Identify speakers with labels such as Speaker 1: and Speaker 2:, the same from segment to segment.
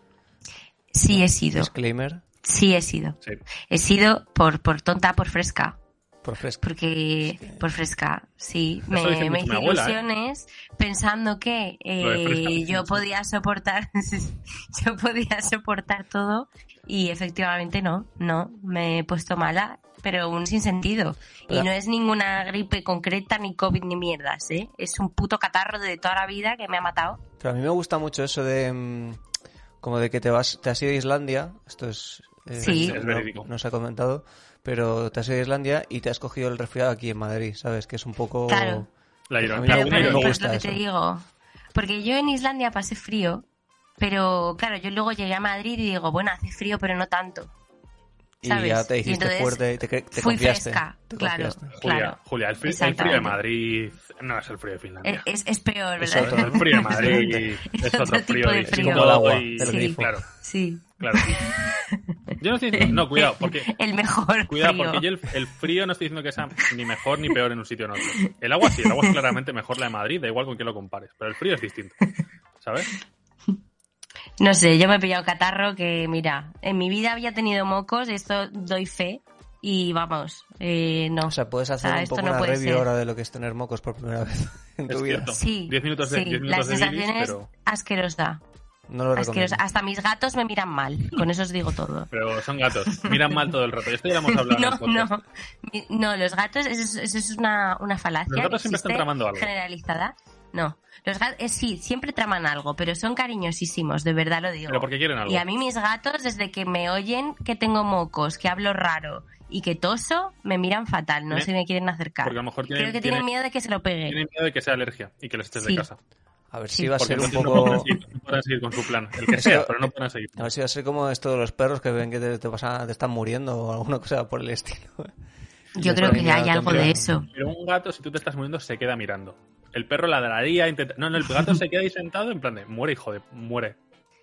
Speaker 1: Sí he sido.
Speaker 2: disclaimer
Speaker 1: Sí he sido.
Speaker 3: Sí.
Speaker 1: He sido por, por tonta, por fresca.
Speaker 2: por fresco.
Speaker 1: Porque, por fresca, sí.
Speaker 3: Eso
Speaker 1: Me, me
Speaker 3: dice mucho mi
Speaker 1: hice
Speaker 3: abuela, ¿eh?
Speaker 1: ilusiones pensando que
Speaker 3: Lo de fresca
Speaker 1: eh,
Speaker 3: dice
Speaker 1: yo
Speaker 3: mucho.
Speaker 1: podía soportar, yo podía soportar todo y efectivamente no, no, me he puesto mala, pero un sinsentido. Y
Speaker 2: Hola.
Speaker 1: no es ninguna gripe concreta, ni COVID, ni mierdas, ¿eh? Es un puto catarro de toda la vida que me ha matado.
Speaker 2: Pero a mí me gusta mucho eso de mm, como de que te vas, te has ido a Islandia, esto es, eh,
Speaker 1: Sí.
Speaker 3: Es
Speaker 2: no-
Speaker 3: verídico.
Speaker 2: no se ha comentado, pero te has ido a Islandia y te has cogido el resfriado aquí en Madrid, ¿sabes? Que es un poco
Speaker 1: Claro.
Speaker 3: La ironía. La
Speaker 2: Pero,
Speaker 1: Claro,
Speaker 2: bueno,
Speaker 3: ironía
Speaker 2: yo
Speaker 1: pero
Speaker 2: me
Speaker 1: pues
Speaker 2: gusta
Speaker 1: lo que te
Speaker 2: eso.
Speaker 1: digo. Porque yo en Islandia pasé frío, pero claro, yo luego llegué a Madrid y digo, bueno, hace frío, pero no tanto.
Speaker 2: y
Speaker 1: ¿sabes?
Speaker 2: ya te
Speaker 1: Y
Speaker 2: hiciste
Speaker 1: entonces
Speaker 2: fuerte y te, cre- te
Speaker 1: fui
Speaker 2: confiaste.
Speaker 1: fresca,
Speaker 2: te
Speaker 1: claro.
Speaker 2: confiaste.
Speaker 3: Julia,
Speaker 1: Claro.
Speaker 3: Julia, el, fri- el frío de
Speaker 1: Exactamente.
Speaker 3: Madrid no es el frío de Finlandia.
Speaker 1: Es, es- es peor,
Speaker 2: Es
Speaker 1: ¿verdad?
Speaker 2: otro,
Speaker 3: el frío de Madrid es
Speaker 1: Otro
Speaker 3: otro
Speaker 1: tipo
Speaker 3: frío
Speaker 1: de
Speaker 3: distinto.
Speaker 1: frío. Como el
Speaker 2: agua
Speaker 3: y-
Speaker 2: del
Speaker 1: grifo.
Speaker 3: Claro,
Speaker 1: Sí,
Speaker 3: claro. Yo no estoy diciendo... No, cuidado, porque...
Speaker 1: el mejor
Speaker 3: Cuidado,
Speaker 1: frío.
Speaker 3: porque yo el, el frío no estoy diciendo que sea ni mejor ni peor en un sitio o en otro. El agua sí, el agua es claramente mejor la de Madrid, da igual con quién lo compares, pero el frío es distinto. ¿Sabes?
Speaker 1: No sé, yo me he pillado catarro que, mira, en mi vida había tenido mocos, esto doy fe y vamos, eh, no.
Speaker 2: O sea, puedes hacer
Speaker 1: Ah,
Speaker 2: un
Speaker 1: esto
Speaker 2: poco
Speaker 1: no
Speaker 2: una
Speaker 1: puede
Speaker 2: review
Speaker 1: ser.
Speaker 2: ahora de lo que es tener mocos por primera vez en
Speaker 3: Es
Speaker 2: tu vida.
Speaker 3: cierto.
Speaker 1: sí,
Speaker 3: Diez minutos de-
Speaker 1: sí,
Speaker 3: diez minutos
Speaker 1: la
Speaker 3: de bilis,
Speaker 1: sensación es
Speaker 3: pero-
Speaker 1: asquerosa.
Speaker 2: No lo recomiendo.
Speaker 1: asquerosa. Hasta mis gatos me miran mal, con eso os digo todo.
Speaker 3: Pero son gatos, miran mal todo el rato. Esto ya lo hemos hablado en el
Speaker 1: No,
Speaker 3: podcast.
Speaker 1: no, Mi- no, los gatos, eso, es- eso es una, una falacia.
Speaker 3: Los gatos
Speaker 1: que
Speaker 3: siempre están
Speaker 1: existe
Speaker 3: tramando algo.
Speaker 1: Generalizada. No, los gatos, eh, sí, siempre traman algo, pero son cariñosísimos, de verdad lo digo.
Speaker 3: Pero porque quieren algo.
Speaker 1: Y a mí mis gatos, desde que me oyen que tengo mocos, que hablo raro y que toso, me miran fatal, no
Speaker 3: Bien.
Speaker 1: se me quieren acercar.
Speaker 3: ¿Eh? Porque a lo mejor tienen,
Speaker 1: Creo que
Speaker 3: tienen-
Speaker 1: tienen miedo de que se lo pegue.
Speaker 3: tienen miedo de que sea alergia y que les estés
Speaker 1: Sí.
Speaker 3: de casa.
Speaker 2: A ver si
Speaker 1: Sí.
Speaker 2: va a
Speaker 3: Porque
Speaker 2: ser un
Speaker 3: entonces no
Speaker 2: poco...
Speaker 3: podrán seguir- no podrán seguir con su plan. El que sea, pero no podrán seguir.
Speaker 2: A ver si va a ser como esto de los perros que ven que te, te pasa- te están muriendo o alguna cosa por el estilo.
Speaker 1: Yo creo que hay algo de eso.
Speaker 3: Pero un gato, si tú te estás muriendo, se queda mirando. El perro ladraría, intenta... No, no, el gato se queda ahí sentado en plan de muere, hijo de... Muere.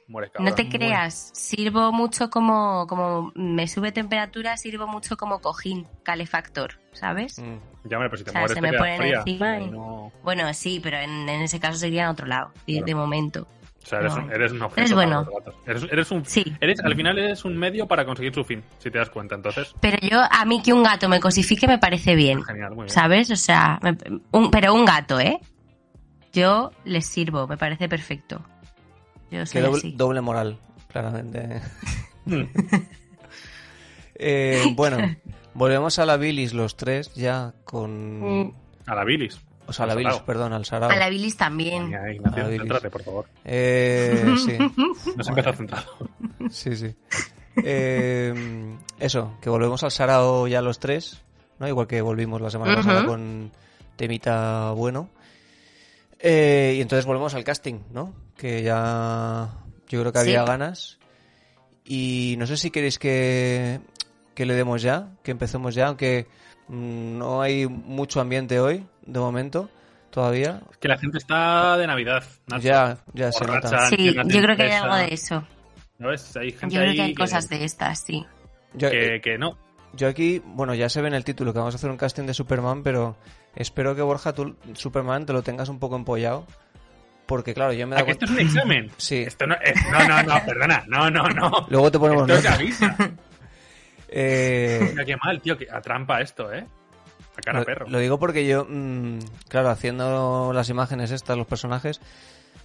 Speaker 3: Muere, cabrón.
Speaker 1: No te
Speaker 3: muere".
Speaker 1: creas, sirvo mucho como, como me sube temperatura, sirvo mucho como cojín, calefactor, ¿sabes?
Speaker 2: Mm.
Speaker 3: Ya, hombre, pero si te
Speaker 1: O sea,
Speaker 3: mueres
Speaker 1: se
Speaker 3: te
Speaker 1: me
Speaker 3: quedas
Speaker 1: ponen
Speaker 3: fría.
Speaker 1: encima y-
Speaker 3: No... O
Speaker 1: Bueno, sí, pero en, en ese caso sería en otro lado, de,
Speaker 3: Claro.
Speaker 1: de momento.
Speaker 3: sea, eres,
Speaker 1: No.
Speaker 3: un, eres un objeto
Speaker 1: Eres
Speaker 3: para
Speaker 1: bueno.
Speaker 3: los gatos. Eres, eres un...
Speaker 1: Sí.
Speaker 3: Eres, al final eres un medio para conseguir su fin, si te das cuenta. Entonces,
Speaker 1: Pero yo, a mí que un gato me cosifique me parece bien,
Speaker 3: genial, muy bien.
Speaker 1: ¿sabes? O sea, me- un- pero un gato, ¿eh? Yo les sirvo, me parece perfecto. Yo
Speaker 2: Que
Speaker 1: soy
Speaker 2: doble,
Speaker 1: así.
Speaker 2: doble moral, claramente.
Speaker 3: Mm.
Speaker 2: Eh, bueno, volvemos a la bilis los tres ya con...
Speaker 3: A la bilis.
Speaker 2: O sea, a la
Speaker 3: Al
Speaker 2: bilis,
Speaker 3: sarao.
Speaker 2: perdón, al sarao.
Speaker 1: Mm. A la bilis también.
Speaker 3: Venga, Ignacio,
Speaker 2: A la bilis.
Speaker 3: céntrate, por favor.
Speaker 2: Eh, sí,
Speaker 3: No se empieza centrado.
Speaker 2: Em, sí, sí. Eh, eso, que volvemos al sarao ya los tres. ¿no? Igual que volvimos la semana
Speaker 1: Ujú.
Speaker 2: pasada con temita bueno. Eh, y entonces volvemos al casting, ¿no? Que ya yo creo que
Speaker 1: Sí.
Speaker 2: había ganas. Y no sé si queréis que, que le demos ya, que empecemos ya, aunque mm, no hay mucho ambiente hoy, de momento, todavía.
Speaker 3: Es que la gente está de Navidad. Nacho.
Speaker 2: Ya, ya se
Speaker 3: Borracha.
Speaker 2: nota.
Speaker 3: que
Speaker 1: Sí,
Speaker 3: una
Speaker 1: yo creo que hay
Speaker 3: tristeza.
Speaker 1: algo de eso.
Speaker 3: ¿Sabes? Hay gente
Speaker 1: Yo creo
Speaker 3: ahí
Speaker 1: que hay cosas de estas, sí.
Speaker 2: Yo-
Speaker 3: que, que no.
Speaker 2: Yo aquí, bueno, ya se ve en el título que vamos a hacer un casting de Superman, pero espero que Borja, tú Superman te lo tengas un poco empollado. Porque claro, yo me
Speaker 3: ¿A
Speaker 2: da
Speaker 3: que esto
Speaker 2: cuenta...
Speaker 3: es un examen?
Speaker 2: Sí.
Speaker 3: Esto no, es- no, no, no, perdona. No, no, no.
Speaker 2: Luego te ponemos
Speaker 3: Esto se
Speaker 2: nota.
Speaker 3: avisa.
Speaker 2: Eh,
Speaker 3: Mira qué mal, tío. Que atrampa esto, ¿eh? A cara
Speaker 2: lo,
Speaker 3: perro.
Speaker 2: lo digo porque yo, mm, claro, haciendo las imágenes estas, los personajes,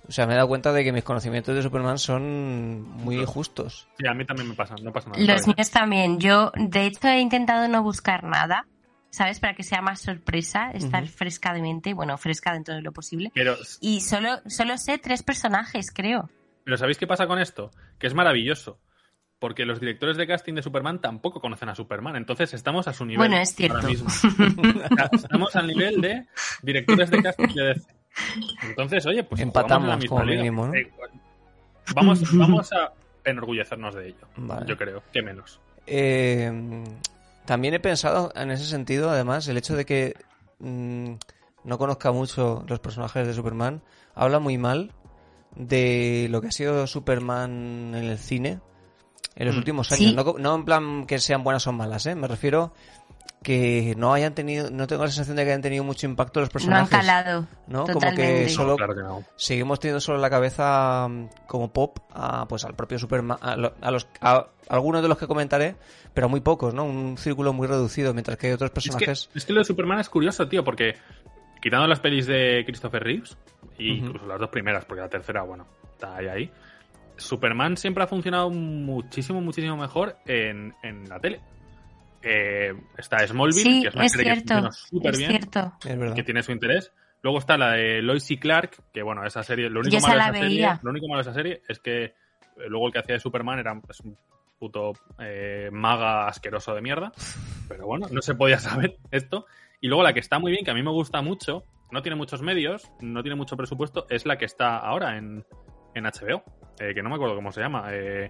Speaker 2: o sea, me he dado cuenta de que mis conocimientos de Superman son muy justos.
Speaker 3: Sí, a mí también me pasa. No pasa nada.
Speaker 1: Los
Speaker 3: Vale.
Speaker 1: míos también. Yo, de hecho, he intentado no buscar nada, ¿sabes? Para que sea más sorpresa, estar
Speaker 2: Ujú.
Speaker 1: fresca de mente, bueno, fresca dentro de lo posible.
Speaker 3: Pero,
Speaker 1: Y solo, solo sé tres personajes, creo.
Speaker 3: pero ¿sabéis qué pasa con esto? Que es maravilloso. Porque los directores de casting de Superman tampoco conocen a Superman. Entonces estamos a su nivel.
Speaker 1: Bueno, es cierto.
Speaker 3: ahora mismo. O sea, estamos al nivel de directores de casting de DC. Entonces, oye, pues jugamos en la
Speaker 2: Empatamos,
Speaker 3: misma
Speaker 2: como
Speaker 3: liga.
Speaker 2: mínimo, ¿no?
Speaker 3: Eh, Vamos, vamos a enorgullecernos de ello.
Speaker 2: Vale.
Speaker 3: Yo creo, que menos.
Speaker 2: Eh, también he pensado en ese sentido, además, el hecho de que mm, no conozca mucho los personajes de Superman, habla muy mal de lo que ha sido Superman en el cine en los
Speaker 3: Mm,
Speaker 2: últimos
Speaker 1: sí.
Speaker 2: años. No, co- no en plan que sean buenas o malas, ¿eh? me refiero que no hayan tenido, no tengo la sensación de que hayan tenido mucho impacto los
Speaker 1: No han
Speaker 2: personajes.
Speaker 1: calado.
Speaker 2: ¿no? Como
Speaker 1: Totalmente.
Speaker 2: que Solo-
Speaker 3: No, claro que no.
Speaker 2: Seguimos teniendo solo en la cabeza mm, como pop a, pues al propio Superman, a, lo- a los, a algunos de los que comentaré, pero muy pocos, ¿no? Un círculo muy reducido, mientras que hay otros
Speaker 3: Es que,
Speaker 2: personajes.
Speaker 3: es que lo de Superman es curioso, tío, porque quitando las pelis de Christopher Reeves, y
Speaker 2: Ujú.
Speaker 3: incluso las dos primeras, porque la tercera, bueno, está ahí, ahí, Superman siempre ha funcionado muchísimo, muchísimo mejor en, en la tele. Eh, está Smallville,
Speaker 1: Sí,
Speaker 3: que es una
Speaker 1: es
Speaker 3: serie que
Speaker 1: cierto.
Speaker 3: funciona súper
Speaker 1: Es
Speaker 3: bien,
Speaker 1: cierto.
Speaker 2: Es verdad.
Speaker 3: que tiene su interés. Luego está la de Lois y Clark, que bueno, esa serie, lo único,
Speaker 1: Yo esa
Speaker 3: malo de
Speaker 1: la
Speaker 3: esa serie,
Speaker 1: veía.
Speaker 3: lo único malo de esa serie es que eh, luego el que hacía de Superman era es un puto eh, maga asqueroso de mierda. Pero bueno, no se podía saber esto. Y luego la que está muy bien, que a mí me gusta mucho, no tiene muchos medios, no tiene mucho presupuesto, es la que está ahora en, en HBO, eh, que no me acuerdo cómo se llama. eh,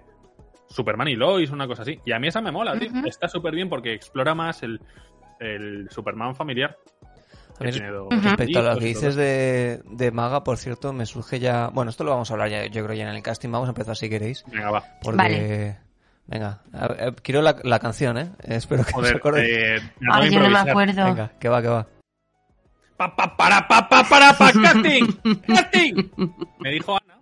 Speaker 3: Superman y Lois, una cosa así. Y a mí esa me mola, tío.
Speaker 1: Ujú.
Speaker 3: Está súper bien porque explora más el, el Superman familiar. que
Speaker 2: También es-
Speaker 3: tiene dos
Speaker 1: Ujú.
Speaker 2: Respecto a lo
Speaker 3: hijos
Speaker 2: que
Speaker 3: y todo
Speaker 2: dices de, de Maga, por cierto, me surge ya. Bueno, esto lo vamos a hablar ya, yo creo ya en el casting. Vamos a empezar si queréis.
Speaker 3: Venga, va.
Speaker 2: Porque.
Speaker 1: Vale.
Speaker 2: Venga, a ver, eh, quiero la, la canción, ¿eh? Espero que os
Speaker 3: Joder,
Speaker 2: acordéis.
Speaker 3: eh, me acabo de
Speaker 1: Ahora yo no me
Speaker 3: improvisar.
Speaker 1: acuerdo.
Speaker 2: Venga, que va, que va.
Speaker 3: Pa, pa, para, pa, pa, para, pa, casting, casting. Me dijo Ana.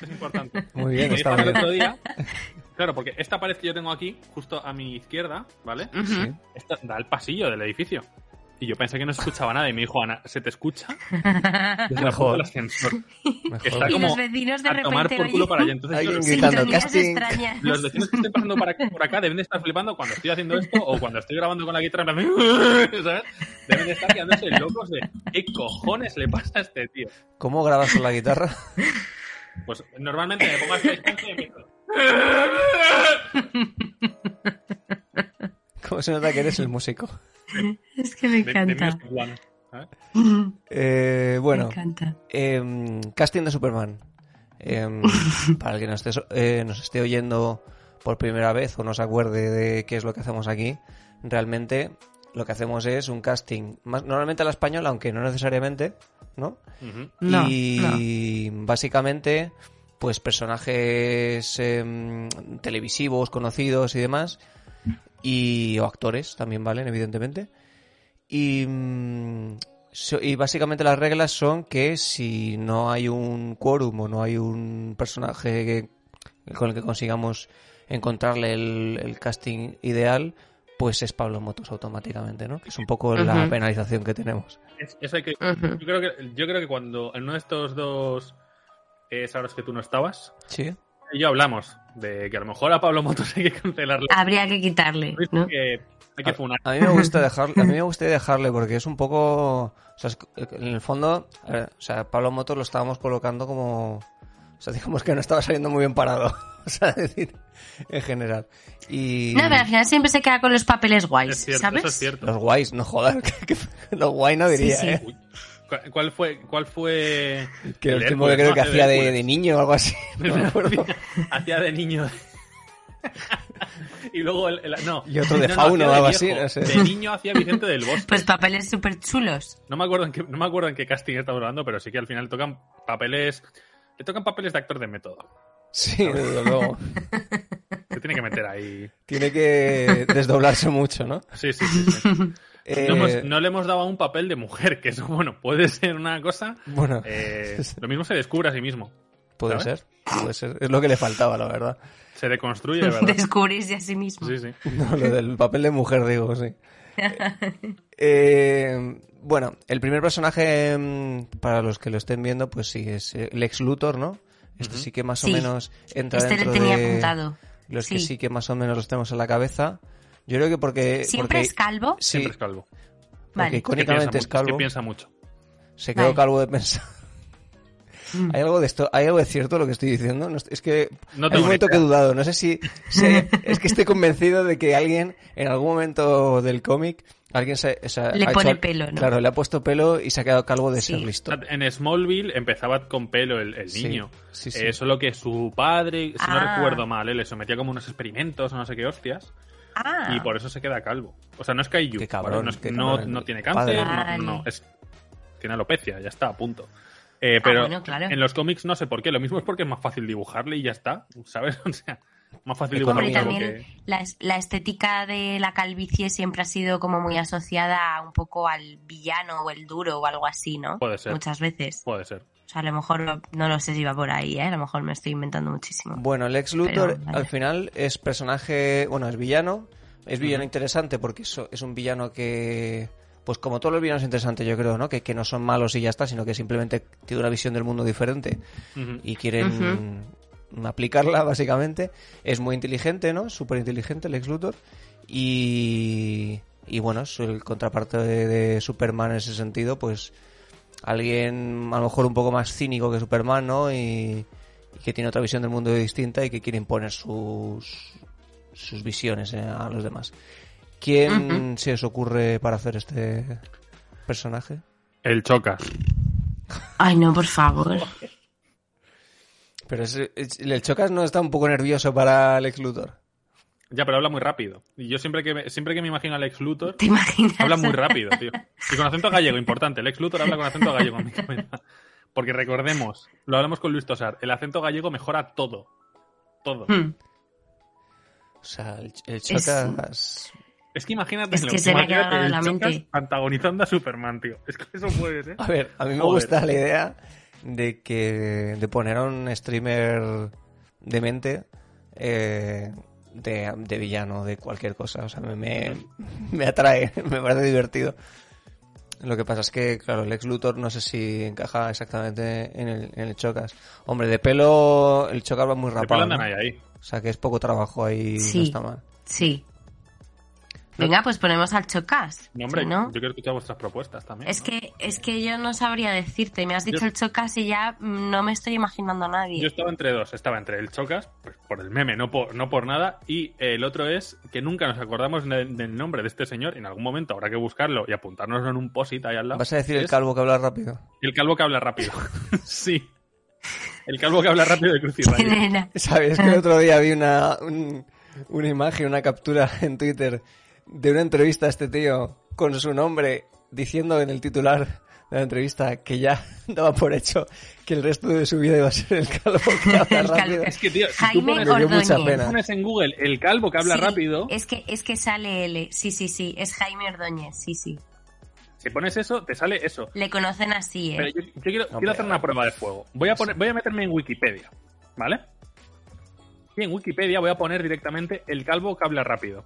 Speaker 3: Es importante.
Speaker 2: Muy bien,
Speaker 3: me
Speaker 2: está
Speaker 3: dijo Ana
Speaker 2: muy
Speaker 3: el otro día. Claro, porque esta pared que yo tengo aquí, justo a mi izquierda, ¿vale?
Speaker 1: Ujú.
Speaker 2: Sí.
Speaker 3: Esta da al pasillo del edificio. Y yo pensé que no se escuchaba nada. Y me dijo Ana, ¿se te escucha? Desde la puerta del ascensor.
Speaker 2: Mejor.
Speaker 3: Está
Speaker 1: Y los
Speaker 3: como
Speaker 1: vecinos de
Speaker 3: a tomar
Speaker 1: repente
Speaker 3: por culo
Speaker 1: oyen
Speaker 3: para allá. Entonces, yo-
Speaker 2: Alguien
Speaker 1: sintonías
Speaker 2: gritando, casting.
Speaker 1: extrañas.
Speaker 3: los vecinos que estén pasando por acá, por acá deben de estar flipando cuando estoy haciendo esto o cuando estoy grabando con la guitarra. en plan, ¿sabes? Deben de estar quedándose locos de qué cojones le pasa a este tío.
Speaker 2: ¿Cómo grabas con la guitarra?
Speaker 3: Pues normalmente me pongo hasta distancia y empiezo.
Speaker 2: ¿Cómo se nota que eres el músico?
Speaker 1: Es que me
Speaker 3: De- de mí
Speaker 1: encanta.
Speaker 3: es cubano.
Speaker 2: Eh, bueno.
Speaker 1: Me encanta.
Speaker 2: Em, casting de Superman. Em, para el que nos esté, so- eh, nos esté oyendo por primera vez o no se acuerde de qué es lo que hacemos aquí, realmente lo que hacemos es un casting, más, normalmente a la española, aunque no necesariamente, ¿no?
Speaker 3: Ujú.
Speaker 1: No,
Speaker 2: y básicamente, pues personajes em, televisivos, conocidos y demás, y o actores también valen, evidentemente. Y, mm, so- y básicamente las reglas son que si no hay un quórum o no hay un personaje que- con el que consigamos encontrarle el, el casting ideal, pues es Pablo Motos automáticamente, ¿no? Que es un poco la
Speaker 1: Ujú.
Speaker 2: penalización que tenemos.
Speaker 3: Es- eso hay que-
Speaker 1: Ujú.
Speaker 3: yo, creo que, yo creo que cuando en uno de estos dos eh, sabrás que tú no estabas,
Speaker 2: Sí.
Speaker 3: y yo hablamos de que a lo mejor a Pablo Motos hay que cancelarle.
Speaker 1: Habría que quitarle, Ah, ¿no?
Speaker 3: Que hay
Speaker 2: Ah,
Speaker 3: que funar.
Speaker 2: A mí me gusta dejarle, a mí me gustaría dejarle porque es un poco, o sea, es- en el fondo, a ver, o sea, Pablo Motos lo estábamos colocando como O sea, digamos que no estaba saliendo muy bien parado. O sea, es decir, en general. Y
Speaker 1: No, pero al final siempre se queda con los papeles guays,
Speaker 3: Es cierto,
Speaker 1: ¿sabes?
Speaker 3: eso es cierto.
Speaker 2: los guays, no jodas, que- que- los guays no diría,
Speaker 1: Sí, sí.
Speaker 2: ¿eh?
Speaker 3: Uy, ¿cu- ¿Cuál fue? ¿Cuál fue?
Speaker 2: Que el
Speaker 3: el
Speaker 2: último que creo
Speaker 3: Hércules, no?
Speaker 2: que
Speaker 3: El
Speaker 2: hacía de,
Speaker 3: Hércules.
Speaker 2: de niño o algo así. No me acuerdo.
Speaker 3: Hacía de niño. y luego el, el- no.
Speaker 2: Y otro de
Speaker 3: No, no,
Speaker 2: fauno
Speaker 3: hacía
Speaker 2: o
Speaker 3: de
Speaker 2: algo así,
Speaker 3: viejo.
Speaker 2: no sé.
Speaker 3: De niño hacía Vicente del Bosque.
Speaker 1: Pues papeles súper chulos.
Speaker 3: No me acuerdo en qué, no me acuerdo en qué casting estaba hablando, pero sí que al final tocan papeles. Le tocan papeles de actor de método.
Speaker 2: Sí, desde luego.
Speaker 3: Se tiene que meter ahí.
Speaker 2: Tiene que desdoblarse mucho, ¿no?
Speaker 3: Sí, sí, sí. sí.
Speaker 2: Eh,
Speaker 3: No, hemos- no le hemos dado a un papel de mujer, que eso, bueno, puede ser una cosa.
Speaker 2: Bueno,
Speaker 3: eh, lo mismo se descubre a sí mismo.
Speaker 2: puede
Speaker 3: ¿sabes?
Speaker 2: ser, puede ser. Es lo que le faltaba, la verdad.
Speaker 3: Se deconstruye, de verdad.
Speaker 1: Descubrirse a sí mismo.
Speaker 3: Sí, sí.
Speaker 2: No, lo del papel de mujer, digo, sí. Eh, bueno, el primer personaje, mm, para los que lo estén viendo, pues sí, es eh, Lex Luthor, ¿no? Este sí que más o
Speaker 1: Sí.
Speaker 2: menos entra
Speaker 1: Este le
Speaker 2: dentro
Speaker 1: tenía
Speaker 2: de
Speaker 1: apuntado.
Speaker 2: los
Speaker 1: Sí.
Speaker 2: que sí que más o menos los tenemos en la cabeza. Yo creo que porque...
Speaker 1: ¿Siempre
Speaker 2: eh, porque-
Speaker 1: es calvo?
Speaker 2: Sí,
Speaker 3: Siempre es calvo.
Speaker 2: porque
Speaker 1: Vale. Es que
Speaker 2: icónicamente
Speaker 3: es
Speaker 2: es
Speaker 3: que piensa mucho, Es
Speaker 2: calvo.
Speaker 3: que piensa mucho.
Speaker 2: Se quedó
Speaker 1: Vale. Mm.
Speaker 2: calvo de pensar. ¿Hay algo de esto? ¿Hay algo de cierto lo que estoy diciendo? No, es que
Speaker 3: No
Speaker 2: hay
Speaker 3: tengo
Speaker 2: un momento
Speaker 3: ni
Speaker 2: que he
Speaker 3: idea.
Speaker 2: dudado. No sé si, sé- es que estoy convencido de que alguien en algún momento del cómic alguien se, o sea,
Speaker 1: Le
Speaker 2: ha
Speaker 1: pone pelo, ¿no?
Speaker 2: Claro, le ha puesto pelo y se ha quedado calvo de
Speaker 1: Sí.
Speaker 2: ser listo.
Speaker 3: En Smallville empezaba con pelo el, el
Speaker 2: Sí,
Speaker 3: niño.
Speaker 2: sí, sí.
Speaker 3: Eh, solo que su padre, si no
Speaker 1: Ah.
Speaker 3: recuerdo mal, eh, le sometía como unos experimentos o no sé qué hostias.
Speaker 1: Ah,
Speaker 3: Y por eso se queda calvo. O sea, no es Kaiju.
Speaker 2: Qué cabrón,
Speaker 3: No, es-
Speaker 2: qué
Speaker 3: no-
Speaker 2: cabrón.
Speaker 3: no tiene cáncer,
Speaker 2: Padre.
Speaker 3: no-
Speaker 1: Vale.
Speaker 3: no, es- tiene alopecia, ya está, a punto. Eh, pero
Speaker 1: Ah, bueno, claro.
Speaker 3: en los cómics no sé por qué. Lo mismo es porque es más fácil dibujarle y ya está, ¿sabes? O sea, más fácil
Speaker 2: Economía.
Speaker 3: dibujarle
Speaker 1: hombre,
Speaker 3: un calvo
Speaker 1: también
Speaker 3: que...
Speaker 1: la, es- la estética de la calvicie siempre ha sido como muy asociada a un poco al villano o el duro o algo así, ¿no?
Speaker 3: Puede ser.
Speaker 1: Muchas veces.
Speaker 3: Puede ser.
Speaker 1: O sea, a lo mejor no lo sé si va por ahí, ¿eh? A lo mejor me estoy inventando muchísimo.
Speaker 2: Bueno, Lex Luthor
Speaker 1: Pero, vale.
Speaker 2: al final es personaje, bueno, es villano, es villano interesante porque eso es un villano que, pues como todos los villanos interesantes yo creo, ¿no? Que, que no son malos y ya está, sino que simplemente tiene una visión del mundo diferente
Speaker 3: Ujú.
Speaker 2: y quieren aplicarla básicamente. Es muy inteligente, ¿no? Súper inteligente Lex Luthor y, y bueno, es el contraparte de, de Superman en ese sentido, pues alguien a lo mejor un poco más cínico que Superman, ¿no? Y, y que tiene otra visión del mundo distinta y que quiere imponer sus, sus visiones eh, a los demás. ¿Quién se os ocurre para hacer este personaje?
Speaker 3: El Chocas.
Speaker 1: Ay, no, por favor.
Speaker 2: Pero es- es- el Chocas no está un poco nervioso para Lex Luthor.
Speaker 3: Ya, pero habla muy rápido. Y yo siempre que me, siempre que me imagino al ex Luthor,
Speaker 1: ¿Te imaginas?
Speaker 3: habla muy rápido, tío. Y con acento gallego, importante. El ex Luthor habla con acento gallego en mi cabeza. Porque recordemos, lo hablamos con Luis Tosar, el acento gallego mejora todo. Todo.
Speaker 1: Hmm.
Speaker 2: O sea, el, el Chocas...
Speaker 3: Es que imagínate
Speaker 1: Es
Speaker 3: lo
Speaker 1: que se me ha quedado
Speaker 3: imagínate
Speaker 1: en
Speaker 3: el
Speaker 1: la mente.
Speaker 3: Chocas antagonizando a Superman, tío. Es que eso puede ser.
Speaker 2: A ver, a mí me
Speaker 3: Joder.
Speaker 2: gusta la idea de que de poner a un streamer demente eh, de, de villano, de cualquier cosa. O sea, me, me, me atrae, me parece divertido. Lo que pasa es que, claro, Lex Luthor no sé si encaja exactamente en el, en el Chocas. Hombre, de pelo el Chocas va muy
Speaker 3: De pelo
Speaker 2: rapado.
Speaker 3: andan
Speaker 2: ¿no?
Speaker 3: ahí, ahí.
Speaker 2: O sea, que es poco trabajo ahí, no
Speaker 1: Sí.
Speaker 2: está mal.
Speaker 1: Sí. Venga, pues ponemos al Chocas.
Speaker 3: No, hombre,
Speaker 1: si ¿no?
Speaker 3: yo quiero escuchar vuestras propuestas también.
Speaker 1: Es
Speaker 3: ¿no?
Speaker 1: que, es que yo no sabría decirte. Me has dicho
Speaker 3: Yo-
Speaker 1: el Chocas y ya mm, no me estoy imaginando a nadie.
Speaker 3: Yo estaba entre dos. Estaba entre el Chocas, pues, por el meme, no por, no por nada. Y el otro es que nunca nos acordamos de- del nombre de este señor. En algún momento habrá que buscarlo y apuntárnoslo en un posit ahí al lado.
Speaker 2: ¿Vas a decir el
Speaker 3: Es
Speaker 2: calvo que habla rápido?
Speaker 3: el calvo que habla rápido. sí. El calvo que habla rápido de
Speaker 1: ¿Quién
Speaker 3: Crucify.
Speaker 1: era?
Speaker 2: ¿Sabes que el otro día vi una, un- una imagen, una captura en Twitter de una entrevista a este tío con su nombre diciendo en el titular de la entrevista que ya daba por hecho que el resto de su vida iba a ser el calvo que habla
Speaker 1: El calvo.
Speaker 2: rápido?
Speaker 3: Es que, tío, si tú
Speaker 1: Jaime
Speaker 3: pones,
Speaker 2: Me dio mucha
Speaker 1: Ordóñez.
Speaker 2: pena.
Speaker 3: pones en Google el calvo que habla
Speaker 1: Sí,
Speaker 3: rápido,
Speaker 1: Es que, es que sale L. Sí, sí, sí. Es Jaime Ordóñez. Sí, sí.
Speaker 3: si pones eso, te sale eso.
Speaker 1: Le conocen así, ¿eh?
Speaker 3: Pero yo, yo quiero,
Speaker 2: Hombre,
Speaker 3: quiero hacer
Speaker 2: a
Speaker 3: una
Speaker 2: ver.
Speaker 3: prueba de fuego. Voy a, poner, voy a meterme en Wikipedia, ¿vale? Y en Wikipedia voy a poner directamente el calvo que habla rápido.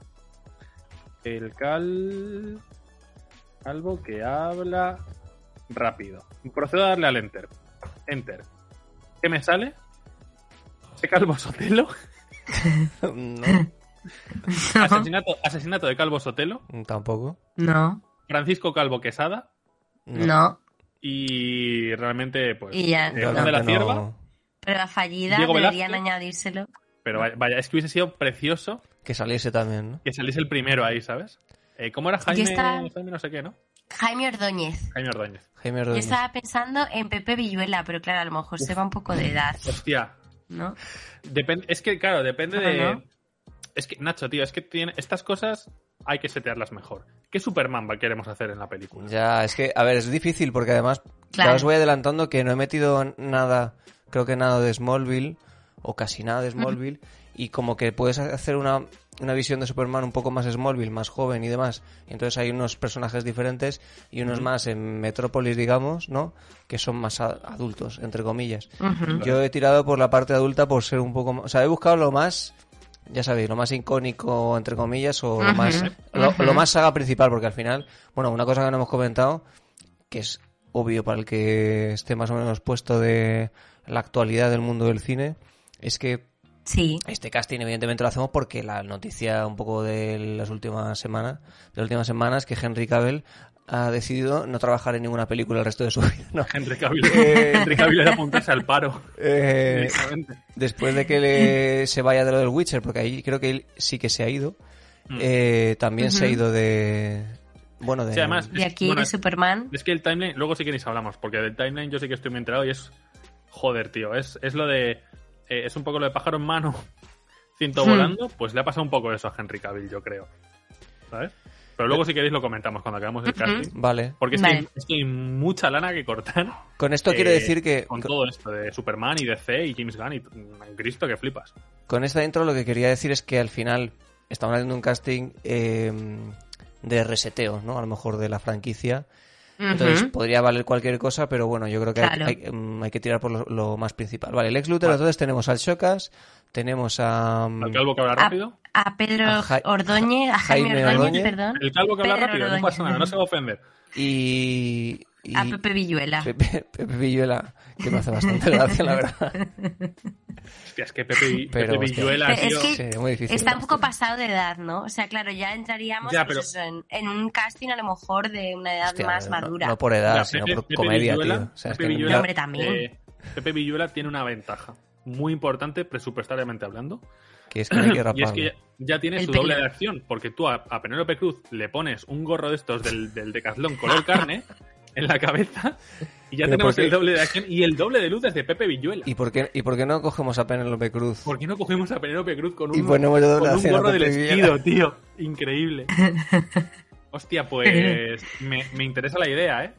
Speaker 3: El cal... calvo que habla rápido. Procedo a darle al enter. Enter. ¿Qué me sale? ¿Ese calvo Sotelo?
Speaker 2: No,
Speaker 3: Asesinato, asesinato de calvo Sotelo.
Speaker 2: tampoco.
Speaker 1: No,
Speaker 3: Francisco Calvo Quesada.
Speaker 1: no.
Speaker 3: Y realmente, pues...
Speaker 1: Y ya,
Speaker 3: eh,
Speaker 1: no.
Speaker 3: Juan de la
Speaker 2: Realmente
Speaker 3: Cierva.
Speaker 2: no.
Speaker 1: Pero la fallida
Speaker 3: Diego
Speaker 1: deberían
Speaker 3: Velázquez.
Speaker 1: añadírselo.
Speaker 3: Pero vaya, vaya, es que hubiese sido precioso
Speaker 2: Que saliese también, ¿no?
Speaker 3: que saliese el primero ahí, ¿sabes? Eh, ¿Cómo era Jaime?
Speaker 1: estaba-
Speaker 3: Jaime no sé qué, ¿no?
Speaker 1: Jaime Ordóñez.
Speaker 3: Jaime Ordóñez.
Speaker 2: Jaime
Speaker 1: Yo
Speaker 2: Ordóñez.
Speaker 1: estaba pensando en Pepe Villuela, pero claro, a lo mejor se va un poco de edad,
Speaker 3: Hostia.
Speaker 1: ¿no?
Speaker 3: Depende, es que, claro, depende
Speaker 1: Ajá,
Speaker 3: de.
Speaker 1: ¿no?
Speaker 3: Es que, Nacho, tío, es que tiene, estas cosas hay que setearlas mejor. ¿Qué Superman va- queremos hacer en la película?
Speaker 2: Ya, es que, a ver, es difícil porque además
Speaker 1: Claro.
Speaker 2: ya os voy adelantando que no he metido nada, creo que nada de Smallville, o casi nada de Smallville, y como que puedes hacer una, una visión de Superman un poco más Smallville, más joven y demás. Entonces hay unos personajes diferentes y unos más en Metrópolis, digamos, ¿no? Que son más a- adultos, entre comillas.
Speaker 1: Ujú.
Speaker 2: Yo he tirado por la parte adulta por ser un poco más... O sea, he buscado lo más... Ya sabéis, lo más icónico, entre comillas, o lo
Speaker 1: Ujú,
Speaker 2: más, lo,
Speaker 1: ujú.
Speaker 2: lo más saga principal, porque al final, bueno, una cosa que no hemos comentado, que es obvio para el que esté más o menos puesto de la actualidad del mundo del cine, es que
Speaker 1: Sí.
Speaker 2: este casting evidentemente lo hacemos porque la noticia un poco de las últimas semanas, de las últimas semanas es que Henry Cavill ha decidido no trabajar en ninguna película el resto de su vida. ¿no?
Speaker 3: Henry Cavill,
Speaker 2: Eh.
Speaker 3: Henry Cavill era apuntarse al paro.
Speaker 2: Eh,
Speaker 3: directamente.
Speaker 2: después de que le- se vaya de lo del Witcher, porque ahí creo que él sí que se ha ido, eh, también se ha ido de... Bueno, de...
Speaker 3: Mm. Sí, además,
Speaker 1: Y
Speaker 3: es-
Speaker 1: aquí
Speaker 3: bueno,
Speaker 1: de Superman.
Speaker 3: Es que el timeline, luego si queréis hablamos, porque del timeline yo sí que estoy muy enterado y es. Joder, tío. Es, es lo de. eh, es un poco lo de pájaro en mano, cinto
Speaker 1: Hmm.
Speaker 3: volando. Pues le ha pasado un poco eso a Henry Cavill, yo creo. ¿Sabes? Pero luego si queréis lo comentamos cuando acabamos el
Speaker 1: Ujú.
Speaker 3: casting.
Speaker 2: Vale.
Speaker 3: Porque es que, hay,
Speaker 1: Vale.
Speaker 3: es que hay mucha lana que cortar.
Speaker 2: Con esto
Speaker 3: eh,
Speaker 2: quiero decir que...
Speaker 3: Con todo esto de Superman y DC y James Gunn y. mm, Cristo, que flipas.
Speaker 2: Con esta intro lo que quería decir es que al final estamos haciendo un casting eh, de reseteo, ¿no? A lo mejor de la franquicia. Entonces
Speaker 1: Ujú.
Speaker 2: podría valer cualquier cosa, pero bueno, yo creo que hay-
Speaker 1: Claro.
Speaker 2: hay, mm, hay que tirar por lo, lo más principal. Vale, Lex Luthor, entonces tenemos al Chocas, tenemos a... mm,
Speaker 1: Hmm.
Speaker 3: Al calvo que habla
Speaker 1: A,
Speaker 3: rápido.
Speaker 1: a Pedro
Speaker 2: A Ja-
Speaker 1: Ordóñez, a Jaime,
Speaker 2: Jaime
Speaker 1: Ordóñez,
Speaker 2: Ordóñez.
Speaker 1: perdón.
Speaker 3: El calvo que habla
Speaker 1: Pedro
Speaker 3: rápido, no
Speaker 1: Ordóñez.
Speaker 3: pasa nada, no se va a ofender.
Speaker 2: Y... y-
Speaker 1: A Pepe Villuela.
Speaker 2: Pepe, Pepe Villuela, que me hace bastante gracia, la verdad.
Speaker 3: Hostia, es que Pepe,
Speaker 2: Pero,
Speaker 3: Pepe
Speaker 2: hostia.
Speaker 3: Villuela ha
Speaker 1: Pero es
Speaker 3: sido-
Speaker 1: que-
Speaker 2: Sí, muy difícil.
Speaker 1: Está un poco pasado de edad, ¿no? O sea, claro, ya entraríamos
Speaker 3: Ya,
Speaker 1: pues, eso, en, en un casting a lo mejor de una edad
Speaker 2: Hostia,
Speaker 1: más
Speaker 2: no-
Speaker 1: madura.
Speaker 2: No, por edad,
Speaker 3: Mira,
Speaker 2: sino
Speaker 3: Pepe-
Speaker 2: por
Speaker 3: Pepe
Speaker 2: comedia,
Speaker 3: Villuela-
Speaker 2: tío. O sea, es
Speaker 3: Pepe
Speaker 2: que-
Speaker 3: Villuela,
Speaker 1: Hombre, también.
Speaker 3: eh, Pepe Villuela tiene una ventaja muy importante presupuestariamente hablando.
Speaker 2: que es que no hay que
Speaker 3: y es que
Speaker 2: raparlo.
Speaker 3: ya, ya tiene
Speaker 1: El
Speaker 3: su doble
Speaker 1: pelo.
Speaker 3: de acción, porque tú a, a Penélope Cruz le pones un gorro de estos del, del Decathlon color carne en la cabeza y ya
Speaker 2: Pero
Speaker 3: tenemos
Speaker 2: ¿por qué?
Speaker 3: el doble de acción y el doble de luces de Pepe Villuela.
Speaker 2: ¿Y por, qué, ¿Y por qué no cogemos a Penélope Cruz?
Speaker 3: ¿Por qué no cogimos a Penélope Cruz con un,
Speaker 2: Y ponemos el doble
Speaker 3: con
Speaker 2: de
Speaker 3: un
Speaker 2: acción a
Speaker 3: gorro del
Speaker 2: Pepe Villuela?
Speaker 3: esquido, tío? Increíble. Hostia, pues me, me interesa la idea, ¿eh?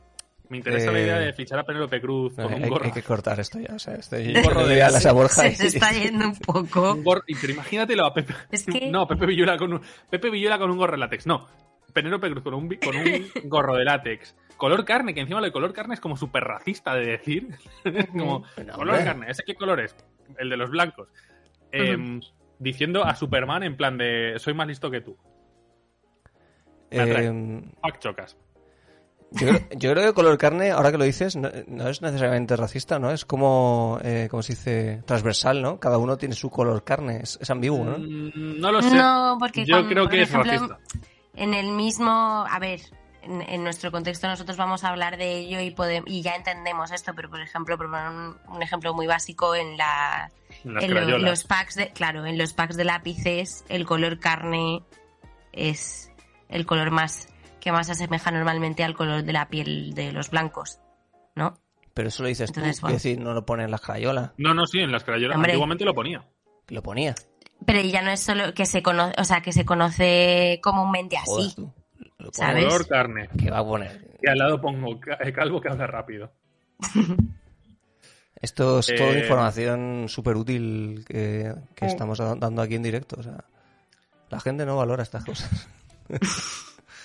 Speaker 3: Me interesa la
Speaker 2: Eh,
Speaker 3: idea de fichar a Penélope Cruz
Speaker 2: No,
Speaker 3: con
Speaker 2: hay,
Speaker 3: un gorro.
Speaker 2: hay que cortar esto ya, o sea, esto
Speaker 3: Un
Speaker 2: yo
Speaker 3: gorro
Speaker 2: le
Speaker 3: de-
Speaker 2: doy alas a Borja
Speaker 1: Se
Speaker 2: y-
Speaker 1: se está yendo un
Speaker 3: Un
Speaker 1: poco.
Speaker 3: gorro- y- pero imagínatelo a Pepe.
Speaker 1: Es que-
Speaker 3: No, Pepe Villuela con un, Pepe Villuela con un gorro de látex. No. Penélope Cruz con un, vi- con un gorro de látex. Color carne, que encima lo de color carne es como súper racista de decir. como,
Speaker 2: No,
Speaker 3: color
Speaker 2: hombre.
Speaker 3: carne, ¿ese qué color es? El de los blancos. Em, Diciendo a Superman en plan de soy más listo que tú.
Speaker 2: Eh,
Speaker 3: Fuck chocas.
Speaker 2: yo, creo, yo creo que color carne, ahora que lo dices, no, no es necesariamente racista, ¿no? Es como, eh, como se dice, transversal, ¿no? Cada uno tiene su color carne, es, es ambiguo, ¿no?
Speaker 3: Mm, No lo sé.
Speaker 1: No, porque
Speaker 3: Yo
Speaker 1: cuando,
Speaker 3: creo
Speaker 1: por
Speaker 3: que es
Speaker 1: ejemplo,
Speaker 3: racista.
Speaker 1: en el mismo, a ver, en, en nuestro contexto nosotros vamos a hablar de ello y pode- y ya entendemos esto, pero por ejemplo, por poner un, un ejemplo muy básico en la
Speaker 3: Las
Speaker 1: en lo-
Speaker 3: crayolas.
Speaker 1: los packs de, claro, en los packs de lápices el color carne es el color más que más se asemeja normalmente al color de la piel de los blancos, ¿no?
Speaker 2: Pero eso lo dices tú,
Speaker 1: Entonces,
Speaker 2: es
Speaker 1: bueno.
Speaker 2: decir, no lo pone en la crayola,
Speaker 3: No, no, sí, en las crayolas.
Speaker 1: Hombre.
Speaker 3: Antiguamente lo ponía.
Speaker 2: lo ponía.
Speaker 1: Pero ya no es solo que se conoce, o sea, que se conoce comúnmente
Speaker 2: Joder,
Speaker 1: así.
Speaker 2: tú. Lo pone-
Speaker 1: ¿Sabes?
Speaker 3: Color carne.
Speaker 2: ¿Qué va a poner?
Speaker 3: Y al lado pongo ca- eh, calvo que habla rápido.
Speaker 2: Esto es toda
Speaker 3: Eh,
Speaker 2: información súper útil que, que estamos da- dando aquí en directo. O sea, la gente no valora estas cosas.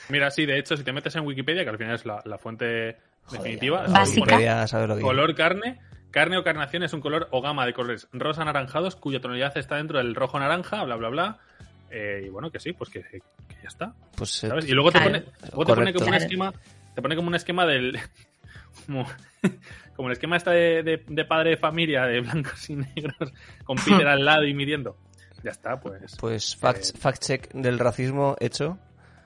Speaker 3: Mira, sí, de hecho, si te metes en Wikipedia, que al final es la, la fuente definitiva,
Speaker 2: Joder, ya, la
Speaker 1: Básica.
Speaker 3: pone
Speaker 2: Wikipedia sabe lo que
Speaker 3: color carne. Carne o carnación es un color o gama de colores rosa anaranjados cuya tonalidad está dentro del rojo naranja, bla, bla, bla. Eh, y bueno, que sí, pues que, que ya está.
Speaker 2: Pues, eh,
Speaker 3: ¿sabes? Y luego te
Speaker 1: Claro.
Speaker 3: pone, luego te pone
Speaker 2: Correcto.
Speaker 3: como un
Speaker 1: Claro.
Speaker 3: esquema, te pone como un esquema del como, como el esquema esta de, de- de padre de familia de blancos y negros con Peter al lado y midiendo. Ya está, pues.
Speaker 2: pues fact, fact check del racismo hecho.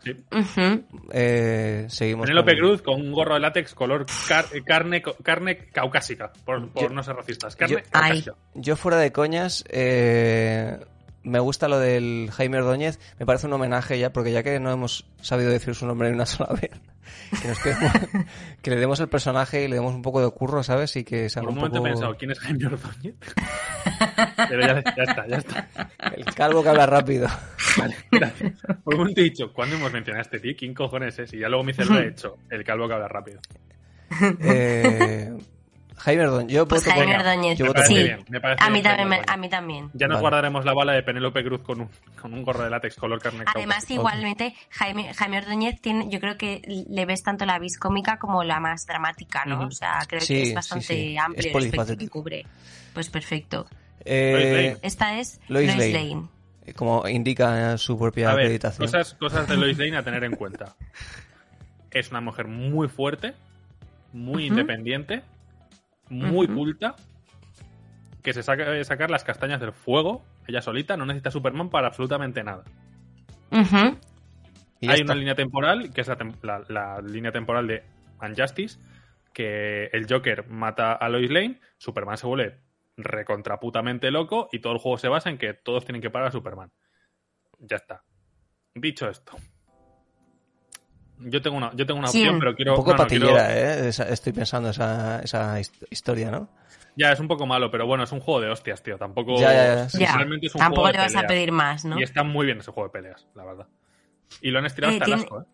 Speaker 1: Ujú.
Speaker 2: Eh, seguimos.
Speaker 3: Penélope
Speaker 2: con-
Speaker 3: Cruz con un gorro de látex color car- eh, carne, co- carne caucásica, por, por
Speaker 2: Yo-
Speaker 3: no ser racistas. Carne
Speaker 2: yo-
Speaker 3: caucásica.
Speaker 2: Yo fuera de coñas, eh, me gusta lo del Jaime Ordóñez. Me parece un homenaje ya, porque ya que no hemos sabido decir su nombre ni una sola vez, que, nos quedemos- que le demos el personaje y le demos un poco de curro, ¿sabes? Y que se haga
Speaker 3: Por un
Speaker 2: un
Speaker 3: momento
Speaker 2: poco
Speaker 3: he pensado, ¿quién es Jaime Ordóñez? Pero ya, ya está, ya está.
Speaker 2: el calvo que habla rápido.
Speaker 3: Gracias. Por un momento he dicho, ¿cuándo hemos mencionado a este tío? ¿Quién cojones es? Y ya luego mi cerebro ha hecho el calvo que habla rápido.
Speaker 2: Eh, Jaime Ordóñez. Yo
Speaker 1: Pues
Speaker 2: voto por-
Speaker 1: Jaime Ordóñez.
Speaker 2: yo
Speaker 3: Me
Speaker 2: voto
Speaker 3: parece
Speaker 2: por-
Speaker 1: Sí.
Speaker 3: bien, me parece
Speaker 1: A mí
Speaker 3: bien,
Speaker 1: también, me-
Speaker 3: Jaime
Speaker 1: a
Speaker 3: Ordóñez.
Speaker 1: mí también.
Speaker 3: Ya nos
Speaker 2: Vale.
Speaker 3: guardaremos la bala de Penélope Cruz con un, con un gorro de látex color carne
Speaker 1: Además,
Speaker 2: Ok.
Speaker 1: igualmente, Jaime, Jaime Ordóñez tiene, yo creo que le ves tanto la vis cómica como la más dramática, ¿no?
Speaker 3: Ujú.
Speaker 1: O sea, creo
Speaker 2: Sí,
Speaker 1: que
Speaker 2: sí,
Speaker 1: es bastante
Speaker 2: sí.
Speaker 1: amplio
Speaker 2: Es
Speaker 1: el espectro que
Speaker 2: polifacético.
Speaker 1: cubre. Pues perfecto.
Speaker 2: eh,
Speaker 1: Esta es
Speaker 2: Lois
Speaker 1: Lois,
Speaker 2: Lane.
Speaker 1: Lane.
Speaker 2: como indica su propia
Speaker 3: A ver,
Speaker 2: acreditación.
Speaker 3: cosas, cosas de Lois Lane a tener en cuenta. Es una mujer muy fuerte, muy
Speaker 1: Ujú.
Speaker 3: independiente, muy
Speaker 1: Ujú.
Speaker 3: culta, que se saca de sacar las castañas del fuego, ella solita, no necesita Superman para absolutamente nada.
Speaker 1: Ujú.
Speaker 2: Y ya
Speaker 3: Hay
Speaker 2: está.
Speaker 3: una línea temporal, que es la, tem- la- la línea temporal de Unjustice, que el Joker mata a Lois Lane, Superman se vuelve recontraputamente loco y todo el juego se basa en que todos tienen que parar a Superman. Ya está. Dicho esto. Yo tengo una, yo tengo una
Speaker 1: ¿Quién?
Speaker 3: opción, pero quiero...
Speaker 2: Un poco
Speaker 3: no, no, quiero-
Speaker 2: patillera, ¿eh? Esa- estoy pensando esa, esa hist- historia, ¿no?
Speaker 3: Ya, es un poco malo, pero bueno, es un juego de hostias, tío. Tampoco...
Speaker 2: Ya, ya, ya, sí,
Speaker 1: Ya.
Speaker 3: realmente es un
Speaker 1: Tampoco
Speaker 3: juego
Speaker 1: le
Speaker 3: de
Speaker 1: vas a
Speaker 3: peleas.
Speaker 1: pedir más, ¿no?
Speaker 3: Y está muy bien ese juego de peleas, la verdad. Y lo han estirado
Speaker 1: Eh,
Speaker 3: hasta
Speaker 1: tiene-
Speaker 3: el asco, ¿eh?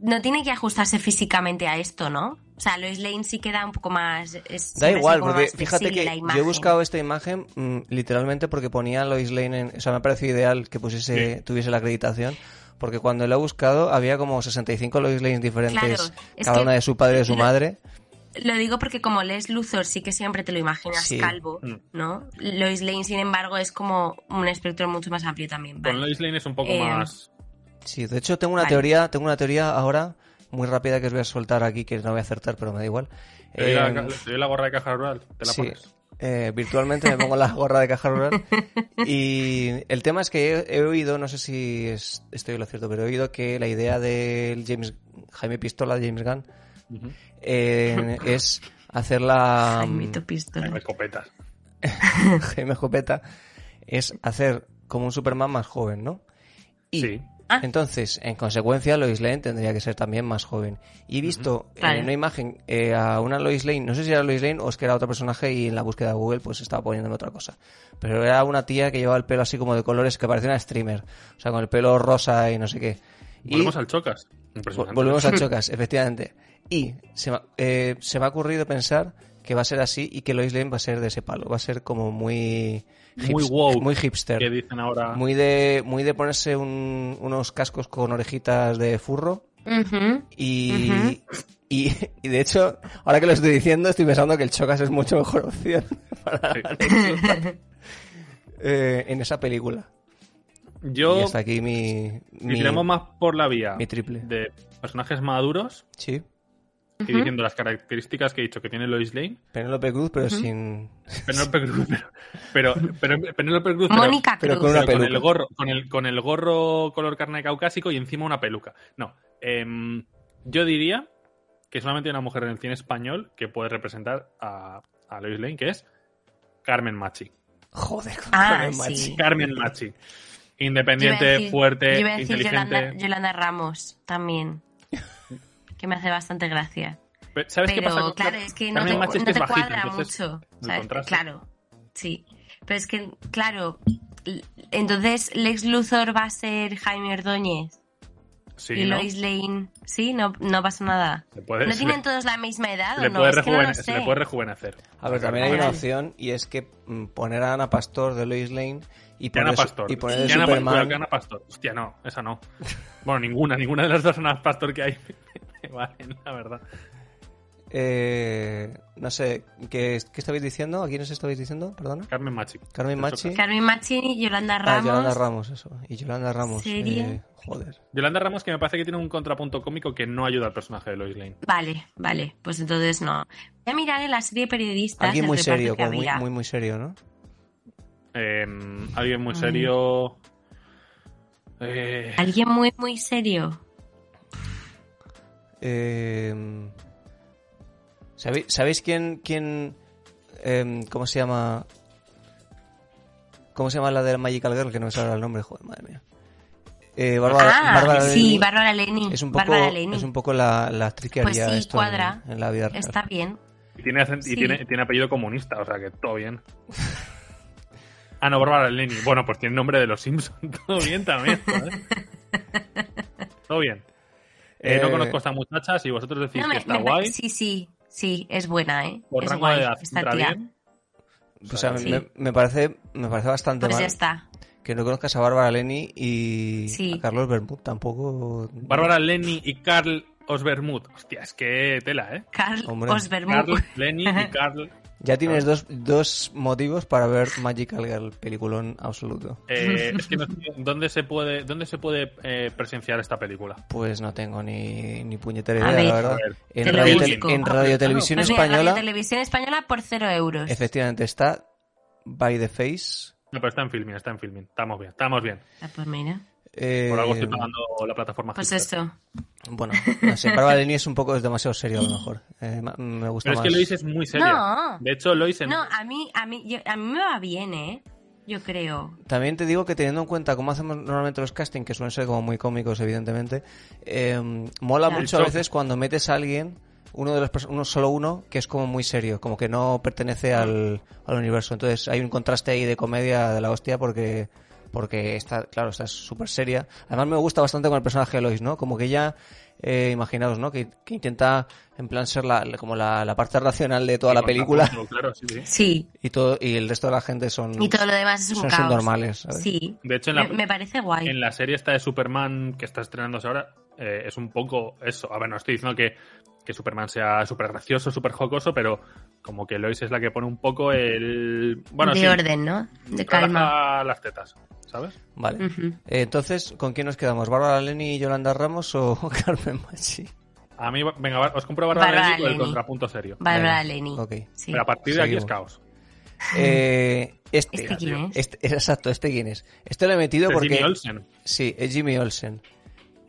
Speaker 1: No tiene que ajustarse físicamente a esto, ¿no? O sea, Lois Lane sí queda un poco más. es-
Speaker 2: Da
Speaker 1: siempre ha sido
Speaker 2: igual,
Speaker 1: como
Speaker 2: porque
Speaker 1: más
Speaker 2: fíjate
Speaker 1: flexible
Speaker 2: que
Speaker 1: la
Speaker 2: yo he
Speaker 1: imagen.
Speaker 2: buscado esta imagen mm, literalmente porque ponía Lois Lane en... O sea, me ha parecido ideal que pusiese, tuviese la acreditación, porque cuando la he buscado había como 65 Lois Lane diferentes,
Speaker 1: Claro, es
Speaker 2: cada
Speaker 1: que-
Speaker 2: una de su padre y de su
Speaker 1: Pero-
Speaker 2: madre.
Speaker 1: Lo digo porque como Les Luthor sí que siempre te lo imaginas
Speaker 2: Sí.
Speaker 1: calvo,
Speaker 3: Mm.
Speaker 1: ¿no? Lois Lane, sin embargo, es como un espectro mucho más amplio también.
Speaker 3: Con
Speaker 1: ¿vale?
Speaker 3: Lois Lane es un poco
Speaker 1: Eh,
Speaker 3: más...
Speaker 2: Sí, de hecho tengo una
Speaker 1: Vale.
Speaker 2: teoría, tengo una teoría ahora muy rápida que os voy a soltar aquí, que no voy a acertar, pero me da igual.
Speaker 3: Te doy,
Speaker 2: Em,
Speaker 3: la, Eh, te doy la gorra de caja rural, te la
Speaker 2: Sí.
Speaker 3: pones.
Speaker 2: Eh, virtualmente me pongo la gorra de caja rural. Y el tema es que he, he oído, no sé si es- estoy en lo cierto, pero he oído que la idea del James Jaime Pistola, James Gunn,
Speaker 3: Ujú.
Speaker 2: eh, es hacerla.
Speaker 1: Jaimito Pistola.
Speaker 3: Hay escopetas.
Speaker 2: Jaime Escopeta, es hacer como un Superman más joven, ¿no? Y
Speaker 3: Sí.
Speaker 1: Ah.
Speaker 2: entonces, en consecuencia, Lois Lane tendría que ser también más joven. Y he visto en
Speaker 1: Claro.
Speaker 2: una imagen eh, a una Lois Lane, no sé si era Lois Lane o es que era otro personaje y en la búsqueda de Google pues estaba poniéndome otra cosa. Pero era una tía que llevaba el pelo así como de colores que parecía una streamer. O sea, con el pelo rosa y no sé qué. Y
Speaker 3: Volvemos al Chocas.
Speaker 2: Vol-
Speaker 3: Impresionante.
Speaker 2: Volvemos a Chocas, efectivamente. Y se me, eh, se me ha ocurrido pensar que va a ser así y que Lois Lane va a ser de ese palo. Va a ser como muy...
Speaker 3: Muy woke,
Speaker 2: Muy
Speaker 3: Que
Speaker 2: hipster.
Speaker 3: dicen ahora.
Speaker 2: Muy de, muy de ponerse un- unos cascos con orejitas de furro.
Speaker 1: Ujú.
Speaker 2: Y,
Speaker 1: Ujú.
Speaker 2: y, y de hecho, ahora que lo estoy diciendo, estoy pensando que el Chocas es mucho mejor opción para
Speaker 3: Sí.
Speaker 2: eh, en esa película. y
Speaker 3: Yo,
Speaker 2: hasta aquí mi,
Speaker 3: si
Speaker 2: mi,
Speaker 3: tiramos más por la vía
Speaker 2: mi triple.
Speaker 3: de personajes maduros
Speaker 2: Sí,
Speaker 3: y diciendo las características que he dicho que tiene Lois Lane,
Speaker 2: Penélope Cruz, pero sin...
Speaker 3: Penélope Cruz, pero, pero, pero Penélope Cruz, pero-
Speaker 1: Mónica
Speaker 2: pero
Speaker 1: Cruz.
Speaker 2: con una
Speaker 3: pero con
Speaker 2: peluca.
Speaker 3: el gorro, con el, con el gorro color carne caucásico y encima una peluca. No, em, yo diría que solamente hay una mujer en el cine español que puede representar a, a Lois Lane, que es Carmen Machi.
Speaker 2: Joder, con
Speaker 1: Ah,
Speaker 2: Carmen Machi.
Speaker 1: sí.
Speaker 3: Carmen Machi.
Speaker 1: Yo iba a
Speaker 3: Independiente,
Speaker 1: decir-
Speaker 3: fuerte,
Speaker 1: yo iba a decir
Speaker 3: inteligente.
Speaker 1: Yolanda, Yolanda Ramos también. Que me hace bastante gracia.
Speaker 3: Pero, ¿Sabes qué
Speaker 1: Pero
Speaker 3: pasa? con
Speaker 1: claro,
Speaker 3: Car-
Speaker 1: es que no
Speaker 3: Carmen
Speaker 1: te,
Speaker 3: Machi es
Speaker 1: no
Speaker 3: que es
Speaker 1: te
Speaker 3: bajita,
Speaker 1: cuadra
Speaker 3: entonces,
Speaker 1: mucho.
Speaker 3: el
Speaker 1: ¿sabes?
Speaker 3: contraste.
Speaker 1: Claro, sí. Pero es que, claro, l- entonces Lex Luthor va a ser Jaime Ordóñez
Speaker 3: sí,
Speaker 1: y
Speaker 3: ¿no?
Speaker 1: Lois Lane, ¿sí? No, no pasa nada.
Speaker 3: Se puede-
Speaker 1: ¿No
Speaker 3: se
Speaker 1: tienen
Speaker 3: le-
Speaker 1: todos la misma edad
Speaker 3: se le
Speaker 1: o no?
Speaker 3: puede
Speaker 1: Es que no lo
Speaker 3: rejuvene- se le
Speaker 1: sé.
Speaker 3: puede rejuvenecer.
Speaker 2: A ver, también hay
Speaker 1: Ah,
Speaker 2: una
Speaker 1: vale.
Speaker 2: opción y es que mm, poner a Ana Pastor de Lois Lane y
Speaker 3: Y
Speaker 2: poner,
Speaker 3: Ana
Speaker 2: su-
Speaker 3: Pastor.
Speaker 2: y poner
Speaker 3: Y
Speaker 2: de
Speaker 3: Ana Pastor,
Speaker 2: Superman.
Speaker 3: que Ana Pastor. Hostia, no, esa no. Bueno, ninguna, ninguna de las dos Ana Pastor que hay me valen, la verdad.
Speaker 2: eh, no sé, ¿qué, ¿qué estabais diciendo? ¿A quiénes estabais diciendo? Perdona.
Speaker 3: Carmen Machi.
Speaker 2: Carmen Machi.
Speaker 1: Carmen Machini, Yolanda
Speaker 2: Ah,
Speaker 1: Ramos.
Speaker 2: Yolanda Ramos, eso. Y Yolanda Ramos.
Speaker 1: ¿Serie?
Speaker 2: eh, joder.
Speaker 3: Yolanda Ramos, que me parece que tiene un contrapunto cómico que no ayuda al personaje de Lois Lane.
Speaker 1: Vale, vale, pues entonces no. Ya miraré la serie de periodistas.
Speaker 2: Alguien
Speaker 1: el
Speaker 2: muy
Speaker 1: reparto
Speaker 2: serio,
Speaker 1: que
Speaker 2: como muy,
Speaker 1: había.
Speaker 2: muy, muy serio, ¿no?
Speaker 3: Em, Eh, alguien muy serio. Eh,
Speaker 1: Alguien muy, muy serio.
Speaker 2: Eh, ¿sabéis, sabéis quién. quién em, ¿Cómo se llama? ¿Cómo se llama la de la Magical Girl? Que no me sale ahora el nombre, joder, madre mía. Eh, Bárbara,
Speaker 1: ah,
Speaker 2: Bárbara
Speaker 1: sí,
Speaker 2: Lenny.
Speaker 1: Bárbara Lenny.
Speaker 2: Es un poco,
Speaker 1: Bárbara Lenny.
Speaker 2: es un poco la, la actriz que
Speaker 1: Pues
Speaker 2: haría
Speaker 1: sí,
Speaker 2: esto
Speaker 1: cuadra.
Speaker 2: En, en la vida real.
Speaker 1: Está bien.
Speaker 3: y tiene, acen- y
Speaker 1: Sí.
Speaker 3: tiene, tiene apellido comunista, o sea que todo bien. Ah, no, Bárbara Lenny. Bueno, pues tiene nombre de los Simpsons. Todo bien también. joder. Todo bien. Eh,
Speaker 2: Eh,
Speaker 3: no conozco a esta muchacha. Si vosotros decís
Speaker 1: No,
Speaker 3: que
Speaker 1: me-
Speaker 3: está
Speaker 1: me-
Speaker 3: guay,
Speaker 1: Sí, sí, sí, es buena, ¿eh?
Speaker 3: por
Speaker 1: es
Speaker 3: rango
Speaker 1: guay,
Speaker 3: de edad
Speaker 1: esta
Speaker 3: entra
Speaker 1: tía.
Speaker 3: bien.
Speaker 2: o sea,
Speaker 1: Sí.
Speaker 2: me, me parece, me parece bastante
Speaker 1: Pues
Speaker 2: mal
Speaker 1: ya está.
Speaker 2: que no conozcas a Bárbara Lenny y
Speaker 1: Sí.
Speaker 2: a Carlos Bermud tampoco.
Speaker 3: Bárbara Lenny y Carl Osbermuth. Hostia, es que tela, ¿eh?
Speaker 1: Carl Pues
Speaker 2: Hombre.
Speaker 1: Osbermund.
Speaker 3: Carl Lenny y Carl.
Speaker 2: Ya tienes
Speaker 3: Ah.
Speaker 2: dos, dos motivos para ver Magical Girl, peliculón absoluto.
Speaker 3: eh, es que no sé dónde se puede, dónde se puede eh, presenciar esta película.
Speaker 2: Pues no tengo ni, ni puñetera
Speaker 1: A
Speaker 2: idea,
Speaker 1: ver.
Speaker 2: la verdad.
Speaker 3: A ver,
Speaker 1: te
Speaker 2: En
Speaker 1: lo
Speaker 2: radio,
Speaker 1: busco.
Speaker 2: Tel- en
Speaker 3: Ah,
Speaker 2: Radio
Speaker 3: claro.
Speaker 2: televisión
Speaker 1: Pues mira,
Speaker 2: española,
Speaker 1: Radio Televisión Española por cero euros.
Speaker 2: efectivamente está By the Face.
Speaker 3: No, pero está en filming, está en filming. Estamos bien, estamos bien.
Speaker 1: Ah, pues mira.
Speaker 2: Eh,
Speaker 3: Por algo estoy pagando la plataforma.
Speaker 1: Pues
Speaker 3: Hipster.
Speaker 1: eso.
Speaker 2: Bueno, no sé, Bárbara Lenny es un poco es demasiado serio a lo mejor. Eh, ma- me gusta
Speaker 3: Pero es
Speaker 2: más.
Speaker 3: que Lois es muy seria.
Speaker 1: No.
Speaker 3: De hecho, Lois en...
Speaker 1: No, a mí, a, mí, yo- a mí me va bien, ¿eh? Yo creo.
Speaker 2: También te digo que teniendo en cuenta cómo hacemos normalmente los castings, que suelen ser como muy cómicos, evidentemente, eh, mola
Speaker 1: Claro.
Speaker 2: mucho a veces cuando metes a alguien, uno de los pers- uno, solo uno, que es como muy serio, como que no pertenece
Speaker 1: Ah.
Speaker 2: al, al universo. Entonces hay un contraste ahí de comedia de la hostia porque porque está, claro, está súper seria. Además me gusta bastante con el personaje de Lois, ¿no? Como que ella, eh, imaginaos, ¿no? Que, que intenta, en plan, ser la, como la, la parte racional de toda la película
Speaker 3: Claro, sí, sí.
Speaker 1: Sí.
Speaker 2: y todo y el resto de la gente son,
Speaker 1: Y todo lo demás es un
Speaker 2: son
Speaker 1: caos.
Speaker 2: subnormales. ¿sabes?
Speaker 1: Sí.
Speaker 3: De hecho, en la,
Speaker 1: Me, me parece guay.
Speaker 3: en la serie esta de Superman que está estrenándose ahora, eh, es un poco eso. A ver, no estoy diciendo que, que Superman sea súper gracioso, súper jocoso, pero como que Lois es la que pone un poco el... Bueno,
Speaker 1: de
Speaker 3: sí,
Speaker 1: orden, ¿no? De
Speaker 3: relaja
Speaker 1: calma.
Speaker 3: las tetas, ¿sabes?
Speaker 2: Vale.
Speaker 1: Ujú.
Speaker 2: Eh, Entonces, ¿con quién nos quedamos? ¿Bárbara Leni y Yolanda Ramos o Carmen Machi?
Speaker 3: A mí, venga, va- os compro Bárbara
Speaker 1: Bárbara
Speaker 3: Lenny con el
Speaker 1: Lenny.
Speaker 3: contrapunto serio.
Speaker 1: Bárbara
Speaker 2: Venga,
Speaker 1: Lenny.
Speaker 2: ok.
Speaker 1: Sí.
Speaker 3: Pero a partir de aquí es
Speaker 2: Seguimos.
Speaker 3: caos.
Speaker 2: Eh, este,
Speaker 1: ¿Este quién es?
Speaker 2: Este- exacto, este quién es. Este lo he metido
Speaker 3: Es
Speaker 2: porque.
Speaker 3: Jimmy Olsen.
Speaker 2: Sí, es Jimmy Olsen.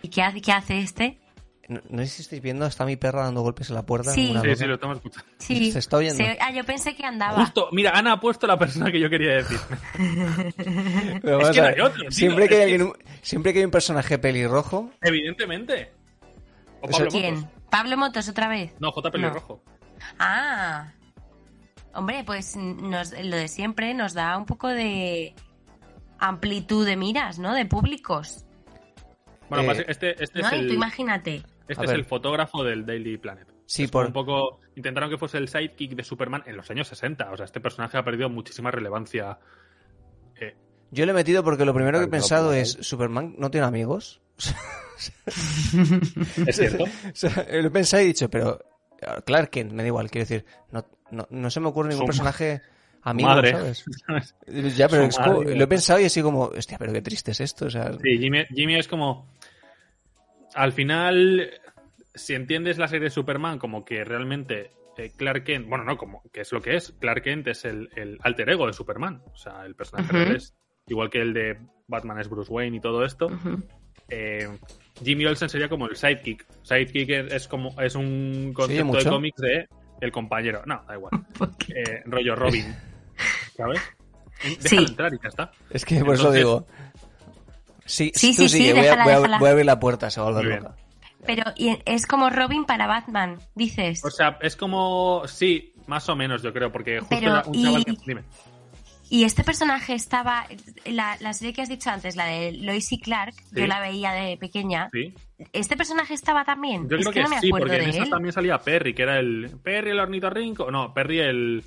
Speaker 1: ¿Y qué hace, qué hace este?
Speaker 2: No, no sé si estáis viendo, está mi perra dando golpes en la puerta.
Speaker 1: Sí.
Speaker 2: una
Speaker 3: Sí,
Speaker 2: loca.
Speaker 3: sí, lo estamos escuchando.
Speaker 1: Sí.
Speaker 2: Se está oyendo.
Speaker 1: Ah, yo pensé que andaba.
Speaker 3: Justo, mira, Ana ha puesto la persona que yo quería decir.
Speaker 2: Pero vamos
Speaker 3: que
Speaker 2: a
Speaker 3: no
Speaker 2: ver,
Speaker 3: hay otro, tío,
Speaker 2: siempre, que
Speaker 3: es
Speaker 2: hay alguien- siempre que hay un personaje pelirrojo,
Speaker 3: Evidentemente. O
Speaker 2: Eso-
Speaker 3: Pablo
Speaker 1: ¿Quién?
Speaker 3: Motos.
Speaker 1: ¿Pablo Motos otra vez?
Speaker 3: No, J. Pelirrojo.
Speaker 1: Ah. Hombre, pues nos, lo de siempre nos da un poco de amplitud de miras, ¿no? De públicos.
Speaker 3: Bueno,
Speaker 2: Eh,
Speaker 3: pues este, este,
Speaker 1: ¿no?
Speaker 3: es,
Speaker 1: Y tú
Speaker 3: el,
Speaker 1: imagínate.
Speaker 3: este
Speaker 2: A
Speaker 3: es
Speaker 2: ver.
Speaker 3: el fotógrafo del Daily Planet.
Speaker 2: sí,
Speaker 3: Es como
Speaker 2: por,
Speaker 3: Un poco, intentaron que fuese el sidekick de Superman en los años 60. O sea, este personaje ha perdido muchísima relevancia. Eh,
Speaker 2: yo lo he metido porque lo primero que he
Speaker 3: Tanto,
Speaker 2: pensado
Speaker 3: por
Speaker 2: es: ¿Superman no tiene amigos?
Speaker 3: es cierto.
Speaker 2: O sea, lo he pensado y he dicho, pero claro, Clark Kent, me da igual, quiero decir, no, no, no se me ocurre ningún
Speaker 3: Su
Speaker 2: personaje amigo,
Speaker 3: madre.
Speaker 2: ¿sabes? Ya, pero
Speaker 3: Su
Speaker 2: es como-
Speaker 3: madre.
Speaker 2: lo he pensado y así como, hostia, pero qué triste es esto, o sea,
Speaker 3: Sí, Jimmy, Jimmy es como. Al final, si entiendes la serie de Superman como que realmente eh, Clark Kent. Bueno, no, como que es lo que es. Clark Kent es el, el alter ego de Superman. O sea, el personaje
Speaker 1: Ujú.
Speaker 3: real es. Igual que el de Batman es Bruce Wayne y todo esto.
Speaker 1: Ujú.
Speaker 3: eh, Jimmy Olsen sería como el sidekick. Sidekick es, es como es un
Speaker 2: oye
Speaker 3: concepto de
Speaker 2: mucho?
Speaker 3: cómics de el compañero. No, da igual.
Speaker 1: Porque-
Speaker 3: Eh, rollo Robin. ¿Sabes?
Speaker 1: Sí.
Speaker 3: Déjalo entrar y ya está.
Speaker 2: es que por eso
Speaker 3: Entonces-
Speaker 2: digo. Sí,
Speaker 1: Sí,
Speaker 2: tú
Speaker 1: sí, sí,
Speaker 2: sigue, voy, a,
Speaker 1: déjala,
Speaker 2: voy a-
Speaker 1: déjala.
Speaker 2: voy a abrir la puerta, se va a volver
Speaker 3: Muy bien.
Speaker 2: loca.
Speaker 1: Pero y- es como Robin para Batman, dices.
Speaker 3: O sea, es como. Sí, más o menos, yo creo, porque justo
Speaker 1: Pero,
Speaker 3: era un
Speaker 1: y-
Speaker 3: chaval que. Dime.
Speaker 1: Y este personaje estaba. La, la serie que has dicho antes, la de Lois y Clark, yo la veía de pequeña.
Speaker 3: Sí.
Speaker 1: ¿Este personaje estaba también?
Speaker 3: Yo
Speaker 1: es
Speaker 3: creo
Speaker 1: que,
Speaker 3: que,
Speaker 1: no me
Speaker 3: sí,
Speaker 1: acuerdo
Speaker 3: porque en
Speaker 1: de
Speaker 3: esa
Speaker 1: él.
Speaker 3: también salía Perry, que era el. Perry el ornitorrinco. No, Perry el.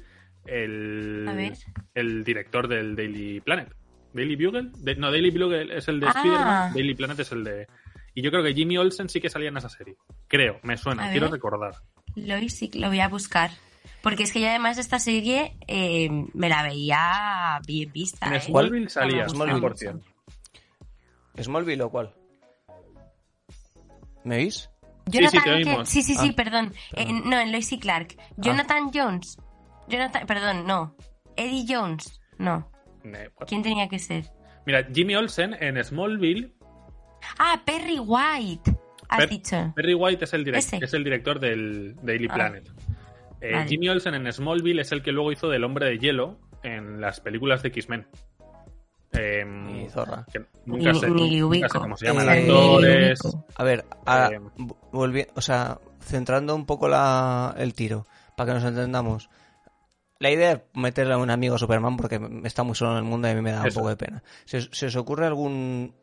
Speaker 3: El,
Speaker 1: A ver.
Speaker 3: el director del Daily Planet. ¿Daily Bugle? De- no, Daily Bugle es el de
Speaker 1: Ah.
Speaker 3: Spider-Man. Daily Planet es el de. Y yo creo que Jimmy Olsen sí que salía en esa serie. Creo, me
Speaker 1: A
Speaker 3: suena, quiero
Speaker 1: ver.
Speaker 3: recordar.
Speaker 1: Lois y lo voy a buscar. Porque es que yo además esta serie eh, me la veía bien vista.
Speaker 3: En
Speaker 1: ¿eh?
Speaker 3: Smallville
Speaker 1: Me
Speaker 3: salía,
Speaker 1: gustaba
Speaker 3: 100%.
Speaker 1: mucho.
Speaker 2: ¿Smallville o cuál? ¿Me oís?
Speaker 1: Jonathan
Speaker 3: sí, te
Speaker 1: Kent-
Speaker 3: oímos. Ah.
Speaker 1: sí, sí, sí,
Speaker 2: Ah,
Speaker 1: perdón.
Speaker 2: perdón.
Speaker 1: En- no, en Lois y Clark. Jonathan Jones. Jonathan, perdón, no. Eddie Jones. No.
Speaker 3: Ne-
Speaker 1: ¿Quién tenía que ser?
Speaker 3: Mira, Jimmy Olsen en Smallville
Speaker 1: Ah, Perry White, has
Speaker 3: Per-
Speaker 1: dicho.
Speaker 3: Perry White es el, direc-
Speaker 1: Ese.
Speaker 3: es el director del Daily
Speaker 1: Ah.
Speaker 3: Planet. Eh,
Speaker 1: Vale.
Speaker 3: Jimmy Olsen en Smallville es el que luego hizo del Hombre de Hielo en las películas de X-Men. Em,
Speaker 2: Y zorra.
Speaker 3: que nunca
Speaker 1: Ni-
Speaker 3: sé,
Speaker 1: ni
Speaker 3: nunca
Speaker 1: ubico.
Speaker 3: sé cómo se llaman
Speaker 2: Eh,
Speaker 3: actores.
Speaker 1: ni ubico.
Speaker 2: A ver, a-
Speaker 3: Eh,
Speaker 2: vu- volvi- o sea, centrando un poco la, el tiro, para que nos entendamos. La idea es meterle a un amigo a Superman porque m- está muy solo en el mundo y a mí me da un
Speaker 3: Eso.
Speaker 2: poco de pena. ¿Se, os- se os ocurre algún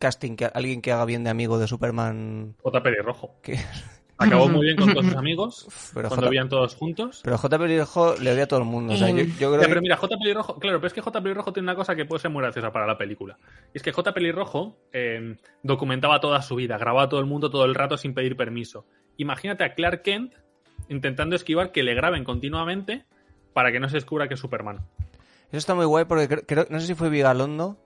Speaker 2: casting, que alguien que haga bien de amigo de Superman?
Speaker 3: J. Rojo.
Speaker 2: Que,
Speaker 3: Acabó muy bien con todos sus amigos.
Speaker 2: pero,
Speaker 3: cuando
Speaker 2: J,
Speaker 3: vivían todos juntos.
Speaker 2: pero J. Pelirrojo le odia a todo el mundo. O sea, yo,
Speaker 1: Em,
Speaker 2: yo creo
Speaker 3: Ya,
Speaker 2: que-
Speaker 3: pero mira, J. Pelirrojo, claro, pero es que J. Pelirrojo tiene una cosa que puede ser muy graciosa para la película. Y es que J. Pelirrojo eh, documentaba toda su vida, grababa a todo el mundo todo el rato sin pedir permiso. Imagínate a Clark Kent intentando esquivar que le graben continuamente para que no se descubra que es Superman.
Speaker 2: Eso está muy guay porque cre- creo, no sé si fue Vigalondo,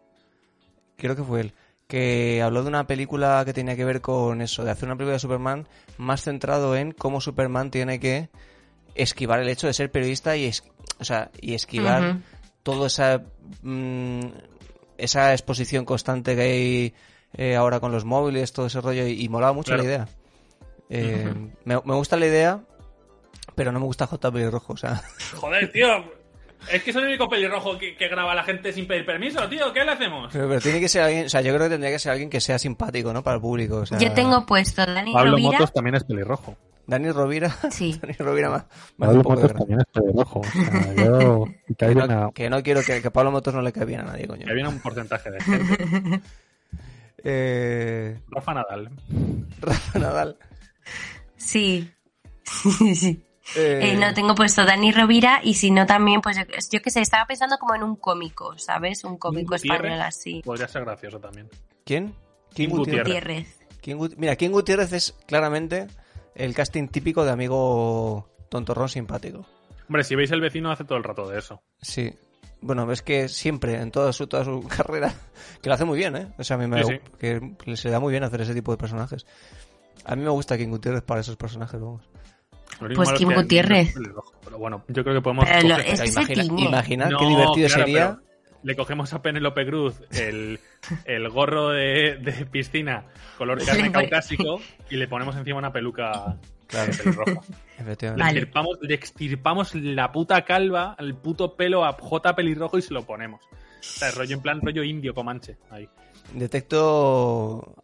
Speaker 2: creo que fue él, que habló de una película que tenía que ver con eso, de hacer una película de Superman más centrado en cómo Superman tiene que esquivar el hecho de ser periodista y, es, o sea, y esquivar
Speaker 1: Ujú.
Speaker 2: toda esa, mm, esa exposición constante que hay eh, ahora con los móviles, todo ese rollo, y, y molaba mucho
Speaker 3: Claro.
Speaker 2: la idea. Eh, me, me gusta la idea, pero no me gusta JP Rojo, o sea...
Speaker 3: Joder, tío. Es que es el único pelirrojo que, graba a la gente sin pedir permiso, tío. ¿Qué le hacemos?
Speaker 2: Pero, pero tiene que ser alguien, o sea, yo creo que tendría que ser alguien que sea simpático, ¿no? Para el público. o sea,
Speaker 1: Yo tengo puesto Dani
Speaker 3: Pablo
Speaker 1: Rovira.
Speaker 3: Motos también es pelirrojo.
Speaker 2: Dani Rovira.
Speaker 1: Sí.
Speaker 2: Dani Rovira más.
Speaker 4: Pablo Motos también es pelirrojo. O sea, yo caigo en la-
Speaker 2: no, que no quiero que, que Pablo Motos no le caiga bien a nadie, coño.
Speaker 3: Que viene un porcentaje de gente.
Speaker 2: Eh,
Speaker 3: Rafa Nadal.
Speaker 2: Rafa Nadal.
Speaker 1: Sí. Sí, sí.
Speaker 2: Eh,
Speaker 1: Eh, no, tengo puesto Dani Rovira y si no también, pues yo, yo qué sé, estaba pensando como en un cómico, ¿sabes? Un cómico
Speaker 3: Gutiérrez.
Speaker 1: español así.
Speaker 3: Podría ser gracioso también.
Speaker 2: ¿Quién?
Speaker 3: Kim Gutiérrez.
Speaker 1: Gutiérrez.
Speaker 2: Kim Gut- Mira, Kim Gutiérrez es claramente el casting típico de amigo tontorrón simpático.
Speaker 3: Hombre, si veis el vecino hace todo el rato de eso.
Speaker 2: Sí. Bueno, es que siempre, en toda su, toda su carrera, que lo hace muy bien, ¿eh? O sea, a mí me
Speaker 3: Sí, sí.
Speaker 2: que se le da muy bien hacer ese tipo de personajes. A mí me gusta Kim Gutiérrez para esos personajes, vamos.
Speaker 3: Lo único
Speaker 1: Pues
Speaker 3: malo es
Speaker 1: Kim
Speaker 3: que-
Speaker 1: Gutiérrez.
Speaker 3: Pero bueno, yo creo que podemos.
Speaker 1: Pero lo-
Speaker 3: coger-
Speaker 1: Es que se
Speaker 2: imagina-
Speaker 1: tiñe.
Speaker 2: imaginar
Speaker 3: No,
Speaker 2: qué divertido
Speaker 3: claro,
Speaker 2: sería.
Speaker 3: pero Le cogemos a Penélope Cruz el, el gorro de, de piscina color carne
Speaker 1: Le pon-
Speaker 3: caucásico y le ponemos encima una peluca
Speaker 2: Claro.
Speaker 3: de pelirroja. Le,
Speaker 2: Efectivamente.
Speaker 1: Vale.
Speaker 3: extirpamos, le extirpamos la puta calva, el puto pelo a J pelirrojo y se lo ponemos. O sea, rollo en plan rollo indio comanche. Ahí.
Speaker 2: Detecto,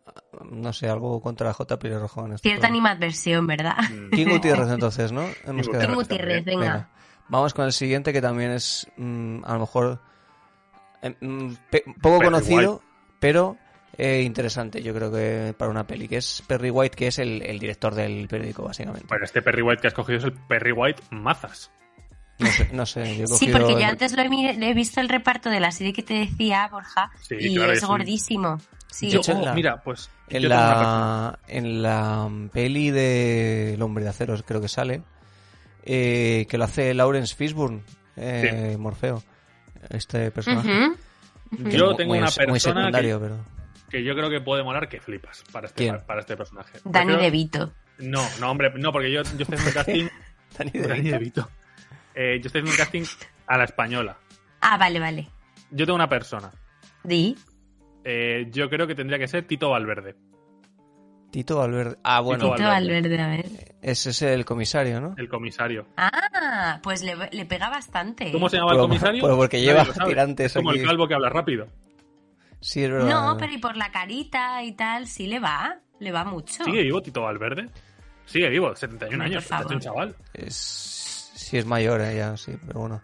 Speaker 2: no sé, algo contra J. Pelirrojo en este
Speaker 3: Ah.
Speaker 1: Cierta
Speaker 2: programa.
Speaker 1: animadversión, ¿verdad?
Speaker 3: Mm,
Speaker 2: Kim Gutiérrez, entonces, ¿no? Hemos
Speaker 3: Kim
Speaker 2: quedado.
Speaker 1: Kim Gutiérrez, venga.
Speaker 2: Venga. Vamos con el siguiente que también es, mm, a lo mejor, eh, mm, pe- poco
Speaker 3: Perry
Speaker 2: conocido, pero eh, interesante, yo creo que para una peli, que es Perry White, que es el, el director del periódico, básicamente.
Speaker 3: Bueno, este Perry White que has cogido es el Perry White mazas.
Speaker 2: No sé, no sé, yo he
Speaker 1: Sí,
Speaker 2: cogido
Speaker 1: porque
Speaker 2: el-
Speaker 1: yo antes lo he, mi- le he visto el reparto de la serie que te decía, Borja,
Speaker 3: Sí,
Speaker 1: y
Speaker 3: claro,
Speaker 1: es,
Speaker 3: es un-
Speaker 1: gordísimo. Sí,
Speaker 2: De hecho, en la-
Speaker 3: mira, pues yo
Speaker 2: En
Speaker 3: tengo una persona.
Speaker 2: la, en la mm, peli de El hombre de acero, creo que sale, eh, que lo hace Lawrence Fishburne, eh, Morfeo, este personaje.
Speaker 1: Ujú.
Speaker 2: Que
Speaker 3: Yo
Speaker 2: es mu-
Speaker 3: tengo
Speaker 2: muy,
Speaker 3: una
Speaker 2: muy
Speaker 3: persona
Speaker 2: secundario, pero...
Speaker 3: que yo creo que puede molar que flipas para este,
Speaker 2: ¿Quién?
Speaker 3: para este personaje.
Speaker 1: Dani
Speaker 3: Prefiero-
Speaker 1: DeVito.
Speaker 3: No, no, hombre, no, porque yo, yo estoy haciendo un casting.
Speaker 2: Danny
Speaker 3: Dani
Speaker 2: DeVito.
Speaker 3: DeVito. Eh, yo estoy haciendo un casting a la española.
Speaker 1: Ah, vale, vale.
Speaker 3: Yo tengo una persona.
Speaker 1: Di.
Speaker 3: Eh, yo creo que tendría que ser Tito Valverde.
Speaker 2: Tito Valverde. Ah, bueno,
Speaker 3: Valverde.
Speaker 1: Tito Valverde, a ver.
Speaker 2: ese es el comisario, ¿no?
Speaker 3: El comisario.
Speaker 1: Ah, pues le, le pega bastante. ¿eh?
Speaker 3: ¿Cómo se llama el
Speaker 2: Pero-
Speaker 3: comisario?
Speaker 2: pero Pues, porque
Speaker 3: Nadie
Speaker 2: lleva
Speaker 3: lo sabe.
Speaker 2: tirantes
Speaker 3: Es como
Speaker 2: aquí.
Speaker 3: el calvo que habla rápido.
Speaker 2: Sí, es verdad.
Speaker 1: No, pero y por la carita y tal, sí le va. Le va mucho.
Speaker 3: ¿Sigue vivo Tito Valverde? Sigue vivo, 71
Speaker 1: Hombre,
Speaker 3: años.
Speaker 1: por
Speaker 3: Es un
Speaker 1: favor.
Speaker 3: chaval.
Speaker 2: Es... Sí, es mayor, eh, ya, sí, pero bueno.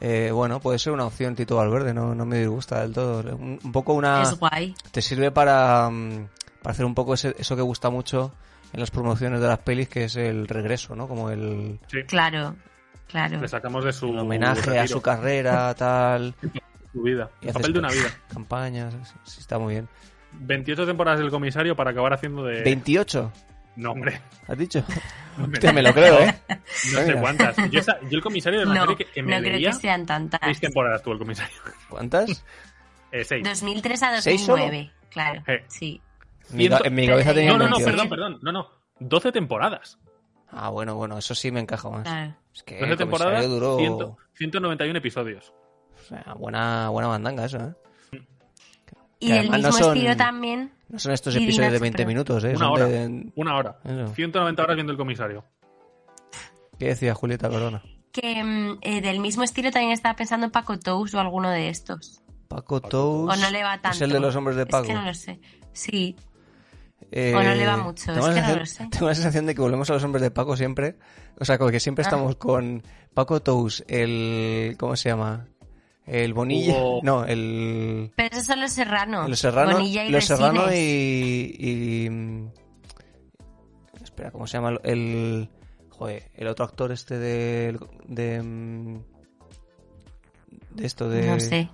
Speaker 2: Eh, bueno, puede ser una opción Tito Valverde, no, no me disgusta del todo. Un, un poco
Speaker 3: Ah.
Speaker 2: una...
Speaker 1: Es guay.
Speaker 2: te sirve para, mm, para hacer un poco ese- eso que gusta mucho en las promociones de las pelis, que es el regreso, ¿no? Como el,
Speaker 3: Sí.
Speaker 1: Claro, claro.
Speaker 3: Le sacamos de su.
Speaker 2: el homenaje a
Speaker 3: retiro,
Speaker 2: su carrera, tal,
Speaker 3: su vida.
Speaker 2: Y
Speaker 3: El
Speaker 2: haces
Speaker 3: papel de una vida.
Speaker 2: campañas, sí, está muy bien.
Speaker 3: 28 temporadas del comisario para acabar haciendo de.
Speaker 2: ¿28?
Speaker 3: No, hombre.
Speaker 2: ¿Has dicho?
Speaker 3: Hombre,
Speaker 2: Hostia, me lo creo, ¿eh?
Speaker 3: No sé
Speaker 2: Mira.
Speaker 3: cuántas. Yo, esa- yo el comisario de una
Speaker 1: No,
Speaker 3: serie que, que me
Speaker 1: no creo
Speaker 3: leía
Speaker 1: que sean tantas.
Speaker 3: seis temporadas tuvo el comisario.
Speaker 2: ¿Cuántas?
Speaker 3: Eh, seis.
Speaker 1: 2003 a
Speaker 2: ¿Seis solo?
Speaker 1: 2009, claro.
Speaker 3: Eh.
Speaker 1: Sí.
Speaker 2: Mi
Speaker 3: Ciento-
Speaker 2: ca- en mi cabeza tenía
Speaker 3: No, no, no,
Speaker 2: 28.
Speaker 3: perdón, perdón. No, no. 12 temporadas.
Speaker 2: Ah, bueno, bueno, eso sí me encaja más.
Speaker 1: Claro.
Speaker 2: Es que
Speaker 3: 12
Speaker 2: el
Speaker 3: temporadas,
Speaker 2: Eh, comisario
Speaker 3: 100
Speaker 2: duró
Speaker 3: 191 episodios.
Speaker 2: o sea, buena, buena bandanga eso, ¿eh?
Speaker 1: Y
Speaker 2: Que
Speaker 1: del
Speaker 2: además no
Speaker 1: mismo
Speaker 2: son-
Speaker 1: estilo también.
Speaker 2: No son estos
Speaker 1: Y
Speaker 2: episodios de
Speaker 1: dinas,
Speaker 2: 20
Speaker 1: pero-
Speaker 2: minutos, ¿eh?
Speaker 3: Una
Speaker 2: Son
Speaker 3: hora.
Speaker 2: de-
Speaker 3: Una hora.
Speaker 2: Eso.
Speaker 3: 190 horas viendo el comisario.
Speaker 2: ¿Qué decía Julieta Corona?
Speaker 1: Que mm, eh, del mismo estilo también estaba pensando en Paco Tous o alguno de estos.
Speaker 2: Paco Tous.
Speaker 1: O no le va tanto.
Speaker 2: Es el de los hombres de Paco.
Speaker 1: Es que no lo sé. Sí,
Speaker 2: Eh,
Speaker 1: O no le va mucho,
Speaker 2: tengo
Speaker 1: es
Speaker 2: la
Speaker 1: que no
Speaker 2: sensación-
Speaker 1: lo sé.
Speaker 2: Tengo la sensación de que volvemos a los hombres de Paco siempre. O sea, como que siempre
Speaker 1: Ah.
Speaker 2: estamos con Paco Tous, el. ¿Cómo se llama? El Bonilla.
Speaker 3: Hugo-
Speaker 2: No, el.
Speaker 1: pero esos son los serranos.
Speaker 2: Los Serrano.
Speaker 1: Ah, Bonilla y
Speaker 2: los Serrano
Speaker 1: Resines.
Speaker 2: y. y, mm, Espera, ¿cómo se llama? El. Joder, el otro actor este de. De. mm, De esto, de.
Speaker 1: No sé.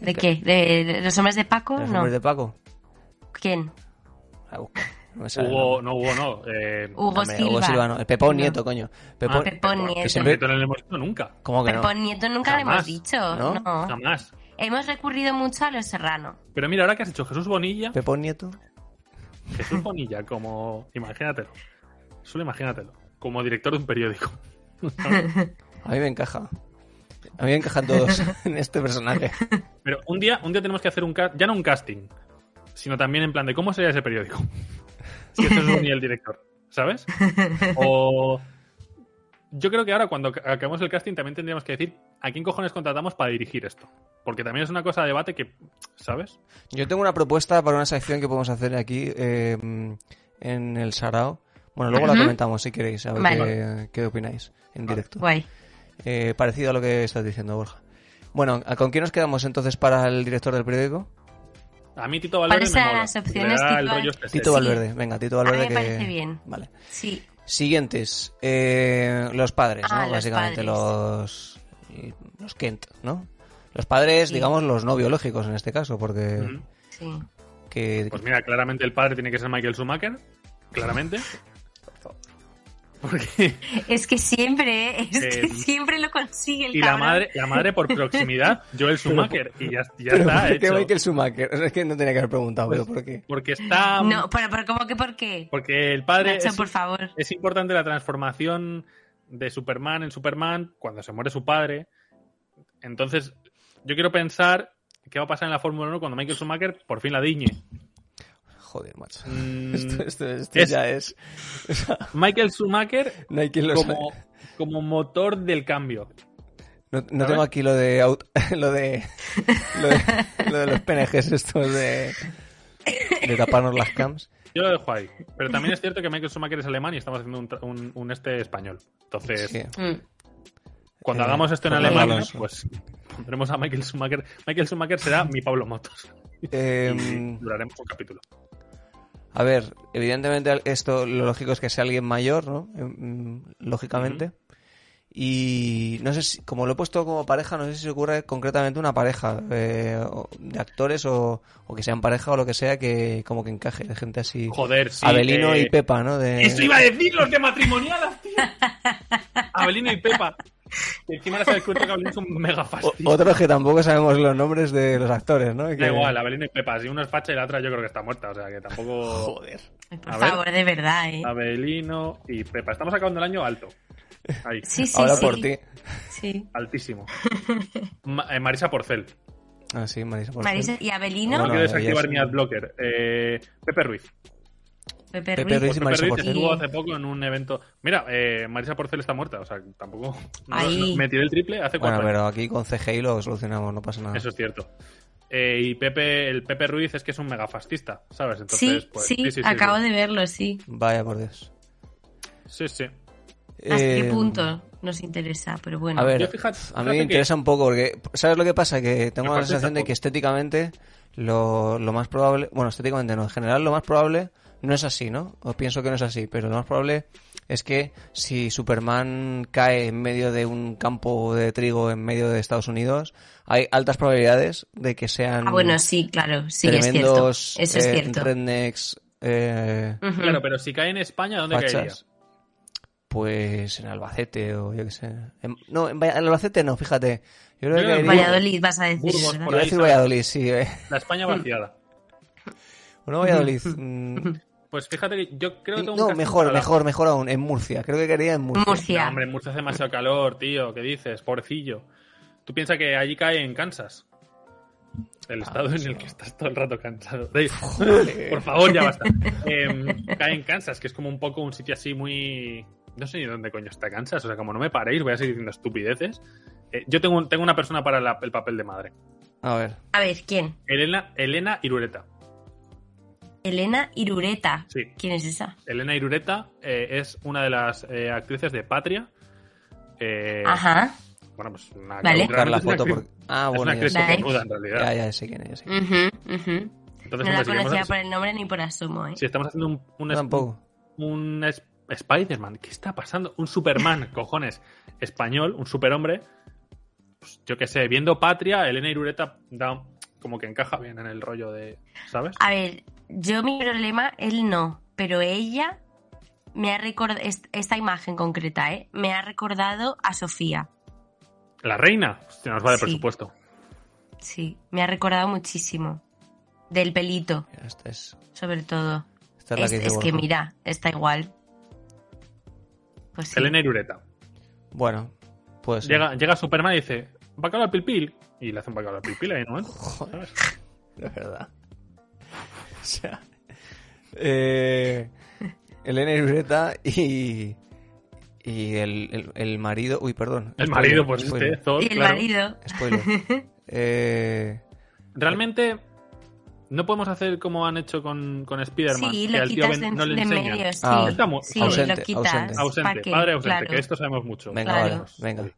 Speaker 1: ¿De qué? ¿De de los hombres de Paco?
Speaker 2: de los
Speaker 1: no.
Speaker 2: hombres de Paco.
Speaker 1: ¿Quién?
Speaker 2: A buscar. No me sale el
Speaker 3: Hugo,
Speaker 2: nombre.
Speaker 3: no, Hugo no. Eh,
Speaker 1: Hugo
Speaker 2: Hombre,
Speaker 1: Silva.
Speaker 2: Hugo Silva, no. El Pepón
Speaker 1: No.
Speaker 2: Nieto, coño.
Speaker 3: ah,
Speaker 2: Pepón.
Speaker 1: Pepón
Speaker 3: que
Speaker 1: Nieto.
Speaker 3: siempre- no le hemos visto nunca.
Speaker 2: ¿Cómo que no?
Speaker 1: Pepón Nieto nunca lo hemos
Speaker 3: Jamás.
Speaker 1: dicho.
Speaker 2: ¿No?
Speaker 1: ¿No?
Speaker 3: Jamás.
Speaker 1: Hemos recurrido mucho a los serranos.
Speaker 3: Pero mira, ahora que has hecho Jesús Bonilla,
Speaker 2: Pepón Nieto.
Speaker 3: Jesús Bonilla como... Imagínatelo. Solo imagínatelo. Como director de un periódico.
Speaker 2: A mí me encaja. A mí me encajan todos en este personaje.
Speaker 3: Pero un día, un día tenemos que hacer un ca- ya no un casting, sino también en plan de cómo sería ese periódico. Si eso es un y el director, ¿sabes? O yo creo que ahora cuando ca- acabemos el casting también tendríamos que decir a quién cojones contratamos para dirigir esto, porque también es una cosa de debate que, ¿sabes?
Speaker 2: Yo tengo una propuesta para una sección que podemos hacer aquí eh, en el Sarao. Bueno, luego la
Speaker 1: Ujú.
Speaker 2: comentamos si queréis, a ver
Speaker 1: Vale.
Speaker 2: qué, qué opináis en directo.
Speaker 1: Guay.
Speaker 2: Eh, parecido a lo que estás diciendo, Borja. Bueno, ¿a- ¿con quién nos quedamos entonces para el director del periódico?
Speaker 3: A mí Tito Valverde
Speaker 1: ¿Cuáles
Speaker 3: me
Speaker 1: eran
Speaker 3: mola.
Speaker 1: las opciones,
Speaker 3: Le da
Speaker 1: Tito
Speaker 3: el
Speaker 1: Val-
Speaker 3: rollo este serio.
Speaker 2: Tito Valverde, venga, Tito
Speaker 1: mí
Speaker 2: Valverde.
Speaker 1: me
Speaker 2: que-
Speaker 1: parece bien.
Speaker 2: Vale.
Speaker 1: Sí.
Speaker 2: Siguientes, eh, los padres,
Speaker 1: Ah,
Speaker 2: ¿no?
Speaker 1: los
Speaker 2: Básicamente
Speaker 1: padres.
Speaker 2: los los Kent, ¿no? Los padres,
Speaker 1: Sí.
Speaker 2: digamos, los no biológicos en este caso, porque
Speaker 3: Ujú.
Speaker 1: Sí.
Speaker 2: que,
Speaker 3: Pues mira, claramente el padre tiene que ser Michael Schumacher, claramente. Porque
Speaker 1: Es que siempre, ¿eh? es
Speaker 3: Eh,
Speaker 1: que siempre lo consigue el
Speaker 3: y la
Speaker 1: cabrón.
Speaker 3: madre, la madre por proximidad, Joel Schumacher, y ya, ya
Speaker 2: Pero
Speaker 3: está
Speaker 2: ¿por qué
Speaker 3: hecho. Pues-
Speaker 2: Michael Schumacher? O sea, es que no tenía que haber preguntado, pero ¿por qué?
Speaker 3: Porque está.
Speaker 1: No, pero, pero ¿cómo que por qué?
Speaker 3: Porque el padre.
Speaker 1: Nacho,
Speaker 3: Ah, es,
Speaker 1: por favor.
Speaker 3: es importante la transformación de Superman en Superman cuando se muere su padre. Entonces, yo quiero pensar qué va a pasar en la Fórmula 1 cuando Michael Schumacher por fin la diñe.
Speaker 2: Joder, macho.
Speaker 3: Mm,
Speaker 2: Esto, esto- esto
Speaker 3: Es-
Speaker 2: ya es.
Speaker 3: Michael Schumacher
Speaker 2: No hay quien lo
Speaker 3: como, como motor del cambio.
Speaker 2: No, no tengo aquí lo de, aut- lo de. Lo de. Lo de los PNGs estos de. De taparnos las cams.
Speaker 3: Yo lo dejo ahí. Pero también es cierto que Michael Schumacher es alemán y estamos haciendo un, tra- un- un este español. Entonces,
Speaker 2: Sí.
Speaker 1: Mm.
Speaker 3: cuando
Speaker 2: Eh,
Speaker 3: hagamos esto en
Speaker 2: Fernando
Speaker 3: Alemania,
Speaker 2: Alonso.
Speaker 3: pues pondremos a Michael Schumacher. Michael Schumacher será mi Pablo Motos.
Speaker 2: Em,
Speaker 3: Duraremos un capítulo.
Speaker 2: A ver, evidentemente esto lo lógico es que sea alguien mayor, ¿no? Em, mm, Lógicamente. Y no sé si, como lo he puesto como pareja, no sé si se ocurre concretamente una pareja eh, o- de actores o, o que sean pareja o lo que sea que como que encaje de gente así.
Speaker 3: Joder, sí.
Speaker 2: Abelino
Speaker 3: eh,
Speaker 2: y Pepa, ¿no? De...
Speaker 3: Eso iba a decir los de matrimonialas, tío. Abelino y Pepa. Y encima ahora se ha descubierto que Abelino es un mega
Speaker 2: O-
Speaker 3: fastidio.
Speaker 2: Otros que tampoco sabemos los nombres de los actores, ¿no? Que-
Speaker 3: Da igual, Abelino y Pepa. Si uno es facha y la otra yo creo que está muerta. O sea que tampoco.
Speaker 2: Joder.
Speaker 1: Ay, Por
Speaker 3: A ver.
Speaker 1: favor, de verdad, ¿eh?
Speaker 3: Abelino y Pepa. Estamos acabando el año alto. Ahí,
Speaker 1: Sí, sí,
Speaker 2: Ahora
Speaker 1: sí.
Speaker 2: por ti.
Speaker 1: Sí.
Speaker 3: altísimo. Ma- eh, Marisa Porcel.
Speaker 2: Ah, sí, Marisa. por
Speaker 1: Marisa
Speaker 2: fin.
Speaker 1: y Abelino,
Speaker 3: No,
Speaker 2: Bueno,
Speaker 3: quiero
Speaker 2: ya
Speaker 3: desactivar
Speaker 2: sí.
Speaker 3: mi adblocker. Eh, Pepe Ruiz.
Speaker 1: Pepe,
Speaker 2: Pepe
Speaker 1: Ruiz.
Speaker 2: Ruiz
Speaker 3: Pues
Speaker 2: y
Speaker 3: Pepe
Speaker 2: Marisa
Speaker 3: Ruiz
Speaker 2: Porcel.
Speaker 3: estuvo hace poco en un evento. Mira, eh, Marisa Porcel está muerta. O sea, tampoco. no-
Speaker 1: Ahí.
Speaker 3: no- me tiré el triple hace cuatro años.
Speaker 2: Bueno, pero aquí con CGI lo solucionamos, no pasa nada.
Speaker 3: Eso es cierto. Eh, y Pepe, el Pepe Ruiz es que es un megafascista, ¿sabes? Entonces,
Speaker 1: Sí,
Speaker 3: pues,
Speaker 1: sí, acabo de verlo, sí.
Speaker 2: Vaya por Dios.
Speaker 3: Sí, sí.
Speaker 1: ¿Hasta qué
Speaker 2: Em,
Speaker 1: punto nos interesa? Pero bueno.
Speaker 2: A ver,
Speaker 3: Yo fíjate-
Speaker 2: a mí
Speaker 3: fíjate
Speaker 2: me
Speaker 3: que-
Speaker 2: interesa un poco porque, ¿sabes lo que pasa? Que tengo
Speaker 3: Me
Speaker 2: la
Speaker 3: parece
Speaker 2: sensación de
Speaker 3: tampoco.
Speaker 2: que estéticamente lo, lo más probable, bueno, estéticamente no, en general lo más probable no es así, ¿no? O pienso que no es así, pero lo más probable es que si Superman cae en medio de un campo de trigo en medio de Estados Unidos, hay altas probabilidades de que sean
Speaker 1: Ah, bueno, sí, claro, sí, es cierto.
Speaker 2: tremendos
Speaker 1: Eso es
Speaker 2: eh,
Speaker 1: cierto. Mm.
Speaker 2: rednecks, eh,
Speaker 1: Ujú.
Speaker 3: Claro, pero si cae en España, ¿dónde caería?
Speaker 2: fachas. Pues en Albacete o yo qué sé. En- no, en, Valla- en Albacete no, fíjate. Yo creo
Speaker 3: Yo
Speaker 2: que
Speaker 3: creo que en
Speaker 2: iría-
Speaker 1: Valladolid, vas a decir.
Speaker 3: Burgos,
Speaker 1: ¿verdad?
Speaker 2: Iba
Speaker 3: por
Speaker 2: a
Speaker 3: ahí.
Speaker 2: decir
Speaker 3: ¿sabes?
Speaker 2: Valladolid, sí. eh.
Speaker 3: La España vaciada.
Speaker 2: Bueno, Valladolid. mm,
Speaker 3: Pues fíjate que yo creo que tengo un
Speaker 2: No,
Speaker 3: casting
Speaker 2: mejor,
Speaker 3: para la-
Speaker 2: mejor, mejor aún. En Murcia. Creo que quería en Murcia.
Speaker 1: Murcia.
Speaker 3: No, hombre, en Murcia hace demasiado calor, tío. ¿Qué dices? Pobrecillo. Tú piensas que allí cae en Kansas. El
Speaker 2: Ah,
Speaker 3: estado en
Speaker 2: sí.
Speaker 3: el que estás todo el rato cansado. Dave, por favor, ya basta. Em, cae en Kansas, que es como un poco un sitio así muy. No sé ni dónde coño está Kansas. O sea, como no me paréis, voy a seguir diciendo estupideces. Eh, yo tengo, tengo una persona para la- el papel de madre.
Speaker 2: A ver.
Speaker 1: A ver, ¿quién?
Speaker 3: Elena, Elena Irureta.
Speaker 1: Elena Irureta.
Speaker 3: Sí.
Speaker 1: ¿Quién es esa?
Speaker 3: Elena Irureta eh, es una de las eh, actrices de Patria. Eh,
Speaker 1: Ajá.
Speaker 3: Bueno, pues una,
Speaker 1: Vale.
Speaker 2: Buscar la
Speaker 3: es una
Speaker 2: foto
Speaker 3: actriz-
Speaker 2: porque... Ah,
Speaker 3: es una
Speaker 2: bueno, ya
Speaker 3: actriz
Speaker 2: sé.
Speaker 1: Vale.
Speaker 3: cojonuda, en realidad.
Speaker 2: Ya, ya sé quién es. ya sé quién
Speaker 1: Ujú, ujú.
Speaker 3: Entonces,
Speaker 1: No la
Speaker 3: hombre, si queremos-
Speaker 1: conocía por el nombre ni por asomo, ¿eh?
Speaker 3: si estamos haciendo un, un,
Speaker 2: es. Tampoco.
Speaker 3: un es- Spider-Man. ¿Qué está pasando? Un Superman, cojones. Español, un superhombre. Pues, yo qué sé, viendo Patria, Elena Irureta da como que encaja bien en el rollo de. ¿Sabes?
Speaker 1: A ver, yo mi problema, él no, pero ella me ha recordado, esta imagen concreta, ¿eh? Me ha recordado a Sofía.
Speaker 3: La reina. Hostia, nos va de
Speaker 1: Sí.
Speaker 3: presupuesto.
Speaker 1: Sí, me ha recordado muchísimo. Del pelito,
Speaker 2: Mira, Esta es,
Speaker 1: sobre todo.
Speaker 2: esta es la
Speaker 1: es
Speaker 2: que dice
Speaker 1: es que
Speaker 2: Borja.
Speaker 1: mira, está igual. Pues sí.
Speaker 3: Elena Irureta.
Speaker 2: Bueno, pues. sí.
Speaker 3: Llega, llega Superman y dice: Bacalao al pilpil. Y le hace un bacalao al pilpil ahí, ¿no?
Speaker 2: Joder, de verdad. O sea, eh, Elena Irureta y. Y el, el, el marido. Uy, perdón.
Speaker 3: El
Speaker 2: spoiler,
Speaker 3: marido, pues
Speaker 2: spoiler,
Speaker 3: este, Thor,
Speaker 1: y el
Speaker 3: claro.
Speaker 1: marido.
Speaker 2: spoiler. Eh,
Speaker 3: Realmente. No podemos hacer como han hecho con, con Spider-Man.
Speaker 1: Sí,
Speaker 3: que
Speaker 1: lo
Speaker 3: al tío
Speaker 1: quitas
Speaker 3: Ben-
Speaker 1: de,
Speaker 3: no le
Speaker 1: de en
Speaker 3: enseñan.
Speaker 1: medio, sí.
Speaker 2: Ah,
Speaker 3: Está mu-
Speaker 1: sí,
Speaker 2: ausente,
Speaker 1: lo quitas.
Speaker 2: ausente.
Speaker 3: Ausente,
Speaker 1: ¿pa' qué?
Speaker 3: padre ausente,
Speaker 1: Claro.
Speaker 3: que de esto sabemos mucho.
Speaker 2: venga,
Speaker 1: Claro.
Speaker 2: vale, venga.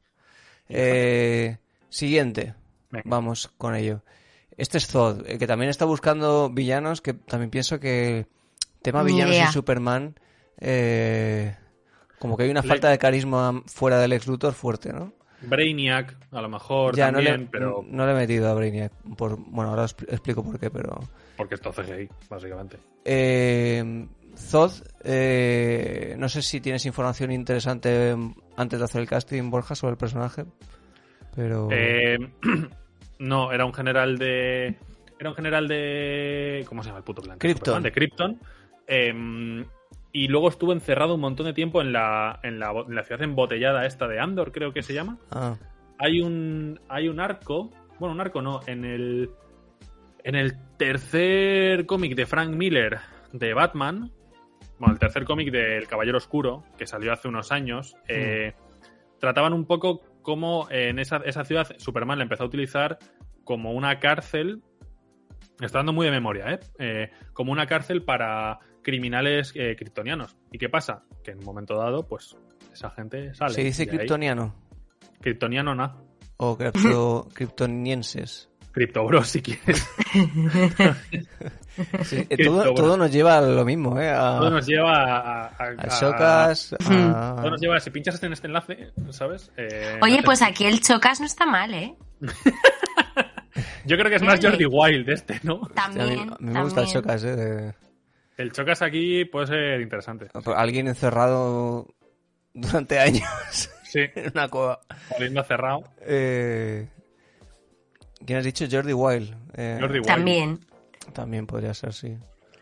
Speaker 2: Eh, siguiente.
Speaker 3: Venga.
Speaker 2: Vamos con ello. Este es Zod, eh, que también está buscando villanos, que también pienso que tema
Speaker 1: Ni
Speaker 2: villanos
Speaker 1: idea.
Speaker 2: y Superman, eh, como que hay una
Speaker 3: Le-
Speaker 2: falta de carisma fuera del ex Luthor fuerte, ¿no?
Speaker 3: Brainiac, a lo mejor
Speaker 2: ya
Speaker 3: también,
Speaker 2: no, le,
Speaker 3: pero
Speaker 2: no le he metido a Brainiac. Por, bueno, ahora os pl- explico por qué, pero...
Speaker 3: porque esto hace gay, básicamente.
Speaker 2: Eh, Zod, eh, no sé si tienes información interesante antes de hacer el casting, Borja, sobre el personaje, pero...
Speaker 3: Eh, no, era un general de. Era un general de. ¿Cómo se llama el puto planeta?
Speaker 2: Krypton.
Speaker 3: De Krypton. Eh, y luego estuvo encerrado un montón de tiempo en la, en la, en la ciudad embotellada esta de Andor, creo que se llama.
Speaker 2: Ah,
Speaker 3: hay un hay un arco bueno un arco no en el en el tercer cómic de Frank Miller de Batman bueno el tercer cómic del Caballero Oscuro que salió hace unos años
Speaker 2: Mm.
Speaker 3: eh, trataban un poco cómo en esa, esa ciudad Superman la empezó a utilizar como una cárcel está dando muy de memoria ¿eh? Eh, como una cárcel para criminales eh, kryptonianos y qué pasa que en un momento dado pues esa gente sale
Speaker 2: se dice
Speaker 3: de ahí.
Speaker 2: kryptoniano.
Speaker 3: kryptoniano nada
Speaker 2: O cripto, criptonienses.
Speaker 3: Cryptobros, si quieres.
Speaker 2: Sí, eh,
Speaker 3: Cripto,
Speaker 2: todo,
Speaker 3: bueno.
Speaker 2: todo nos lleva a lo mismo, ¿eh? A,
Speaker 3: Todo nos lleva a. a- a-
Speaker 2: al Socas, a-
Speaker 1: Mm.
Speaker 3: todo nos lleva a- Si pinchas en este enlace, ¿sabes? Eh,
Speaker 1: Oye,
Speaker 3: no
Speaker 1: pues
Speaker 3: sé.
Speaker 1: aquí el Chocas no está mal, ¿eh?
Speaker 3: Yo creo que es más
Speaker 1: Dale.
Speaker 3: Jordi Wild este, ¿no?
Speaker 2: a mí, a
Speaker 1: También.
Speaker 2: mí me gusta el
Speaker 1: también.
Speaker 2: Socas, ¿eh? de-
Speaker 3: El chocas aquí puede ser interesante.
Speaker 2: alguien encerrado durante años
Speaker 3: Sí,
Speaker 2: en una cueva.
Speaker 3: oliendo a cerrado.
Speaker 2: Eh, ¿Quién has dicho? Jordi Wild. eh,
Speaker 3: Jordi Wild.
Speaker 1: También.
Speaker 2: También podría ser, sí.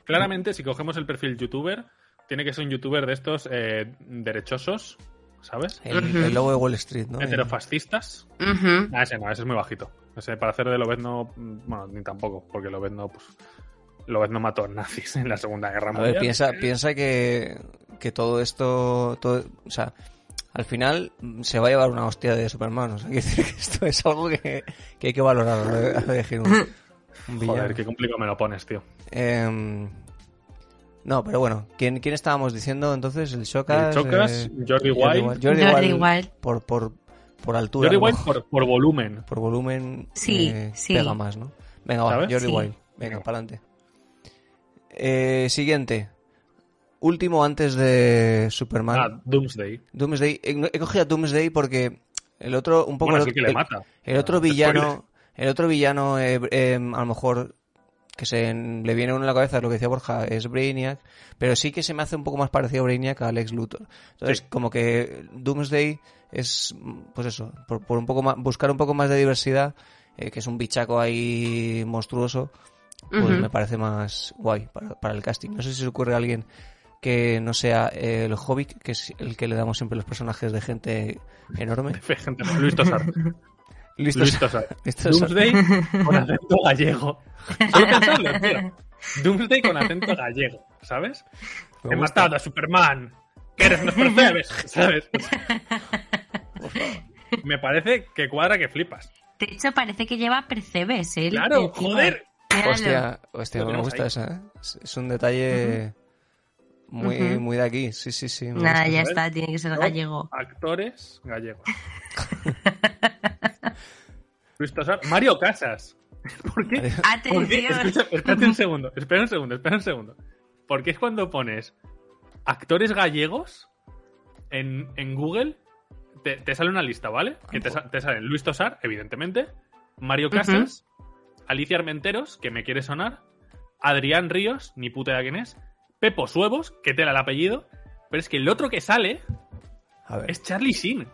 Speaker 3: Claramente, si cogemos el perfil youtuber, tiene que ser un youtuber de estos eh, derechosos, ¿sabes?
Speaker 2: El,
Speaker 1: Ujú.
Speaker 2: el logo de Wall Street, ¿no?
Speaker 3: Heterofascistas.
Speaker 1: Ujú.
Speaker 3: Ah, ese no, ese es muy bajito. Ese para hacer de Lobezno, mm, bueno, ni tampoco, porque Lobezno, pues. Lobezno mató a nazis en la Segunda Guerra
Speaker 2: A
Speaker 3: Mundial.
Speaker 2: ver, piensa, piensa que, que todo esto. todo- o sea, al final mm, se va a llevar una hostia de Superman. O sea, quiero decir que esto es algo que, que hay que valorar. a la hora de elegir un, un villano.
Speaker 3: Joder, qué complicado me lo pones, tío.
Speaker 2: Em, no, pero bueno, ¿quién, quién estábamos diciendo entonces? El Chocas.
Speaker 3: El Chocas,
Speaker 2: eh,
Speaker 3: Jordi Wild.
Speaker 2: Jordi
Speaker 1: Jordi
Speaker 2: Wild
Speaker 1: Wild.
Speaker 2: Por, por, por altura.
Speaker 3: Jordi
Speaker 2: ¿no?
Speaker 3: Wild por, por volumen.
Speaker 2: Por volumen.
Speaker 1: Sí,
Speaker 2: eh,
Speaker 1: sí.
Speaker 2: Pega más, ¿no? Venga, va,
Speaker 3: ¿Sabes?
Speaker 2: Jordi
Speaker 1: Sí.
Speaker 2: Wild. Venga,
Speaker 3: Venga.
Speaker 2: para adelante. siguiente. Último antes de Superman.
Speaker 3: Ah, Doomsday.
Speaker 2: Doomsday. He, no- he cogido a Doomsday porque el otro, un poco
Speaker 3: Bueno,
Speaker 2: el
Speaker 3: es el que
Speaker 2: otro-
Speaker 3: le
Speaker 2: el-
Speaker 3: mata.
Speaker 2: el otro
Speaker 3: Ah, spoiler.
Speaker 2: villano, el otro villano, eh, eh, a lo mejor que se en- le viene uno a la cabeza lo que decía Borja es Brainiac, pero sí que se me hace un poco más parecido a Brainiac a Lex Luthor. Entonces,
Speaker 3: Sí.
Speaker 2: como que Doomsday es, mm, pues eso, por, por un poco más, buscar un poco más de diversidad, eh, que es un bichaco ahí monstruoso, pues
Speaker 1: Ujú.
Speaker 2: me parece más guay para, para el casting. No sé si se ocurre a alguien que no sea eh, el Hobbit, que es el que le damos siempre los personajes de gente enorme.
Speaker 3: Gente, Luis Tosar.
Speaker 2: Listo.
Speaker 3: Luis Tosar.
Speaker 2: Listo.
Speaker 3: Doomsday con acento gallego. Soy casable, tío. Doomsday con acento gallego, ¿sabes?
Speaker 2: Me
Speaker 3: He
Speaker 2: gusta.
Speaker 3: matado a Superman. Que eres nos percebes, ¿sabes? Me parece que cuadra que flipas.
Speaker 1: De hecho, parece que lleva ¿eh? percebes, él.
Speaker 3: Claro,
Speaker 1: encima.
Speaker 3: joder.
Speaker 1: Míralo.
Speaker 2: Hostia, hostia,
Speaker 3: Lo
Speaker 2: me
Speaker 3: tenemos
Speaker 2: gusta
Speaker 3: ahí.
Speaker 2: esa. ¿eh? Es- Es un detalle muy,
Speaker 1: Ujú.
Speaker 2: muy de aquí. Sí, sí, sí. me
Speaker 1: Nada,
Speaker 2: gusta.
Speaker 1: ya
Speaker 3: ¿sabes?
Speaker 1: está, tiene que ser
Speaker 3: No.
Speaker 1: gallego.
Speaker 3: Actores gallegos. Luis Tosar. Mario Casas. ¿Por qué? ¿Por qué?
Speaker 1: Atención.
Speaker 3: Escucha, espérate un segundo, espera un segundo, espera un segundo. Porque es cuando pones actores gallegos en, en Google, te, te sale una lista, ¿vale? Que te, sa- te salen Luis Tosar, evidentemente, Mario Casas, Alicia Armenteros, que me quiere sonar, Adrián Ríos, ni puta idea quién es, Pepo Suevos, que tela el apellido, pero es que el otro que sale
Speaker 2: A ver,
Speaker 3: es Charlie Sheen.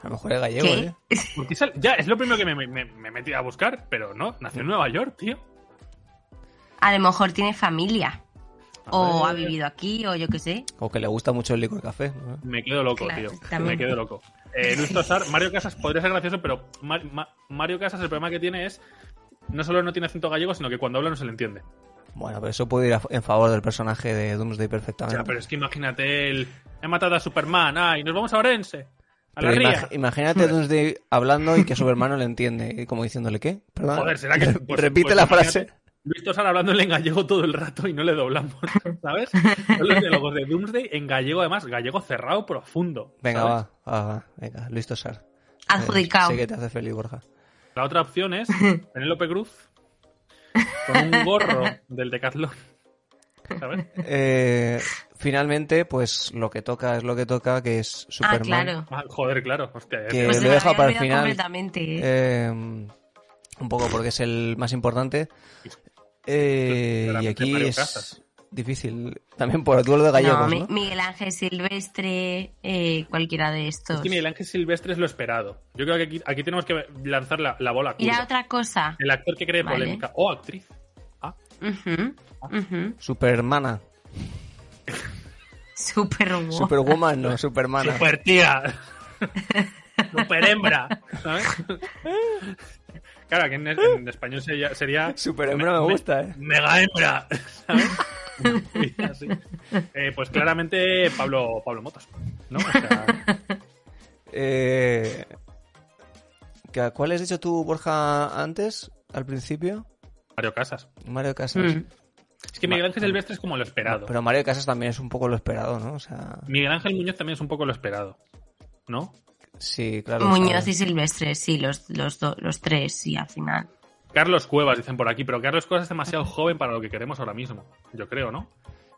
Speaker 2: a lo mejor es gallego,
Speaker 1: ¿Qué?
Speaker 2: ¿eh?
Speaker 3: Porque sale- ya, es lo primero que me, me- me- me metí a buscar, pero no, nació en Nueva York, tío.
Speaker 1: A lo mejor tiene familia. O
Speaker 3: Madre
Speaker 1: ha
Speaker 3: mía.
Speaker 1: vivido aquí, o yo qué sé.
Speaker 2: O que le gusta mucho el licor café. ¿no?
Speaker 3: Me quedo loco,
Speaker 1: Claro,
Speaker 3: tío.
Speaker 1: también.
Speaker 3: Me quedo loco. Eh, Luis Tosar, Mario Casas podría ser gracioso, pero Mar- Ma- Mario Casas el problema que tiene es no solo no tiene acento gallego, sino que cuando habla no se le entiende.
Speaker 2: Bueno, pero eso puede ir a- en favor del personaje de Doomsday perfectamente.
Speaker 3: Ya, pero es que imagínate el he matado a Superman, ay, nos vamos a Orense. A la
Speaker 2: Pero
Speaker 3: ría.
Speaker 2: imag- imagínate a Doomsday hablando y que su hermano le entiende. Y como diciéndole, ¿qué? Perdón.
Speaker 3: Joder, ¿será que- pues-
Speaker 2: Repite
Speaker 3: pues
Speaker 2: la
Speaker 3: imagínate.
Speaker 2: frase.
Speaker 3: Luis Tosar hablándole en gallego todo el rato y no le doblamos, ¿sabes? Son los diálogos de Doomsday en gallego, además, gallego cerrado profundo.
Speaker 2: Venga,
Speaker 3: ¿sabes?
Speaker 2: va, va, va. Venga, Luis Tosar.
Speaker 1: Adjudicado.
Speaker 2: Sé que te hace feliz, Borja.
Speaker 3: La otra opción es Penélope Cruz con un gorro del Decathlon. ¿Sabes?
Speaker 2: Eh, finalmente, pues lo que toca es lo que toca, que es Superman.
Speaker 1: Ah, claro.
Speaker 3: Ah, joder, claro. Hostia, ya
Speaker 2: Que
Speaker 3: te-
Speaker 2: lo
Speaker 1: Pues se me
Speaker 2: dejo
Speaker 1: había
Speaker 2: para el
Speaker 1: olvidado
Speaker 2: final.
Speaker 1: Completamente. ¿eh?
Speaker 2: Eh, un poco porque es el más importante. Eh, y
Speaker 3: Claramente
Speaker 2: aquí
Speaker 3: Mario
Speaker 2: es
Speaker 3: Casas.
Speaker 2: difícil. También por el duelo de gallegos,
Speaker 1: no,
Speaker 2: ¿no?
Speaker 1: Mi- Miguel Ángel Silvestre, eh, cualquiera de estos.
Speaker 3: Es que Miguel Ángel Silvestre es lo esperado. Yo creo que aquí, aquí tenemos que lanzar la, la bola. curva.
Speaker 1: Mira otra cosa.
Speaker 3: El actor que cree
Speaker 1: Vale.
Speaker 3: polémica. O actriz.
Speaker 1: Ujú, ujú.
Speaker 2: Supermana.
Speaker 1: Superwoman.
Speaker 2: Superwoman, no, Supermana.
Speaker 3: Super tía. Super hembra. ¿Sabes? claro, que en, en español sería. sería
Speaker 2: Superhembra me gusta, ¿eh?
Speaker 3: Mega hembra. ¿Sabes? Sí, así. Eh, pues claramente Pablo, Pablo Motos. ¿No? O sea,
Speaker 2: Eh, ¿que- ¿Cuál has dicho tú, Borja, antes? Al principio.
Speaker 3: Mario Casas.
Speaker 2: Mario Casas.
Speaker 1: Mm.
Speaker 3: Es que Miguel Ángel Silvestre es como lo esperado.
Speaker 2: Pero Mario Casas también es un poco lo esperado, ¿no? O sea,
Speaker 3: Miguel Ángel Muñoz también es un poco lo esperado. ¿No?
Speaker 2: sí, claro.
Speaker 1: Muñoz
Speaker 2: sabe.
Speaker 1: y Silvestre, sí, los, los, do- los tres, sí, al final.
Speaker 3: Carlos Cuevas, dicen por aquí, pero Carlos Cuevas es demasiado joven para lo que queremos ahora mismo. Yo creo, ¿no?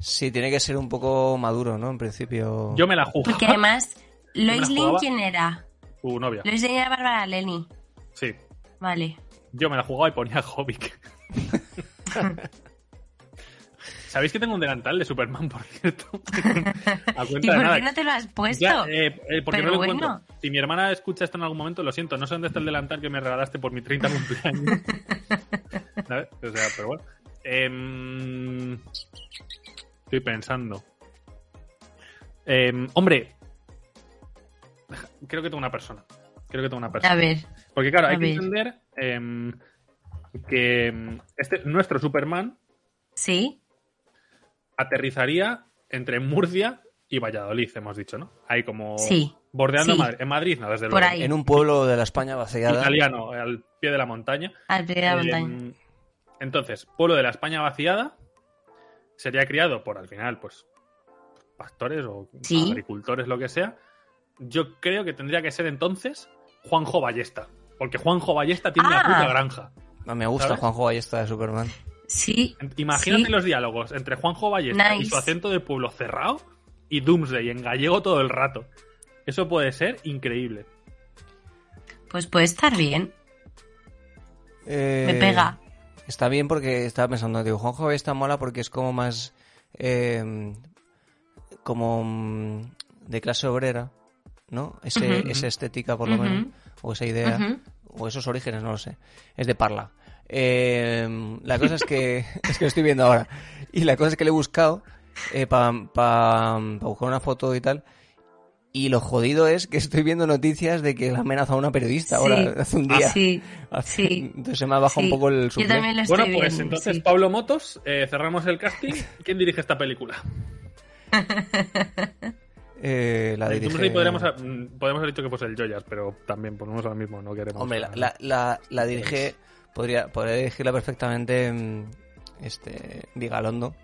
Speaker 2: Sí, tiene que ser un poco maduro, ¿no? En principio.
Speaker 3: Yo me la jugo.
Speaker 1: Porque además,
Speaker 3: me la
Speaker 1: Lois Lane,
Speaker 3: jugaba.
Speaker 1: ¿quién era?
Speaker 3: Tu novia.
Speaker 1: Lois Lane era Bárbara Lenny.
Speaker 3: Sí.
Speaker 1: Vale.
Speaker 3: Yo me la jugaba y ponía Hobbit. ¿Sabéis que tengo un delantal de Superman, por cierto? A
Speaker 1: ¿Y
Speaker 3: cuenta de
Speaker 1: por
Speaker 3: nada.
Speaker 1: qué no te lo has puesto?
Speaker 3: Ya, eh, eh, porque
Speaker 1: Pero
Speaker 3: no lo
Speaker 1: bueno.
Speaker 3: encuentro. Si mi hermana escucha esto en algún momento, lo siento, no sé dónde está el delantal que me regalaste por mi 30 cumpleaños. ¿Sabes? O sea, pero bueno. Em, estoy pensando. Em, hombre, creo que tengo una persona. Creo que tengo una persona.
Speaker 1: A ver,
Speaker 3: Porque claro,
Speaker 1: A
Speaker 3: hay que
Speaker 1: ver.
Speaker 3: entender em, que em, este, nuestro Superman
Speaker 1: ¿sí?
Speaker 3: aterrizaría entre Murcia y Valladolid, hemos dicho, ¿no? Ahí como
Speaker 1: Sí,
Speaker 3: bordeando
Speaker 1: sí.
Speaker 3: Madrid. En Madrid, no, desde
Speaker 1: Por
Speaker 3: luego.
Speaker 1: ahí.
Speaker 2: En un pueblo de la España vaciada.
Speaker 3: Italiano, al pie de la montaña.
Speaker 1: al pie de la
Speaker 3: Em,
Speaker 1: montaña.
Speaker 3: Entonces, pueblo de la España vaciada sería criado por, al final, pues, pastores o
Speaker 1: Sí.
Speaker 3: agricultores, lo que sea. Yo creo que tendría que ser entonces Juanjo Ballesta. Porque Juanjo Ballesta tiene una
Speaker 1: Ah.
Speaker 3: puta granja.
Speaker 2: Ah, Me gusta
Speaker 3: ¿Sabes?
Speaker 2: Juanjo Ballesta de Superman.
Speaker 1: Sí,
Speaker 3: En- Imagínate
Speaker 1: Sí.
Speaker 3: los diálogos entre Juanjo Ballesta y
Speaker 1: Nice.
Speaker 3: su acento de pueblo cerrado y Doomsday en gallego todo el rato. Eso puede ser increíble.
Speaker 1: pues puede estar bien.
Speaker 2: Eh,
Speaker 1: Me pega.
Speaker 2: Está bien porque estaba pensando, digo, Juanjo Ballesta mola porque es como más. eh, como. mm, de clase obrera, ¿no? Ese,
Speaker 1: Ujú.
Speaker 2: Esa estética, por lo
Speaker 1: Ujú.
Speaker 2: menos. O esa idea.
Speaker 1: Ujú.
Speaker 2: O esos orígenes, no lo sé. Es de Parla. Eh, la cosa es que. es que lo estoy viendo ahora. eh, Y la cosa es que le he buscado. para buscar una foto y tal. Y lo jodido es que estoy viendo noticias de que le ha amenazado a una periodista ahora,
Speaker 1: Sí.
Speaker 2: hace
Speaker 3: Ah.
Speaker 2: un día.
Speaker 1: Sí,
Speaker 2: Hace-
Speaker 1: sí.
Speaker 2: Entonces se me ha bajado
Speaker 1: sí.
Speaker 2: un poco el
Speaker 1: Yo
Speaker 2: suflé.
Speaker 1: también lo estoy
Speaker 3: Bueno, pues
Speaker 1: viendo,
Speaker 3: entonces,
Speaker 1: sí.
Speaker 3: Pablo Motos, eh, cerramos el casting. ¿Quién dirige esta película?
Speaker 2: Eh, la
Speaker 3: Entonces,
Speaker 2: dirige-
Speaker 3: ahí podríamos, ha- mm, podemos haber dicho que fuese el Joyas, pero también ponemos ahora mismo, no queremos.
Speaker 2: Hombre, la, la, la- la dirige... Podría, podría dirigirla perfectamente mm, este Vigalondo.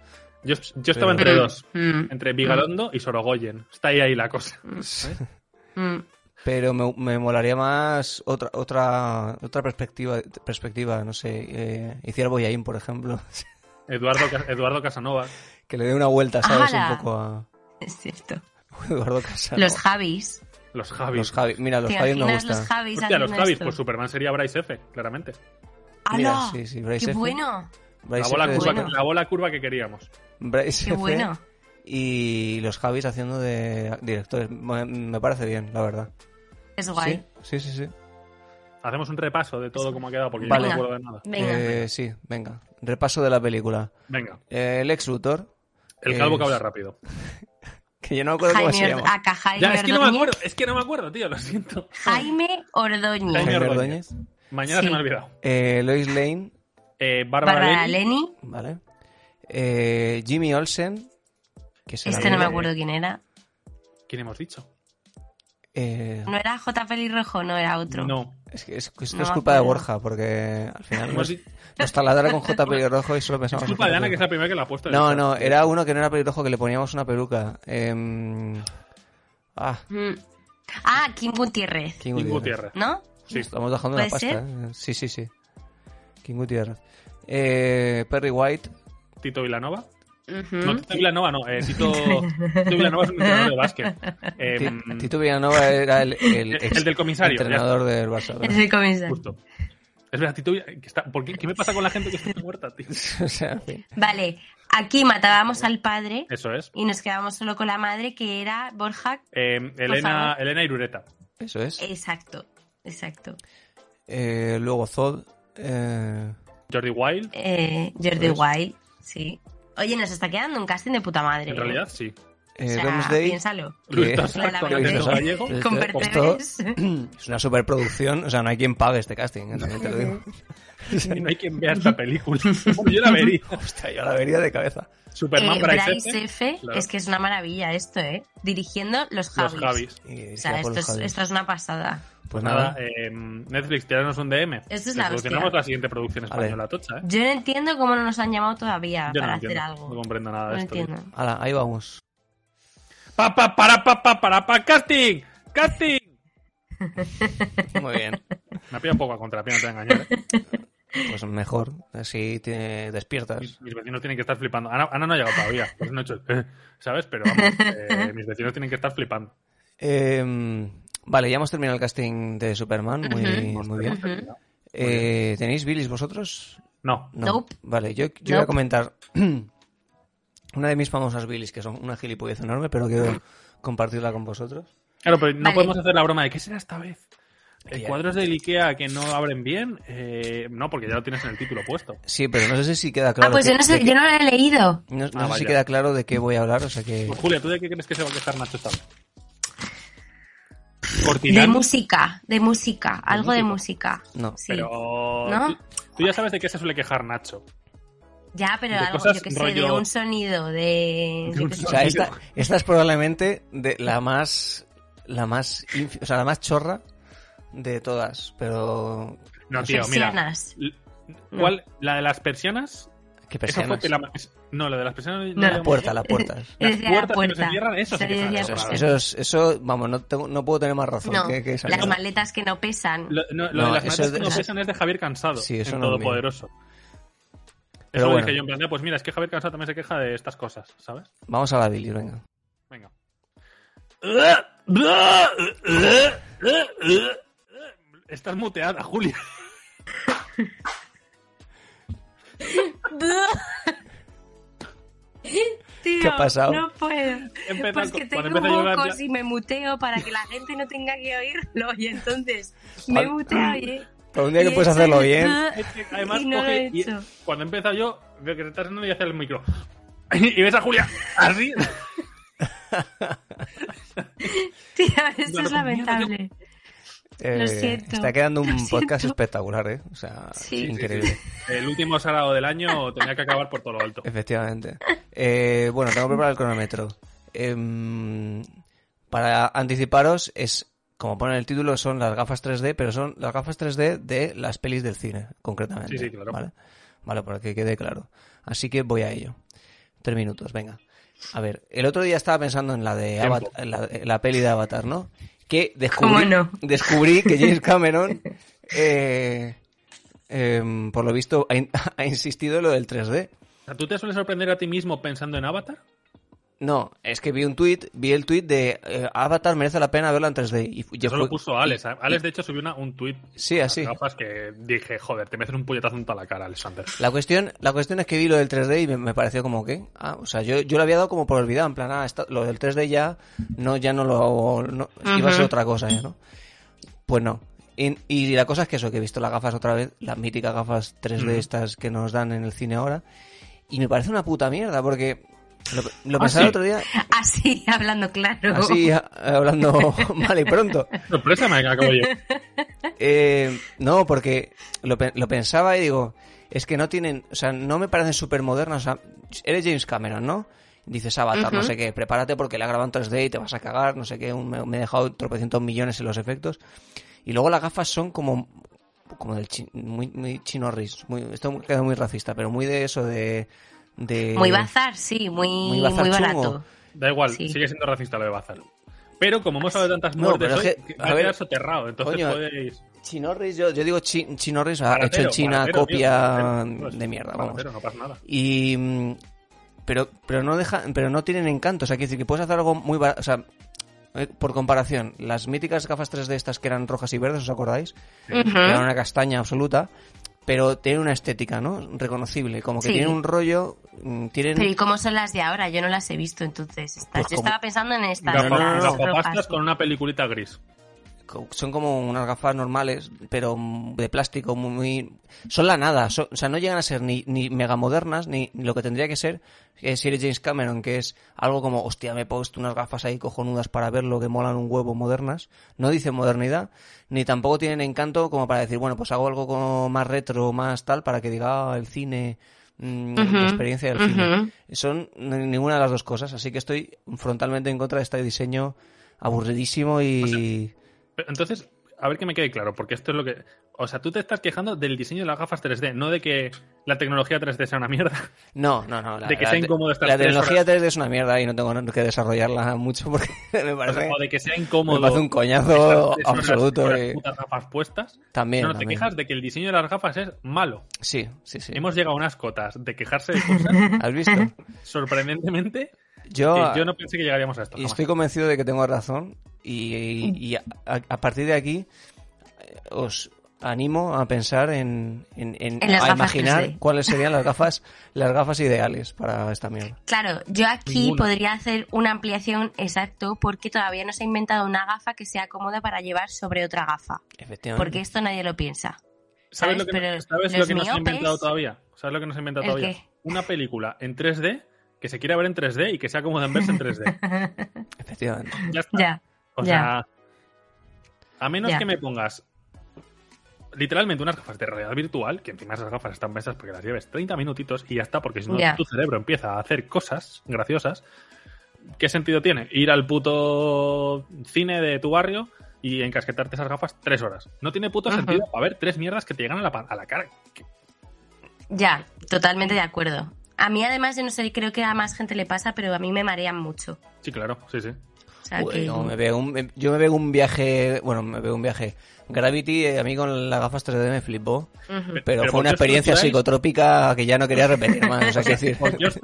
Speaker 3: Yo, yo estaba
Speaker 2: Pero-
Speaker 3: entre dos,
Speaker 1: Mm,
Speaker 3: entre Vigalondo y Sorogoyen. Está ahí, ahí la cosa.
Speaker 1: mm.
Speaker 2: Pero me, me molaría más otra otra otra perspectiva, perspectiva no sé. Eh, hiciera Boyaín, por ejemplo.
Speaker 3: Eduardo, Ca- Eduardo Casanova.
Speaker 2: que le dé una vuelta, ¿sabes?
Speaker 1: ¡Hala!
Speaker 2: Un poco a
Speaker 1: Es cierto.
Speaker 2: Eduardo Casano.
Speaker 1: Los Javis.
Speaker 3: Los Javis.
Speaker 2: Los Javi. Mira, los
Speaker 1: ¿Te
Speaker 2: Javis me
Speaker 1: imaginas
Speaker 2: gustan.
Speaker 1: los Javis
Speaker 3: Hostia, los
Speaker 1: haciendo
Speaker 3: Javis,
Speaker 1: esto?
Speaker 3: pues Superman sería Bryce F, claramente.
Speaker 1: ¡Hala!
Speaker 2: Mira, sí, sí, Bryce
Speaker 1: ¡Qué
Speaker 2: F.
Speaker 1: bueno!
Speaker 3: La
Speaker 2: Bryce
Speaker 3: bola,
Speaker 2: F.
Speaker 3: curva,
Speaker 1: bueno.
Speaker 3: que- la bola curva que queríamos.
Speaker 2: Bryce
Speaker 1: ¡Qué
Speaker 2: F.
Speaker 1: bueno!
Speaker 2: Y los Javis haciendo de directores. Me me parece bien, la verdad.
Speaker 1: Es guay.
Speaker 2: Sí, sí, sí. sí.
Speaker 3: Hacemos un repaso de todo cómo ha quedado, porque yo no
Speaker 2: Vale.
Speaker 3: me acuerdo de nada.
Speaker 1: Venga.
Speaker 2: Eh, sí, venga. Repaso de la película.
Speaker 3: Venga,
Speaker 2: Eh, Lex Luthor.
Speaker 3: el calvo que
Speaker 2: Eh, es-
Speaker 3: habla Ah, rápido.
Speaker 2: Que yo no me acuerdo cómo se
Speaker 1: Jaime,
Speaker 2: llama.
Speaker 1: Ord- acá, Jaime
Speaker 3: Ya, es que no me
Speaker 1: Ordóñez.
Speaker 3: acuerdo, es que no me acuerdo, tío, lo siento.
Speaker 1: Jaime Ordóñez.
Speaker 3: Jaime
Speaker 2: Jaime
Speaker 3: Ordóñez.
Speaker 2: Ordóñez.
Speaker 3: Mañana
Speaker 1: Sí.
Speaker 3: se me ha olvidado.
Speaker 2: Eh, Lois Lane.
Speaker 3: Eh, Bárbara
Speaker 1: Bárbara
Speaker 3: Leni,
Speaker 1: Leni.
Speaker 2: Vale. Eh, Jimmy Olsen. Que se la
Speaker 1: Este no me
Speaker 2: viene.
Speaker 1: acuerdo quién era.
Speaker 3: ¿Quién hemos dicho?
Speaker 2: Eh,
Speaker 1: ¿No era J. Pelirrojo? No, era otro.
Speaker 3: No.
Speaker 2: Es que es- esto
Speaker 1: No
Speaker 2: es
Speaker 1: me
Speaker 2: culpa de
Speaker 1: acuerdo.
Speaker 2: Borja, porque al final
Speaker 3: Hemos
Speaker 2: nos,
Speaker 3: di-
Speaker 2: nos taladra con J pelirrojo y solo pensamos...
Speaker 3: Es
Speaker 2: en
Speaker 3: culpa de
Speaker 2: J
Speaker 3: Ana, que es
Speaker 2: pelirrojo.
Speaker 3: la primera que la ha puesto. en el
Speaker 2: No,
Speaker 3: chat.
Speaker 2: no, era uno que no era pelirrojo, que le poníamos una peluca. Em, Ah,
Speaker 1: Mm. Ah, Kim Gutiérrez.
Speaker 2: King
Speaker 3: Kim
Speaker 2: Gutiérrez.
Speaker 3: Gutiérrez.
Speaker 1: ¿No?
Speaker 3: Sí.
Speaker 2: Estamos dejando una
Speaker 1: ¿Puede
Speaker 2: pasta,
Speaker 1: ser?
Speaker 2: ¿eh? Sí, sí, sí. King Gutiérrez. Eh, Perry White.
Speaker 3: Tito Vilanova.
Speaker 1: Ujú.
Speaker 3: No, Tito Vilanova no. eh, Tito... Tito Vilanova es un entrenador de básquet. Eh,
Speaker 2: Ti- Tito Villanova era el, el
Speaker 3: El-
Speaker 2: ex-
Speaker 3: el del comisario, ya
Speaker 2: entrenador del Barça.
Speaker 1: Es
Speaker 2: ¿verdad?
Speaker 1: el comisario.
Speaker 3: Justo. Es verdad, Tito Vila- que está... ¿Por qué? ¿Qué me pasa con la gente que está muerta, tío?
Speaker 2: o sea, en fin.
Speaker 1: Vale, aquí matábamos al padre
Speaker 3: Eso es.
Speaker 1: y nos quedábamos solo con la madre que era Borja.
Speaker 3: Eh, Elena,
Speaker 1: favor.
Speaker 3: Elena Irureta.
Speaker 2: Eso es.
Speaker 1: Exacto, exacto.
Speaker 2: Eh, luego Zod. eh,
Speaker 3: Jordi Wild.
Speaker 1: Eh, Jordi Wild, sí. Oye, nos está quedando un casting de puta madre.
Speaker 3: En
Speaker 1: ¿eh?
Speaker 3: realidad, sí.
Speaker 2: eh,
Speaker 1: O sea,
Speaker 2: Doomsday.
Speaker 1: piénsalo.
Speaker 3: Luis
Speaker 2: Que-
Speaker 3: Tosar con
Speaker 1: Claramente.
Speaker 3: Ernesto Gallego.
Speaker 2: Pero
Speaker 1: Con
Speaker 2: esto-
Speaker 1: Pertreves.
Speaker 2: esto es una superproducción, o sea, no hay quien pague este casting, ¿eh? también te lo digo.
Speaker 3: Y no hay quien vea esta película. Bueno, yo la vería.
Speaker 2: Hostia, yo la vería de cabeza.
Speaker 3: Superman
Speaker 1: Eh,
Speaker 3: Bryce,
Speaker 1: Bryce
Speaker 3: F.
Speaker 1: F.
Speaker 3: Claro.
Speaker 1: Es que es una maravilla esto, ¿eh? Dirigiendo los
Speaker 3: Los
Speaker 1: Javis.
Speaker 3: Javis.
Speaker 2: Y
Speaker 1: O
Speaker 2: dirigida
Speaker 1: sea,
Speaker 2: por
Speaker 1: esto
Speaker 2: los
Speaker 1: es,
Speaker 2: Javis.
Speaker 1: esto es una pasada.
Speaker 2: Pues
Speaker 3: Nada,
Speaker 2: nada,
Speaker 3: eh, Netflix, tiranos un DM.
Speaker 1: Esto es
Speaker 3: Te
Speaker 1: la
Speaker 3: Solucionamos
Speaker 1: hostia.
Speaker 3: la siguiente producción
Speaker 2: Vale.
Speaker 3: española tocha, ¿eh?
Speaker 1: Yo no entiendo cómo no nos han llamado todavía
Speaker 3: Yo no
Speaker 1: para
Speaker 3: lo
Speaker 1: hacer
Speaker 3: entiendo,
Speaker 1: algo.
Speaker 3: No comprendo nada
Speaker 1: No
Speaker 3: de esto. tío.
Speaker 1: entiendo.
Speaker 2: Ala, ahí vamos.
Speaker 3: Pa, pa, para, pa, pa, para, pa, casting, casting.
Speaker 2: Muy bien.
Speaker 3: Me ha pillado un poco a contrapié, no te voy a engañar. ¿eh?
Speaker 2: Pues mejor, así te despiertas.
Speaker 3: Mis, mis vecinos tienen que estar flipando. Ana, Ana no ha llegado todavía, por eso no he hecho el- ¿sabes? Pero vamos, eh, mis vecinos tienen que estar flipando.
Speaker 2: Eh, vale, ya hemos terminado el casting de Superman, muy,
Speaker 1: Ujú.
Speaker 2: muy bien.
Speaker 1: Ujú.
Speaker 2: Eh, ¿Tenéis bilis vosotros?
Speaker 3: No,
Speaker 2: No.
Speaker 1: Nope.
Speaker 2: Vale, yo, yo
Speaker 1: Nope.
Speaker 2: voy a comentar una de mis famosas bilis, que son una gilipollez enorme, pero quiero compartirla con vosotros.
Speaker 3: claro, pero no
Speaker 1: Vale.
Speaker 3: podemos hacer la broma de ¿qué será esta vez? Eh,
Speaker 2: Ya.
Speaker 3: ¿Cuadros del Ikea que no abren bien? Eh, no, porque ya lo tienes en el título puesto.
Speaker 2: Sí, pero no sé si queda claro.
Speaker 1: ah, pues
Speaker 2: que-
Speaker 1: yo no, sé,
Speaker 2: de-
Speaker 1: yo no lo he leído.
Speaker 3: Ah,
Speaker 2: No, no sé si
Speaker 3: vaya.
Speaker 2: queda claro de qué voy a hablar, o sea que.
Speaker 3: Pues, Julia, ¿tú de qué crees que se va a quejar Nacho esta vez?
Speaker 1: De
Speaker 3: Cortinando.
Speaker 1: música, de música, algo de música.
Speaker 2: No.
Speaker 1: Sí.
Speaker 3: Pero
Speaker 1: ¿No?
Speaker 3: tú, tú ya sabes de qué se suele quejar Nacho.
Speaker 1: ya, pero
Speaker 3: de
Speaker 1: algo,
Speaker 3: cosas
Speaker 1: yo que sé,
Speaker 3: rollo-
Speaker 1: de un sonido, de...
Speaker 3: De
Speaker 1: yo
Speaker 3: un
Speaker 1: qué sé.
Speaker 2: O sea, esta, esta es probablemente de la más. La más. infi- O sea, la más chorra de todas, pero.
Speaker 3: No,
Speaker 2: No
Speaker 3: tío, mira.
Speaker 1: Persianas.
Speaker 3: L- ¿Cuál? ¿La de las persianas?
Speaker 2: ¿Qué
Speaker 3: Esa fue
Speaker 2: persianas?
Speaker 3: que la... es- No, la de las personas...
Speaker 1: No,
Speaker 2: La puerta, la puerta.
Speaker 1: Yo
Speaker 3: Las
Speaker 1: decía
Speaker 3: puertas que no se cierran, eso sí
Speaker 1: Yo
Speaker 3: que es
Speaker 1: decía
Speaker 3: algo
Speaker 2: Eso, es-
Speaker 3: raro.
Speaker 1: puerta.
Speaker 2: eso, es- eso, vamos, no, tengo- no puedo tener más razón
Speaker 1: No,
Speaker 2: que, que esa.
Speaker 1: las
Speaker 2: No.
Speaker 1: maletas que no pesan.
Speaker 3: Lo, no, lo
Speaker 2: No,
Speaker 3: de las
Speaker 2: eso
Speaker 3: manos
Speaker 2: es de-
Speaker 3: que no
Speaker 2: eso-
Speaker 3: pesan es de Javier Cansado.
Speaker 2: Sí, eso
Speaker 3: en
Speaker 2: no es mío.
Speaker 3: Todopoderoso.
Speaker 2: Pero
Speaker 3: eso lo
Speaker 2: bueno.
Speaker 3: dije yo en plan, ah, pues mira, es que Javier Cansado también se queja de estas cosas, ¿sabes?
Speaker 2: Vamos a la bilis, venga.
Speaker 3: Venga. Estás muteada, Julia.
Speaker 2: ¿Qué ha pasado?
Speaker 1: No puedo.
Speaker 3: Empezó
Speaker 1: Pues
Speaker 3: con-
Speaker 1: que
Speaker 3: cuando
Speaker 1: tengo
Speaker 3: empezó a llorar,
Speaker 1: mocos
Speaker 3: ya-
Speaker 1: y me muteo para que la gente no tenga que oírlo. Y entonces me
Speaker 2: Al-
Speaker 1: muteo y.
Speaker 2: Pero un día
Speaker 1: y
Speaker 2: que puedes
Speaker 1: eso
Speaker 2: hacerlo
Speaker 1: es-
Speaker 2: bien.
Speaker 3: Es que además
Speaker 1: y no lo
Speaker 3: coge
Speaker 1: he
Speaker 3: y-
Speaker 1: hecho.
Speaker 3: cuando empieza yo, veo que se está haciendo y hace el micro. Y ves a Julia así.
Speaker 1: Tío, esto
Speaker 3: No,
Speaker 1: es
Speaker 3: no,
Speaker 1: lamentable. Lo siento,
Speaker 2: eh, Está quedando
Speaker 1: lo
Speaker 2: un
Speaker 1: siento.
Speaker 2: podcast espectacular, ¿eh? O sea,
Speaker 1: Sí.
Speaker 2: increíble.
Speaker 3: El último sarado del año tenía que acabar por todo lo alto.
Speaker 2: Efectivamente. Eh, bueno, tengo preparado el cronómetro. Em, para anticiparos, es como pone en el título, son las gafas 3D, pero son las gafas 3D de las pelis del cine, concretamente.
Speaker 3: Sí, sí, claro.
Speaker 2: Vale, Vale, para que quede claro. Así que voy a ello. Tres minutos, venga. A ver, el otro día estaba pensando en la de
Speaker 3: Tiempo.
Speaker 2: Avatar- en la, en la peli de Avatar, ¿no? Que descubrí,
Speaker 1: ¿Cómo no?
Speaker 2: descubrí que James Cameron, eh, em, por lo visto, ha, in- ha insistido en lo del 3D.
Speaker 3: O sea, ¿Tú te sueles sorprender a ti mismo pensando en Avatar?
Speaker 2: No, es que vi un tweet, vi el tweet de eh, Avatar merece la pena verla en 3D. Y fu- yo
Speaker 3: Eso lo
Speaker 2: fui-
Speaker 3: puso Alex. Alex, de hecho, subió una- un tuit
Speaker 2: Sí, así.
Speaker 3: gafas que dije, joder, te mereces un puñetazo en toda la cara, Alexander.
Speaker 2: La cuestión, la cuestión es que vi lo del 3D y me, me pareció como que, ah, o sea, yo, yo lo había dado como por olvidado, en plan, ah, está- lo del 3D ya no, ya no lo, no- iba a ser
Speaker 1: Ujú.
Speaker 2: otra cosa ya, ¿no? Pues no. Y, y la cosa es que eso, que he visto las gafas otra vez, las míticas gafas 3D
Speaker 3: Ujú.
Speaker 2: estas que nos dan en el cine ahora, y me parece una puta mierda porque lo, lo
Speaker 3: Ah,
Speaker 2: pensaba
Speaker 3: sí.
Speaker 2: el otro día,
Speaker 1: Así, hablando claro.
Speaker 2: así a- hablando mal y pronto.
Speaker 3: Sorpresa, me acabo yo.
Speaker 2: Eh, no, porque lo, pe- lo pensaba y digo, es que no tienen, o sea, no me parecen súper modernas. eres James Cameron, ¿no? Dices Avatar, no
Speaker 1: Ujú.
Speaker 2: sé qué, prepárate porque la graban 3D y te vas a cagar, no sé qué, un- me, me he dejado tropecientos millones en los efectos. Y luego las gafas son como como del chi- muy, muy chino ris, muy, esto queda muy racista, pero muy de eso de... de
Speaker 1: Muy bazar, sí, muy, muy,
Speaker 2: eh, bazar chungo.
Speaker 1: barato.
Speaker 3: Da igual,
Speaker 1: Sí.
Speaker 3: sigue siendo racista lo de Bazar. Pero como hemos hablado de tantas
Speaker 2: No,
Speaker 3: muertes,
Speaker 2: pero
Speaker 3: hoy,
Speaker 2: es que,
Speaker 3: va
Speaker 2: a
Speaker 3: a
Speaker 2: ver,
Speaker 3: quedar soterrado. Entonces
Speaker 2: coño,
Speaker 3: podéis.
Speaker 2: Chino ris, yo, yo digo chi- chino ris, ha Ah, hecho
Speaker 3: Baratero,
Speaker 2: en China
Speaker 3: baratero, tío,
Speaker 2: copia
Speaker 3: baratero. No, es
Speaker 2: de mierda, vamos.
Speaker 3: baratero, no pasa nada.
Speaker 2: Y. mm, Pero, pero no deja, pero no tienen encanto. O sea, quiere decir que puedes hacer algo muy barato. O sea, eh, por comparación, las míticas gafas 3D estas que eran rojas y verdes, ¿os acordáis?
Speaker 1: Ujú.
Speaker 2: Que eran una castaña absoluta. Pero tienen una estética, ¿no? Reconocible. Como que
Speaker 1: Sí.
Speaker 2: tienen un rollo. mm, Tienen.
Speaker 1: Pero ¿y cómo son las de ahora? Yo no las he visto, entonces. estas-
Speaker 2: Pues
Speaker 1: Yo
Speaker 2: como-
Speaker 1: estaba pensando en estas.
Speaker 2: No, no, no,
Speaker 1: las
Speaker 3: Gafas-
Speaker 2: no.
Speaker 3: Gafapastas
Speaker 1: rojas.
Speaker 3: con una peliculita gris.
Speaker 2: co- Son como unas gafas normales, pero mm, de plástico, muy. muy- son la nada. son- o sea, no llegan a ser ni, ni mega modernas, ni, ni lo que tendría que ser eh, si eres James Cameron, que es algo como, hostia, me he puesto unas gafas ahí cojonudas para verlo que molan un huevo modernas. No dicen modernidad, ni tampoco tienen encanto como para decir, bueno, pues hago algo como más retro, más tal, para que diga ah, el cine. mm,
Speaker 1: Ujú,
Speaker 2: la experiencia del cine.
Speaker 1: ujú.
Speaker 2: Son ni- ninguna de las dos cosas, así que estoy frontalmente en contra de este diseño aburridísimo y...
Speaker 1: Pues,
Speaker 3: Pero Entonces, a ver que me quede claro, porque esto es lo que. O sea, tú te estás quejando del diseño de las gafas 3D, no de que la tecnología 3D sea una mierda.
Speaker 2: No, no, no. La,
Speaker 3: De que
Speaker 2: la
Speaker 3: sea
Speaker 2: te-
Speaker 3: incómodo estar
Speaker 2: La
Speaker 3: tres
Speaker 2: tecnología 3D es una mierda y no tengo que desarrollarla mucho porque me parece,
Speaker 3: O de que sea
Speaker 2: me
Speaker 3: incómodo.
Speaker 2: parece un
Speaker 3: estar
Speaker 2: coñazo
Speaker 3: tres horas
Speaker 2: absoluto.
Speaker 3: con las
Speaker 2: eh.
Speaker 3: putas gafas puestas.
Speaker 2: También.
Speaker 3: no, no, te
Speaker 2: también.
Speaker 3: quejas de que el diseño de las gafas es malo.
Speaker 2: Sí, sí, sí.
Speaker 3: Hemos llegado a unas cotas de quejarse de cosas,
Speaker 2: ¿Has visto?
Speaker 3: sorprendentemente,
Speaker 2: Yo,
Speaker 3: que yo no pensé que llegaríamos a esto.
Speaker 2: y
Speaker 3: jamás.
Speaker 2: estoy convencido de que tengo razón y, y- y a, a partir de aquí eh, os animo a pensar en, en- en-
Speaker 1: En las
Speaker 2: a
Speaker 1: gafas
Speaker 2: imaginar
Speaker 1: 3D.
Speaker 2: cuáles serían las gafas las gafas ideales para esta mierda.
Speaker 1: Claro, yo aquí
Speaker 3: Ninguna.
Speaker 1: podría hacer una ampliación exacto porque todavía no se ha inventado una gafa que sea cómoda para llevar sobre otra gafa.
Speaker 2: Efectivamente.
Speaker 1: Porque esto nadie lo piensa.
Speaker 3: ¿Sabes,
Speaker 1: ¿sabes?
Speaker 3: lo que, no-
Speaker 1: Pero
Speaker 3: sabes lo
Speaker 1: los
Speaker 3: que nos ha
Speaker 1: miopes-
Speaker 3: inventado todavía? ¿Sabes lo que nos ha inventado
Speaker 1: ¿El
Speaker 3: todavía?
Speaker 1: qué?
Speaker 3: Una película en 3D que se quiera ver en 3D y que sea cómoda en verse en 3D.
Speaker 2: Efectivamente.
Speaker 3: Ya está.
Speaker 1: Ya.
Speaker 3: O
Speaker 1: ya.
Speaker 3: sea, a menos
Speaker 1: Ya.
Speaker 3: que me pongas literalmente unas gafas de realidad virtual, que encima esas gafas están pensas porque las lleves 30 minutitos y ya está, porque si no
Speaker 1: Ya.
Speaker 3: tu cerebro empieza a hacer cosas graciosas, ¿qué sentido tiene? Ir al puto cine de tu barrio y encasquetarte esas gafas tres horas. No tiene puto
Speaker 1: Ujú.
Speaker 3: sentido a ver tres mierdas que te llegan a la, pa- a la cara.
Speaker 1: Ya, totalmente de acuerdo. A mí además, yo no sé, creo que a más gente le pasa, pero a mí me marean mucho.
Speaker 3: Sí, claro, sí, sí.
Speaker 1: O sea, que-
Speaker 2: Bueno, Pues me veo un- me- yo me veo un viaje, bueno, me veo un viaje. Gravity, eh, a mí con las gafas 3D me flipó,
Speaker 1: Ujú.
Speaker 3: Pero
Speaker 2: pero, fue una
Speaker 3: porque os
Speaker 2: experiencia
Speaker 3: acordáis-
Speaker 2: psicotrópica que ya no quería repetir más. O sea, quiero decir,
Speaker 3: Porque os-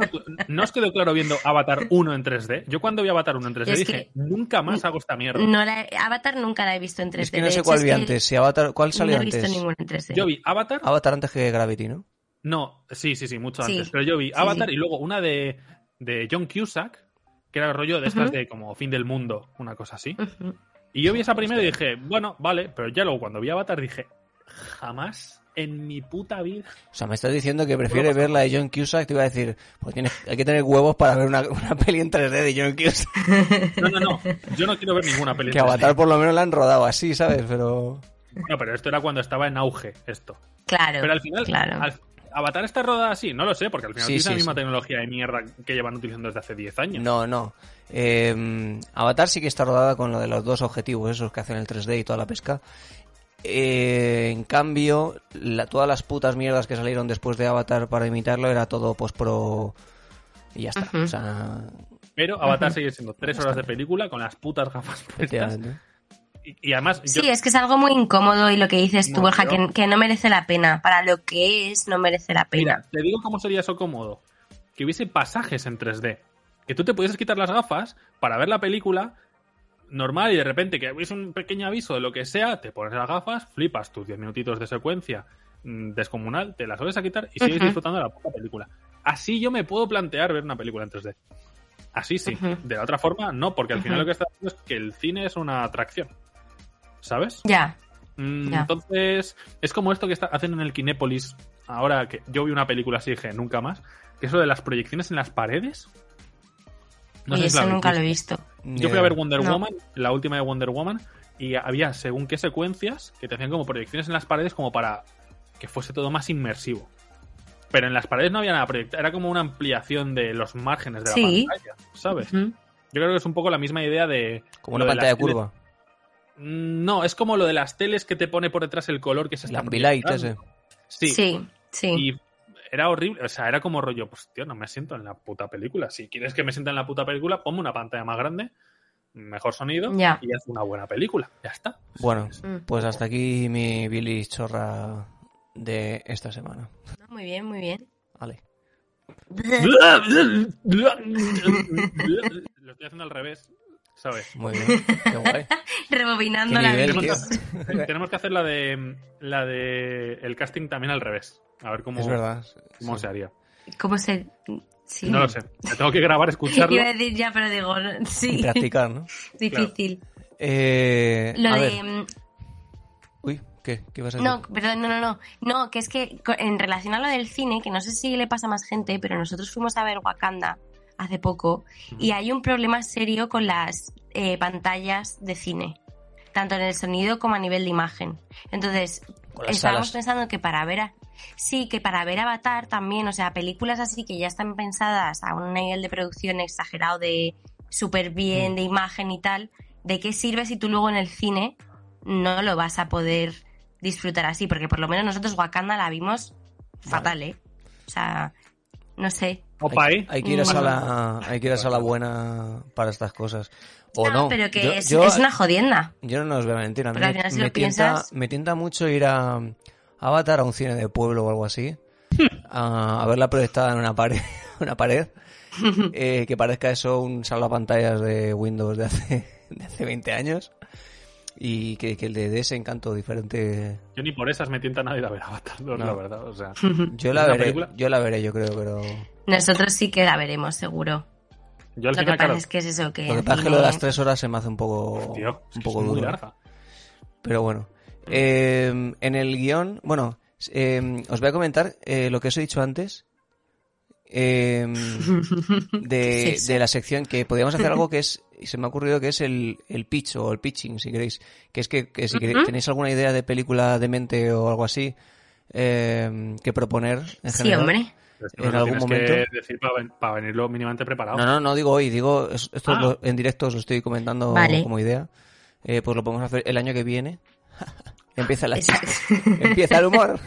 Speaker 3: no os quedó claro viendo Avatar 1 en 3D. Yo cuando vi Avatar 1 en 3D
Speaker 1: Es
Speaker 3: dije,
Speaker 1: que-
Speaker 3: nunca más hago esta mierda.
Speaker 1: No la he- Avatar nunca la he visto en 3D.
Speaker 2: es que no
Speaker 1: De
Speaker 2: sé
Speaker 1: hecho,
Speaker 2: cuál
Speaker 1: es
Speaker 2: vi
Speaker 1: que
Speaker 2: antes, si Avatar, ¿cuál salió
Speaker 1: no he visto
Speaker 2: antes?
Speaker 1: ninguna en 3D.
Speaker 3: Yo vi Avatar
Speaker 2: Avatar antes que Gravity, ¿no?
Speaker 3: No, sí, sí, sí, mucho
Speaker 1: Sí.
Speaker 3: antes. Pero yo vi Avatar
Speaker 1: sí.
Speaker 3: y luego una de, de John Cusack, que era el rollo de estas
Speaker 1: Ujú.
Speaker 3: de como fin del mundo, una cosa así.
Speaker 1: Ujú.
Speaker 3: Y yo vi esa primero y dije, bueno, vale, pero ya luego cuando vi Avatar dije, jamás en mi puta vida.
Speaker 2: O sea, me estás diciendo que prefieres ver la de John Cusack. Te iba a decir, pues tienes, hay que tener huevos para ver una, una peli en 3D de John Cusack.
Speaker 3: No, no, no. Yo no quiero ver ninguna
Speaker 2: Que
Speaker 3: película.
Speaker 2: Avatar por lo menos la han rodado así, ¿sabes? Pero.
Speaker 3: Bueno, pero esto era cuando estaba en auge, esto.
Speaker 1: Claro.
Speaker 3: Pero al final,
Speaker 1: claro.
Speaker 3: al- ¿Avatar está rodada así? No lo sé, porque al final
Speaker 2: Sí,
Speaker 3: es la
Speaker 2: sí,
Speaker 3: misma
Speaker 2: sí.
Speaker 3: tecnología de mierda que llevan utilizando desde hace 10 años.
Speaker 2: No, no. Eh, Avatar sí que está rodada con lo de los dos objetivos, esos que hacen el 3D y toda la pesca. Eh, en cambio, la- todas las putas mierdas que salieron después de Avatar para imitarlo era todo post-pro y ya está.
Speaker 1: Ujú.
Speaker 2: O sea,
Speaker 3: Pero Avatar sigue siendo 3 horas de película con las putas gafas puestas.
Speaker 2: efectivamente.
Speaker 3: Y, y además, yo-
Speaker 1: Sí, es que es algo muy incómodo y lo que dices tú,
Speaker 3: No,
Speaker 1: Borja,
Speaker 3: pero-
Speaker 1: que, que no merece la pena. Para lo que es, no merece la
Speaker 3: Mira,
Speaker 1: pena.
Speaker 3: te digo cómo sería eso cómodo. Que hubiese pasajes en 3D. Que tú te pudieses quitar las gafas para ver la película normal y de repente que hubiese un pequeño aviso de lo que sea, te pones las gafas, flipas tus 10 minutitos de secuencia mm, descomunal, te las vuelves a quitar y sigues
Speaker 1: Ujú.
Speaker 3: disfrutando de la puta película. Así yo me puedo plantear ver una película en 3D. Así sí.
Speaker 1: Ujú.
Speaker 3: De la otra forma, no, porque al final
Speaker 1: Ujú.
Speaker 3: lo que está haciendo es que el cine es una atracción. ¿Sabes?
Speaker 1: Ya.
Speaker 3: Mm,
Speaker 1: Ya.
Speaker 3: Entonces, es como esto que está- hacen en el Kinépolis. Ahora que yo vi una película así, dije, nunca más. Que eso de las proyecciones en las paredes.
Speaker 1: y
Speaker 3: si la
Speaker 1: eso
Speaker 3: habéis
Speaker 1: nunca lo he
Speaker 3: visto.
Speaker 1: visto.
Speaker 3: Yo
Speaker 2: Eh,
Speaker 3: fui a ver Wonder
Speaker 1: No.
Speaker 3: Woman, la última de Wonder Woman, y había según qué secuencias que te hacían como proyecciones en las paredes como para que fuese todo más inmersivo. Pero en las paredes no había nada proyectado, era como una ampliación de los márgenes de la
Speaker 1: Sí.
Speaker 3: pantalla, ¿sabes?
Speaker 1: Ujú.
Speaker 3: Yo creo que es un poco la misma idea de...
Speaker 2: Como una
Speaker 3: lo de
Speaker 2: pantalla
Speaker 3: las tele-
Speaker 2: curva.
Speaker 3: Mm, No, es como lo de las teles que te pone por detrás el color que se
Speaker 2: El
Speaker 3: está
Speaker 2: Ambilight
Speaker 3: proyectando.
Speaker 2: ese.
Speaker 3: Sí,
Speaker 1: Sí, sí.
Speaker 3: Y era horrible, o sea, era como rollo, pues tío, no me siento en la puta película. Si quieres que me sienta en la puta película, ponme una pantalla más grande, mejor sonido
Speaker 1: Ya.
Speaker 3: y haz una buena película. Ya está.
Speaker 2: Bueno,
Speaker 1: Mm.
Speaker 2: pues hasta aquí mi Billy Chorra de esta semana.
Speaker 1: No, muy bien, muy bien.
Speaker 2: Vale.
Speaker 3: Lo estoy haciendo al revés, ¿sabes?
Speaker 2: Muy bien. Qué guay.
Speaker 1: Rebobinando
Speaker 2: Qué
Speaker 1: la
Speaker 2: nivel,
Speaker 1: vida.
Speaker 2: tío.
Speaker 3: Tenemos que hacer la de la de el casting también al revés. A ver cómo,
Speaker 2: Es verdad.
Speaker 3: cómo se haría.
Speaker 1: ¿Cómo se.? Sí.
Speaker 3: No lo sé. Me tengo que grabar, escucharlo.
Speaker 1: Iba a decir ya, pero digo, no, sí,
Speaker 2: Practicar, ¿no?
Speaker 1: difícil.
Speaker 2: Eh,
Speaker 1: Lo
Speaker 2: a
Speaker 1: de.
Speaker 2: ver.
Speaker 1: mm,
Speaker 2: Uy, ¿qué? ¿Qué vas a decir?
Speaker 1: No, perdón, no, no, no. No, que es que co- en relación a lo del cine, que no sé si le pasa a más gente, pero nosotros fuimos a ver Wakanda hace poco y hay un problema serio con las eh, pantallas de cine, tanto en el sonido como a nivel de imagen. Entonces,
Speaker 2: Con las
Speaker 1: estábamos
Speaker 2: salas.
Speaker 1: pensando que para ver a- sí, que para ver Avatar también, o sea, películas así que ya están pensadas a un nivel de producción exagerado de súper bien,
Speaker 2: Mm.
Speaker 1: de imagen y tal, ¿de qué sirve si tú luego en el cine no lo vas a poder disfrutar así? Porque por lo menos nosotros Wakanda la vimos fatal, ¿eh? O sea, no sé.
Speaker 3: Opa,
Speaker 2: hay,
Speaker 3: ¿eh?
Speaker 2: hay que ir a
Speaker 1: Mm.
Speaker 2: sala, hay que ir a sala buena para estas cosas. O no.
Speaker 1: pero que
Speaker 2: Yo-
Speaker 1: es,
Speaker 2: yo-
Speaker 1: es una jodienda.
Speaker 2: Yo no os voy a mentir, a mí
Speaker 1: Porque al
Speaker 2: me,
Speaker 1: final si
Speaker 2: me
Speaker 1: lo
Speaker 2: tienta,
Speaker 1: piensas-
Speaker 2: me tienta mucho ir a Avatar a un cine de pueblo o algo así, a, a verla proyectada en una pared, una pared eh, que parezca eso un salvapantallas de Windows de hace, de hace 20 años y que, que le dé ese encanto diferente.
Speaker 3: Yo ni por esas me tienta nadie a ver Avatar, no, es
Speaker 2: No.
Speaker 3: la verdad. O sea,
Speaker 2: Yo la
Speaker 3: ¿Es una
Speaker 2: veré,
Speaker 3: película?
Speaker 2: yo la veré, yo creo, pero
Speaker 1: Nosotros sí que la veremos, seguro.
Speaker 3: yo al
Speaker 1: Lo que
Speaker 3: final,
Speaker 1: pasa
Speaker 3: claro,
Speaker 1: es que es eso que.
Speaker 2: lo que
Speaker 1: en
Speaker 2: pasa es que lo de
Speaker 1: cine-
Speaker 2: las tres horas se me hace un poco,
Speaker 3: tío, es
Speaker 2: un
Speaker 3: que
Speaker 2: poco
Speaker 3: es muy
Speaker 2: duro.
Speaker 3: larga.
Speaker 2: Pero bueno, eh, en el guión, bueno, eh, os voy a comentar eh, lo que os he dicho antes eh,
Speaker 1: ¿Qué
Speaker 2: de,
Speaker 1: es eso?
Speaker 2: de la sección que podíamos hacer algo que es, y se me ha ocurrido que es el, el pitch o el pitching, si queréis, que es que, que si queréis- tenéis alguna idea de película de mente o algo así eh, que proponer en
Speaker 1: Sí,
Speaker 2: general.
Speaker 1: hombre.
Speaker 3: Pero esto
Speaker 2: en
Speaker 3: nos lo
Speaker 2: algún
Speaker 3: tienes que
Speaker 2: momento.
Speaker 3: decir para, ven- para venirlo mínimamente preparado.
Speaker 2: No, no, no digo hoy, digo, es- esto
Speaker 3: Ah.
Speaker 2: lo- en directo os lo estoy comentando
Speaker 1: Vale.
Speaker 2: como idea. Eh, pues lo podemos hacer el año que viene. Empieza la
Speaker 1: Exacto.
Speaker 2: Empieza el humor.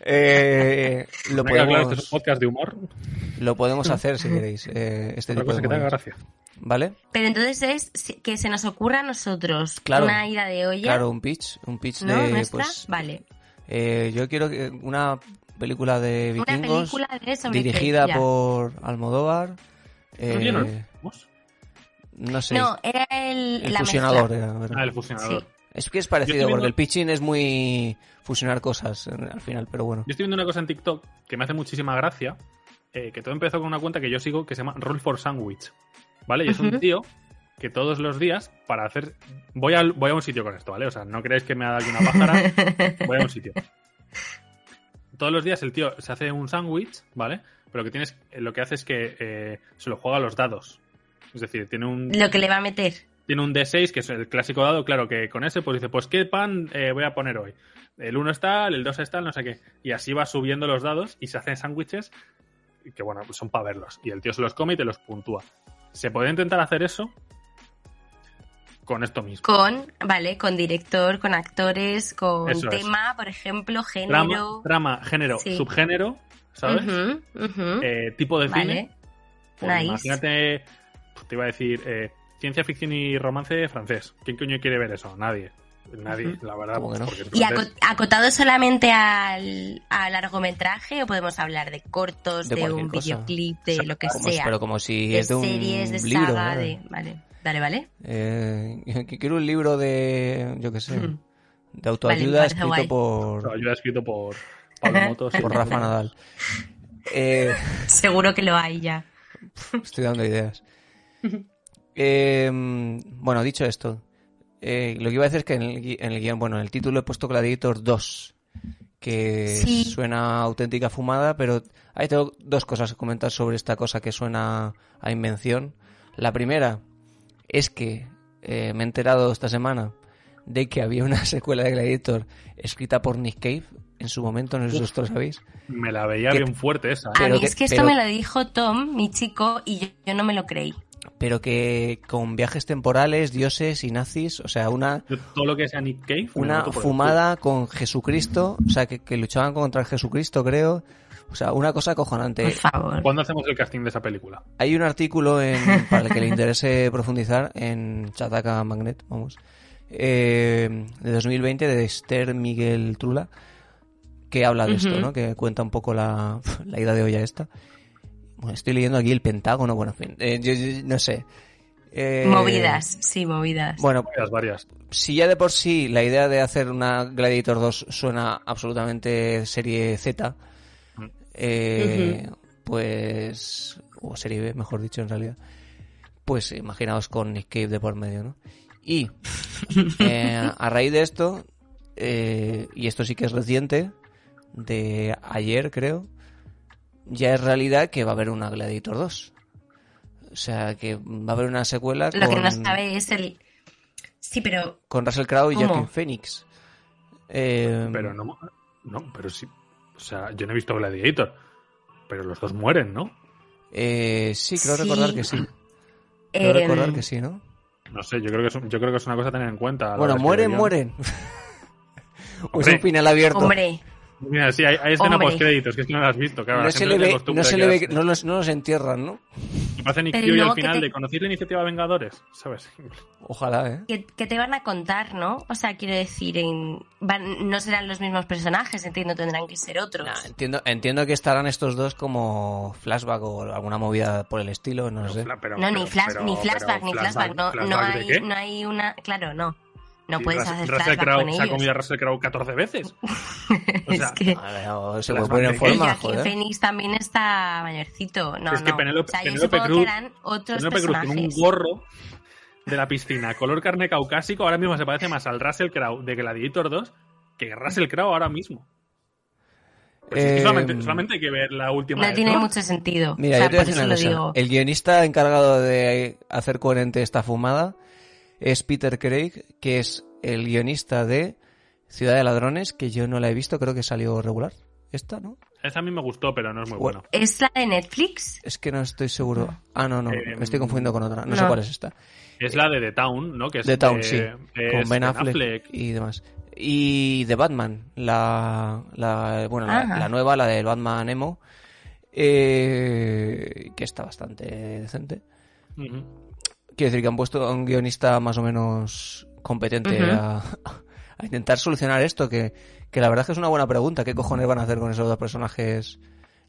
Speaker 2: Eh, lo,
Speaker 3: Venga, claro, esto
Speaker 2: podemos,
Speaker 3: es un podcast de humor.
Speaker 2: lo podemos hacer si queréis. eh, este
Speaker 3: Otra
Speaker 2: tipo
Speaker 3: cosa
Speaker 2: de
Speaker 3: que te haga
Speaker 2: movidas.
Speaker 3: gracia.
Speaker 2: ¿Vale?
Speaker 1: Pero entonces es si- que se nos ocurra a nosotros
Speaker 2: Claro.
Speaker 1: una ida de olla.
Speaker 2: Claro, un pitch. Un pitch
Speaker 1: ¿No?
Speaker 2: de.
Speaker 1: ¿Nuestra?
Speaker 2: Pues,
Speaker 1: vale.
Speaker 2: eh, yo quiero que una película de
Speaker 1: Una
Speaker 2: vikingos
Speaker 1: película de sobre
Speaker 2: dirigida
Speaker 1: qué, ya.
Speaker 2: por Almodóvar.
Speaker 3: Creo que ya no lo
Speaker 2: eh,
Speaker 3: vimos.
Speaker 2: no sé.
Speaker 1: No, era el.
Speaker 2: el
Speaker 1: la
Speaker 2: fusionador eh,
Speaker 1: mezcla.
Speaker 2: era, ¿verdad?
Speaker 3: Ah, el fusionador.
Speaker 1: Sí.
Speaker 2: Es que es
Speaker 3: Yo
Speaker 2: parecido,
Speaker 3: estoy
Speaker 2: porque el
Speaker 3: viendo-
Speaker 2: pitching es muy fusionar cosas eh, al final, pero bueno.
Speaker 3: Yo estoy viendo una cosa en TikTok que me hace muchísima gracia. eh, que todo empezó con una cuenta que yo sigo que se llama Roll for Sandwich. ¿Vale? Y es un
Speaker 1: Ujú.
Speaker 3: tío que todos los días para hacer... Voy a, voy a un sitio con esto, ¿vale? O sea, no creéis que me ha dado alguna pájara, voy a un sitio. Todos los días el tío se hace un sándwich, ¿vale? Pero lo que, tienes, lo que hace es que eh, se lo juega a los dados. Es decir, tiene un,
Speaker 1: Lo que le va a meter.
Speaker 3: tiene un D6, que es el clásico dado, claro, que con ese pues dice, pues qué pan eh, voy a poner hoy. El 1 es tal, el 2 es tal, no sé qué. Y así va subiendo los dados y se hacen sándwiches que, bueno, pues son para verlos. Y el tío se los come y te los puntúa. Se puede intentar hacer eso con esto mismo.
Speaker 1: Con, vale, con director, con actores, con
Speaker 3: Eso es.
Speaker 1: tema, por ejemplo,
Speaker 3: Trama,
Speaker 1: género.
Speaker 3: trama, género,
Speaker 1: Sí.
Speaker 3: subgénero, ¿sabes?
Speaker 1: Ujú, ujú.
Speaker 3: Eh, tipo de cine.
Speaker 1: vale.
Speaker 3: Pues
Speaker 1: Nice.
Speaker 3: Imagínate, te iba a decir, eh, ciencia ficción y romance francés. ¿Quién coño quiere ver eso? Nadie. Nadie, la verdad.
Speaker 2: ¿Cómo que no?
Speaker 3: porque el
Speaker 1: ¿Y
Speaker 3: francés-
Speaker 1: aco- acotado solamente al, a largometraje o podemos hablar de cortos,
Speaker 2: De
Speaker 1: de,
Speaker 2: cualquier
Speaker 1: un
Speaker 2: cosa.
Speaker 1: videoclip, de lo que
Speaker 2: Como,
Speaker 1: sea?
Speaker 2: pero como si
Speaker 1: de
Speaker 2: es de un
Speaker 1: series, de
Speaker 2: libro.
Speaker 1: saga,
Speaker 2: ¿no?
Speaker 1: de... Vale, dale, vale.
Speaker 2: Eh, que quiero un libro de, yo qué sé,
Speaker 1: Ujú.
Speaker 2: de autoayuda
Speaker 1: Mm. Vale, me parece
Speaker 2: escrito
Speaker 1: guay.
Speaker 3: Esto
Speaker 2: por,
Speaker 3: ayuda escrito por Pablo Motos y
Speaker 2: por
Speaker 3: por-
Speaker 2: Rafa Nadal. Eh,
Speaker 1: Seguro que lo hay ya.
Speaker 2: Estoy dando ideas. Eh, bueno, dicho esto, eh, lo que iba a decir es que en el, gui- en el guión, bueno, en el título he puesto Gladiator 2, que
Speaker 1: Sí.
Speaker 2: suena a auténtica fumada, pero ahí tengo dos cosas que comentar sobre esta cosa que suena a invención. La primera es que eh, me he enterado esta semana de que había una secuela de Gladiator escrita por Nick Cave en su momento, no sé si vosotros lo sabéis.
Speaker 3: Me la veía
Speaker 2: Que-
Speaker 3: bien fuerte esa. ¿eh?
Speaker 2: Pero
Speaker 1: a mí
Speaker 2: que-
Speaker 1: es que esto
Speaker 2: pero-
Speaker 1: me lo dijo Tom, mi chico, y yo, yo no me lo creí.
Speaker 2: pero que con viajes temporales, dioses y nazis, o sea, una,
Speaker 3: Yo todo lo que sea Nick Cave. me lo
Speaker 2: una
Speaker 3: meto por el
Speaker 2: fumada con Jesucristo, o sea, que, que luchaban contra el Jesucristo, creo. O sea, una cosa
Speaker 1: Por
Speaker 2: acojonante.
Speaker 3: culo.
Speaker 1: favor.
Speaker 3: ¿Cuándo hacemos el casting de esa película?
Speaker 2: Hay un artículo en, para el que le interese profundizar en Chataca Magnet, vamos, eh, de 2020 de Esther Miguel Trula, que habla de esto,
Speaker 1: Ujú.
Speaker 2: ¿no? Que cuenta un poco la, la ida de olla esta. Bueno, estoy leyendo aquí el Pentágono, bueno, en fin, eh, yo, yo- no sé. Eh,
Speaker 1: Movidas, sí, movidas.
Speaker 2: Bueno,
Speaker 3: Varias, varias.
Speaker 2: si ya de por sí la idea de hacer una Gladiator 2 suena absolutamente serie Z, eh, pues. o serie B, mejor dicho, en realidad. Pues imaginaos con Nick Cave de por medio, ¿no? Y eh, a raíz de esto, eh, y esto sí que es reciente, de ayer creo, ya es realidad que va a haber una Gladiator 2. O sea, que va a haber una secuela
Speaker 1: lo que
Speaker 2: con
Speaker 1: no sabe es el... Sí, pero
Speaker 2: con Russell Crowe y
Speaker 1: ¿Cómo?
Speaker 2: Joaquin Phoenix. Eh,
Speaker 3: Pero no, no, pero sí. O sea, yo no he visto Gladiator. Pero los dos mueren, ¿no?
Speaker 2: eh, sí, creo
Speaker 1: Sí. eh,
Speaker 2: recordar que sí. Creo recordar
Speaker 1: em,
Speaker 2: que sí, ¿no?
Speaker 3: No sé, yo creo que es, un- yo creo que es una cosa a tener en cuenta. a la hora
Speaker 2: Bueno,
Speaker 3: de
Speaker 2: mueren,
Speaker 3: escribir
Speaker 2: mueren. O es
Speaker 3: Hombre.
Speaker 2: un final abierto.
Speaker 1: hombre,
Speaker 3: guión. Mira, sí, hay, hay escena
Speaker 1: Hombre.
Speaker 3: postcréditos, que es que no la has visto, claro.
Speaker 2: no
Speaker 3: la
Speaker 2: se
Speaker 3: gente
Speaker 2: le ve,
Speaker 3: acostumbra
Speaker 2: no se
Speaker 3: que
Speaker 2: le ve,
Speaker 3: las-
Speaker 2: no los, no los entierran, ¿no?
Speaker 3: Me hacen
Speaker 1: Pero
Speaker 3: IQ y al
Speaker 1: luego que
Speaker 3: final
Speaker 1: te-
Speaker 3: de conocer la iniciativa Vengadores, ¿sabes?
Speaker 2: Ojalá, ¿eh?
Speaker 1: que, que te van a contar, ¿no? O sea, quiero decir, en, van- no serán los mismos personajes, entiendo, tendrán que ser otros.
Speaker 2: Nah, entiendo, entiendo que estarán estos dos como flashback o alguna movida por el estilo, no lo sé.
Speaker 3: Pero-
Speaker 1: no, ni,
Speaker 3: pero-
Speaker 1: flash,
Speaker 3: pero-
Speaker 1: ni flashback,
Speaker 3: pero
Speaker 1: ni flashback, no, no
Speaker 3: ¿flashback de
Speaker 1: hay,
Speaker 3: qué?
Speaker 1: no hay una... Claro, no. No
Speaker 3: Sí,
Speaker 1: puedes
Speaker 3: Russell-
Speaker 1: hacer
Speaker 3: Russell
Speaker 1: flashback
Speaker 3: Crowe
Speaker 1: con
Speaker 3: se ha
Speaker 1: ellos.
Speaker 3: comido a Russell Crowe 14 veces. O
Speaker 1: Es
Speaker 3: sea,
Speaker 1: que-
Speaker 2: Ah, pero se
Speaker 3: Las
Speaker 2: puede poner en
Speaker 3: mantequillas.
Speaker 2: forma,
Speaker 1: Y Joaquín
Speaker 2: joder.
Speaker 1: Phoenix también está mayorcito. No,
Speaker 3: Es que
Speaker 1: no.
Speaker 3: Penélope-
Speaker 1: o sea, yo
Speaker 3: Penélope
Speaker 1: supongo
Speaker 3: Cruz-
Speaker 1: que eran otros
Speaker 3: Penélope Cruz con un
Speaker 1: personajes.
Speaker 3: gorro de la piscina, color carne caucásico, ahora mismo se parece más al Russell Crowe de Gladiator 2 que Russell Crowe ahora mismo. Pues es que
Speaker 2: Eh,
Speaker 3: solamente, solamente hay que ver la última.
Speaker 1: No
Speaker 3: de
Speaker 1: tiene
Speaker 3: Thor.
Speaker 1: mucho sentido.
Speaker 2: Mira,
Speaker 1: o sea,
Speaker 2: yo te voy a
Speaker 1: por
Speaker 2: decir
Speaker 1: eso
Speaker 2: una
Speaker 1: lo
Speaker 2: cosa.
Speaker 1: digo.
Speaker 2: El guionista encargado de hacer coherente esta fumada es Peter Craig, que es el guionista de Ciudad de Ladrones, que yo no la he visto, creo que salió regular. Esta, ¿no?
Speaker 3: Esa a mí me gustó, pero no es muy
Speaker 2: Bueno.
Speaker 3: bueno.
Speaker 1: ¿Es la de Netflix?
Speaker 2: Es que no estoy seguro. Ah, no, no,
Speaker 3: Eh,
Speaker 2: me estoy confundiendo con otra. No,
Speaker 1: no.
Speaker 2: sé cuál es esta.
Speaker 3: Es la de The Town, ¿no? Que es
Speaker 2: The Town,
Speaker 3: de-
Speaker 2: sí.
Speaker 3: es
Speaker 2: Con Ben Affleck, y demás. Y de Batman, la, la bueno, la,
Speaker 1: Ajá.
Speaker 2: la nueva, la del Batman Emo, eh, que está bastante decente.
Speaker 3: Ujú.
Speaker 2: Quiero decir que han puesto a un guionista más o menos competente
Speaker 1: Ujú.
Speaker 2: a, a intentar solucionar esto, que, que la verdad es que es una buena pregunta. ¿Qué cojones van a hacer con esos dos personajes?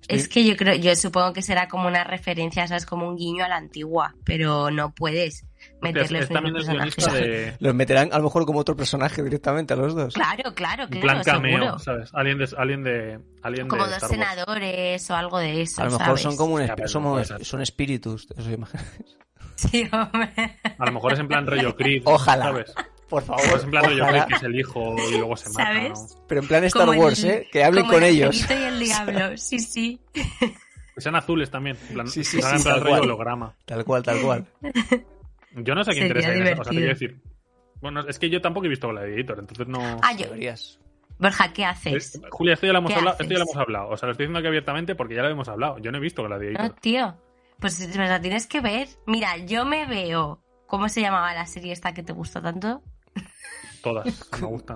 Speaker 2: Estoy-
Speaker 1: Es que yo creo, yo supongo que será como una referencia, ¿sabes? Como un guiño a la antigua, pero no puedes
Speaker 3: Es,
Speaker 1: meterle los
Speaker 3: es también el
Speaker 1: mismos
Speaker 3: guionista
Speaker 1: personajes.
Speaker 3: de.
Speaker 2: Los meterán a lo mejor como otro personaje directamente a los dos.
Speaker 1: Claro, claro,
Speaker 3: En
Speaker 1: claro,
Speaker 3: plan cameo,
Speaker 1: seguro.
Speaker 3: ¿sabes? Alguien de. Alguien de alguien
Speaker 1: Como
Speaker 3: de
Speaker 1: dos
Speaker 3: Star Wars.
Speaker 1: senadores o algo de eso,
Speaker 2: A lo mejor
Speaker 1: ¿sabes?
Speaker 2: son como un
Speaker 3: Ya,
Speaker 2: esp-
Speaker 3: pero no
Speaker 2: somos-
Speaker 3: puede ser.
Speaker 2: son espíritus. ¿os imagináis?
Speaker 1: Sí, hombre.
Speaker 3: A lo mejor es en plan rollo Creed.
Speaker 2: Ojalá.
Speaker 3: ¿Sabes?
Speaker 2: Por favor.
Speaker 3: O es en plan rollo
Speaker 2: ojalá.
Speaker 3: Creed que es el hijo y luego se mata. ¿no?
Speaker 1: ¿Sabes?
Speaker 2: Pero en plan Star Wars, ¿eh? Que hablen
Speaker 1: como
Speaker 2: con
Speaker 1: el
Speaker 2: ellos.
Speaker 1: angelito y el diablo, sí, sí.
Speaker 3: Que sean azules también. En plan,
Speaker 2: Sí, sí,
Speaker 3: que se hagan
Speaker 2: sí,
Speaker 3: en plan
Speaker 2: tal
Speaker 3: rollo
Speaker 2: cual.
Speaker 3: holograma.
Speaker 2: Tal cual, tal cual.
Speaker 3: Yo no sé
Speaker 1: Sería
Speaker 3: qué interesa en eso. O sea, te quiero
Speaker 1: divertido.
Speaker 3: decir. Bueno, es que yo tampoco he visto Gladiator, entonces no.
Speaker 1: Ah, yo,
Speaker 2: Deberías.
Speaker 1: Borja, ¿qué haces?
Speaker 3: Es- Julia, esto ya, lo hemos
Speaker 1: ¿Qué
Speaker 3: hablado, esto ya lo
Speaker 1: haces?
Speaker 3: hemos hablado. O sea, lo estoy diciendo aquí abiertamente porque ya lo hemos hablado. Yo no he visto
Speaker 1: No,
Speaker 3: Gladiator.
Speaker 1: tío. Pues, pues la tienes que ver. Mira, yo me veo. ¿Cómo se llamaba la serie esta que te gustó tanto?
Speaker 3: Todas me gustan.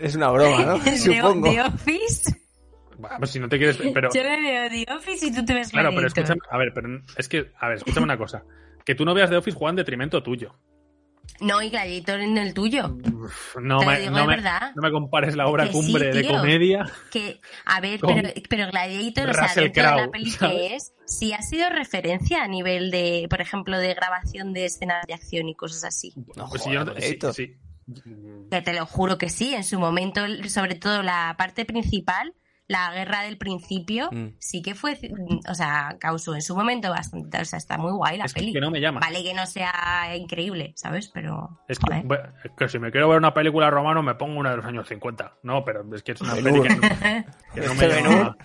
Speaker 2: Es una broma, ¿no?
Speaker 1: The-
Speaker 2: Supongo.
Speaker 1: The Office.
Speaker 3: Bueno, pues si no te quieres. Pero,
Speaker 1: Yo me veo The Office y tú te ves
Speaker 3: claro, pero
Speaker 1: Gladiator.
Speaker 3: escúchame. A ver, pero es que. A ver, escúchame una cosa. Que tú no veas The Office juega en detrimento tuyo.
Speaker 1: No, y Gladiator en el tuyo.
Speaker 3: Uf, No
Speaker 1: Te lo
Speaker 3: me,
Speaker 1: digo
Speaker 3: no,
Speaker 1: de
Speaker 3: me,
Speaker 1: verdad.
Speaker 3: no me compares la obra
Speaker 1: Que sí,
Speaker 3: cumbre de
Speaker 1: tío.
Speaker 3: comedia.
Speaker 1: Que, a ver,
Speaker 3: Con
Speaker 1: pero, pero Gladiator, o sea,
Speaker 3: Russell
Speaker 1: dentro de la
Speaker 3: Crowe,
Speaker 1: peli
Speaker 3: ¿sabes?
Speaker 1: que es, sí ha sido referencia a nivel de, por ejemplo, de grabación de escenas de acción y cosas así.
Speaker 2: No,
Speaker 3: Pues si yo no-
Speaker 2: joder,
Speaker 3: sí,
Speaker 2: Gladiator.
Speaker 3: sí.
Speaker 1: Que te lo juro que sí, en su momento, el- sobre todo la parte principal, la guerra del principio,
Speaker 2: Mm.
Speaker 1: sí que fue, mm, o sea, causó en su momento bastante, o sea, está muy guay la
Speaker 3: Es
Speaker 1: peli.
Speaker 3: que no me llama.
Speaker 1: Vale que no sea increíble, ¿sabes? Pero,
Speaker 3: Es que,
Speaker 1: joder.
Speaker 3: bueno, es que si me quiero ver una película romano me pongo una de los años 50. No, pero es que es una
Speaker 2: Ben
Speaker 3: peli que
Speaker 2: Hur.
Speaker 3: no, que no
Speaker 2: Este
Speaker 3: me
Speaker 2: Ben
Speaker 3: llama.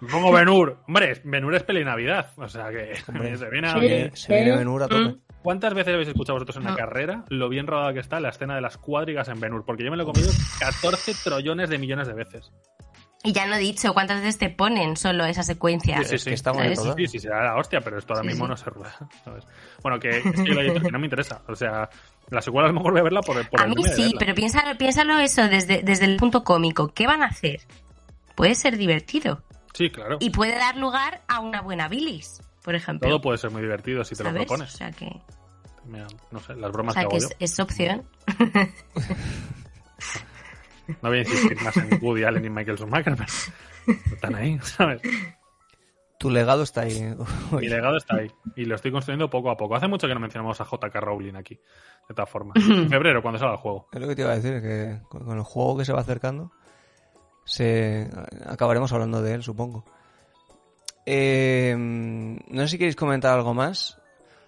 Speaker 3: Me pongo Benur. Hombre, Benur es peli Navidad. O sea que se viene a-
Speaker 2: Se viene- Se viene
Speaker 5: Sí.
Speaker 2: Benur a tope.
Speaker 3: ¿Cuántas veces habéis escuchado vosotros en la carrera lo bien rodada que está la escena de las cuadrigas en Benur? Porque yo me lo he comido 14 trollones de millones de veces.
Speaker 1: Y ya no he dicho cuántas veces te ponen solo esa secuencia.
Speaker 3: Sí, sí,
Speaker 2: Es que está muy
Speaker 1: ¿Sabes?
Speaker 2: rodada.
Speaker 3: Sí, sí, será la hostia, pero esto ahora
Speaker 1: Sí,
Speaker 3: mismo
Speaker 1: sí.
Speaker 3: no se rueda. ¿sabes? Bueno, que, es que, lo he dicho, que no me interesa. O sea, la secuela a lo mejor voy a verla por, el- por
Speaker 1: a
Speaker 3: el
Speaker 1: mí
Speaker 3: meme de
Speaker 1: sí,
Speaker 3: verla.
Speaker 1: pero piénsalo, piénsalo eso desde, desde el punto cómico. ¿Qué van a hacer? Puede ser divertido.
Speaker 3: Sí, claro.
Speaker 1: Y puede dar lugar a una buena bilis, por ejemplo.
Speaker 3: Todo puede ser muy divertido si te lo
Speaker 1: ¿sabes?
Speaker 3: propones.
Speaker 1: O sea que,
Speaker 3: Mira, no sé, las
Speaker 1: o
Speaker 3: bromas
Speaker 1: sea
Speaker 3: que
Speaker 1: que
Speaker 3: hago yo.
Speaker 1: es, es opción.
Speaker 3: No voy a insistir más en Woody Allen y Michael Schumacher, pero están ahí, ¿sabes?
Speaker 2: Tu legado está ahí. ¿eh?
Speaker 3: Mi legado está ahí y lo estoy construyendo poco a poco. Hace mucho que no mencionamos a JK Rowling aquí, de todas formas. En febrero, cuando salga el juego.
Speaker 2: Es lo que te iba a decir, que con con el juego que se va acercando, se acabaremos hablando de él, supongo. Eh, no sé si queréis comentar algo más.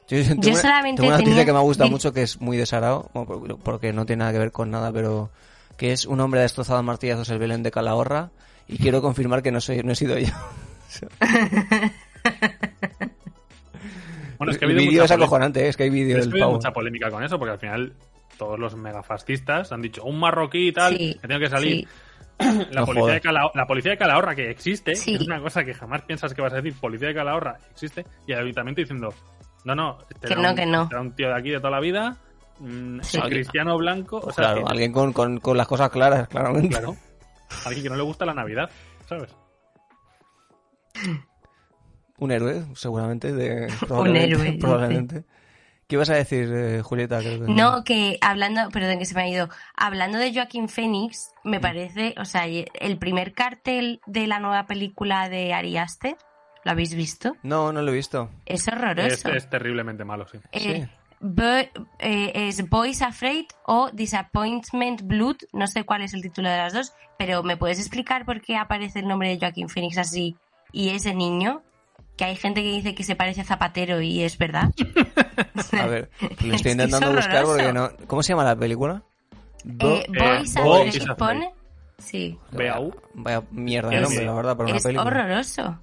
Speaker 2: Yo, tengo una-
Speaker 1: solamente
Speaker 2: tengo una noticia
Speaker 1: tenía-
Speaker 2: que me gusta
Speaker 1: di-
Speaker 2: mucho, que es muy desarado, bueno, por- porque no tiene nada que ver con nada, pero que es un hombre ha destrozado a martillazos el Belén de Calahorra y quiero confirmar que no soy, no he sido yo.
Speaker 3: Bueno, es que ha
Speaker 2: el
Speaker 3: habido mucha
Speaker 2: vídeo es
Speaker 3: polémica.
Speaker 2: acojonante, ¿eh? es que hay vídeo
Speaker 3: Es que
Speaker 2: del
Speaker 3: ha habido
Speaker 2: pavo.
Speaker 3: mucha polémica con eso, porque al final todos los megafascistas han dicho un marroquí y tal,
Speaker 1: Sí,
Speaker 3: que tiene que
Speaker 1: sí.
Speaker 3: salir. La,
Speaker 2: No
Speaker 3: policía de
Speaker 2: jodas.
Speaker 3: Cala- la policía de Calahorra, que existe,
Speaker 1: Sí.
Speaker 3: es una cosa que jamás piensas que vas a decir, policía de Calahorra, existe, y el ayuntamiento diciendo, no, no, este
Speaker 1: Que
Speaker 3: era
Speaker 1: no,
Speaker 3: un,
Speaker 1: que no.
Speaker 3: este era un tío de aquí de toda la vida, mm,
Speaker 1: Sí.
Speaker 3: cristiano blanco, o
Speaker 2: Pues
Speaker 3: sea,
Speaker 2: claro,
Speaker 3: que-
Speaker 2: alguien con, con- con las cosas claras, claramente.
Speaker 3: claro, alguien que no le gusta la Navidad, ¿sabes?
Speaker 2: Un héroe, seguramente. De, probablemente,
Speaker 1: héroe, dice.
Speaker 2: Probablemente. ¿Qué ibas a decir, eh, Julieta? Creo que-
Speaker 1: No, que hablando, perdón que se me ha ido, hablando de Joaquín Phoenix, me parece, o sea, el primer cartel de la nueva película de Ari Aster, ¿lo habéis visto?
Speaker 2: No, no lo he visto.
Speaker 1: Es horroroso.
Speaker 3: Es, es terriblemente malo, sí.
Speaker 1: Eh,
Speaker 2: Sí.
Speaker 1: Bo- eh, es Boys Afraid o Disappointment Blood, no sé cuál es el título de las dos, pero ¿me puedes explicar por qué aparece el nombre de Joaquín Phoenix así y ese niño? Que hay gente que dice que se parece a Zapatero y es verdad.
Speaker 2: A ver, lo
Speaker 1: Es que
Speaker 2: estoy
Speaker 1: es
Speaker 2: intentando buscar porque no.
Speaker 1: horroroso.
Speaker 2: ¿Cómo se llama la película? Bo-
Speaker 1: Eh, Boys
Speaker 3: Eh,
Speaker 1: Afraid,
Speaker 3: Boys Afraid.
Speaker 1: pone. Sí,
Speaker 3: Beau.
Speaker 2: Vaya mierda de
Speaker 3: Es-
Speaker 2: nombre, la verdad, para una
Speaker 1: es
Speaker 2: película.
Speaker 1: horroroso.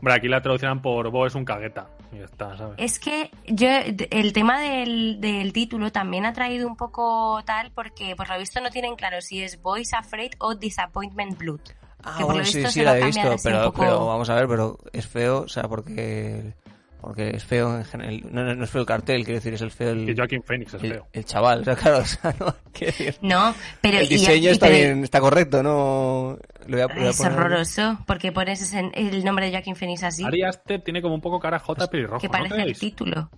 Speaker 3: Hombre, aquí la traducirán por Bo es un cagueta, y ya está, ¿sabes?
Speaker 1: Es que yo el tema del, del título también ha traído un poco tal porque por lo visto no tienen claro si es Boys Afraid o Disappointment Blood.
Speaker 2: Ah,
Speaker 1: que por
Speaker 2: bueno,
Speaker 1: lo
Speaker 2: sí,
Speaker 1: visto
Speaker 2: sí,
Speaker 1: se lo
Speaker 2: la he
Speaker 1: cambian
Speaker 2: visto,
Speaker 1: así un
Speaker 2: pero,
Speaker 1: poco.
Speaker 2: pero vamos a ver, pero es feo, o sea, porque, porque es feo en general. No, no, no es feo el cartel, quiero decir, es el feo
Speaker 3: Que
Speaker 2: el,
Speaker 3: Joaquín Phoenix es
Speaker 2: el,
Speaker 3: feo.
Speaker 2: el chaval, o sea, claro, o sea, no, quiero decir.
Speaker 1: No, pero
Speaker 2: el
Speaker 1: y-
Speaker 2: diseño
Speaker 1: y-
Speaker 2: está
Speaker 1: pero-
Speaker 2: bien, está correcto, no. Lo voy a, lo voy a
Speaker 1: Es
Speaker 2: poner-
Speaker 1: horroroso porque pones ese- el nombre de Joaquin Phoenix así,
Speaker 3: Ari Aster tiene como un poco cara J pelirrojo,
Speaker 1: Pues que
Speaker 3: ¿no
Speaker 1: parece el
Speaker 3: creéis?
Speaker 1: título.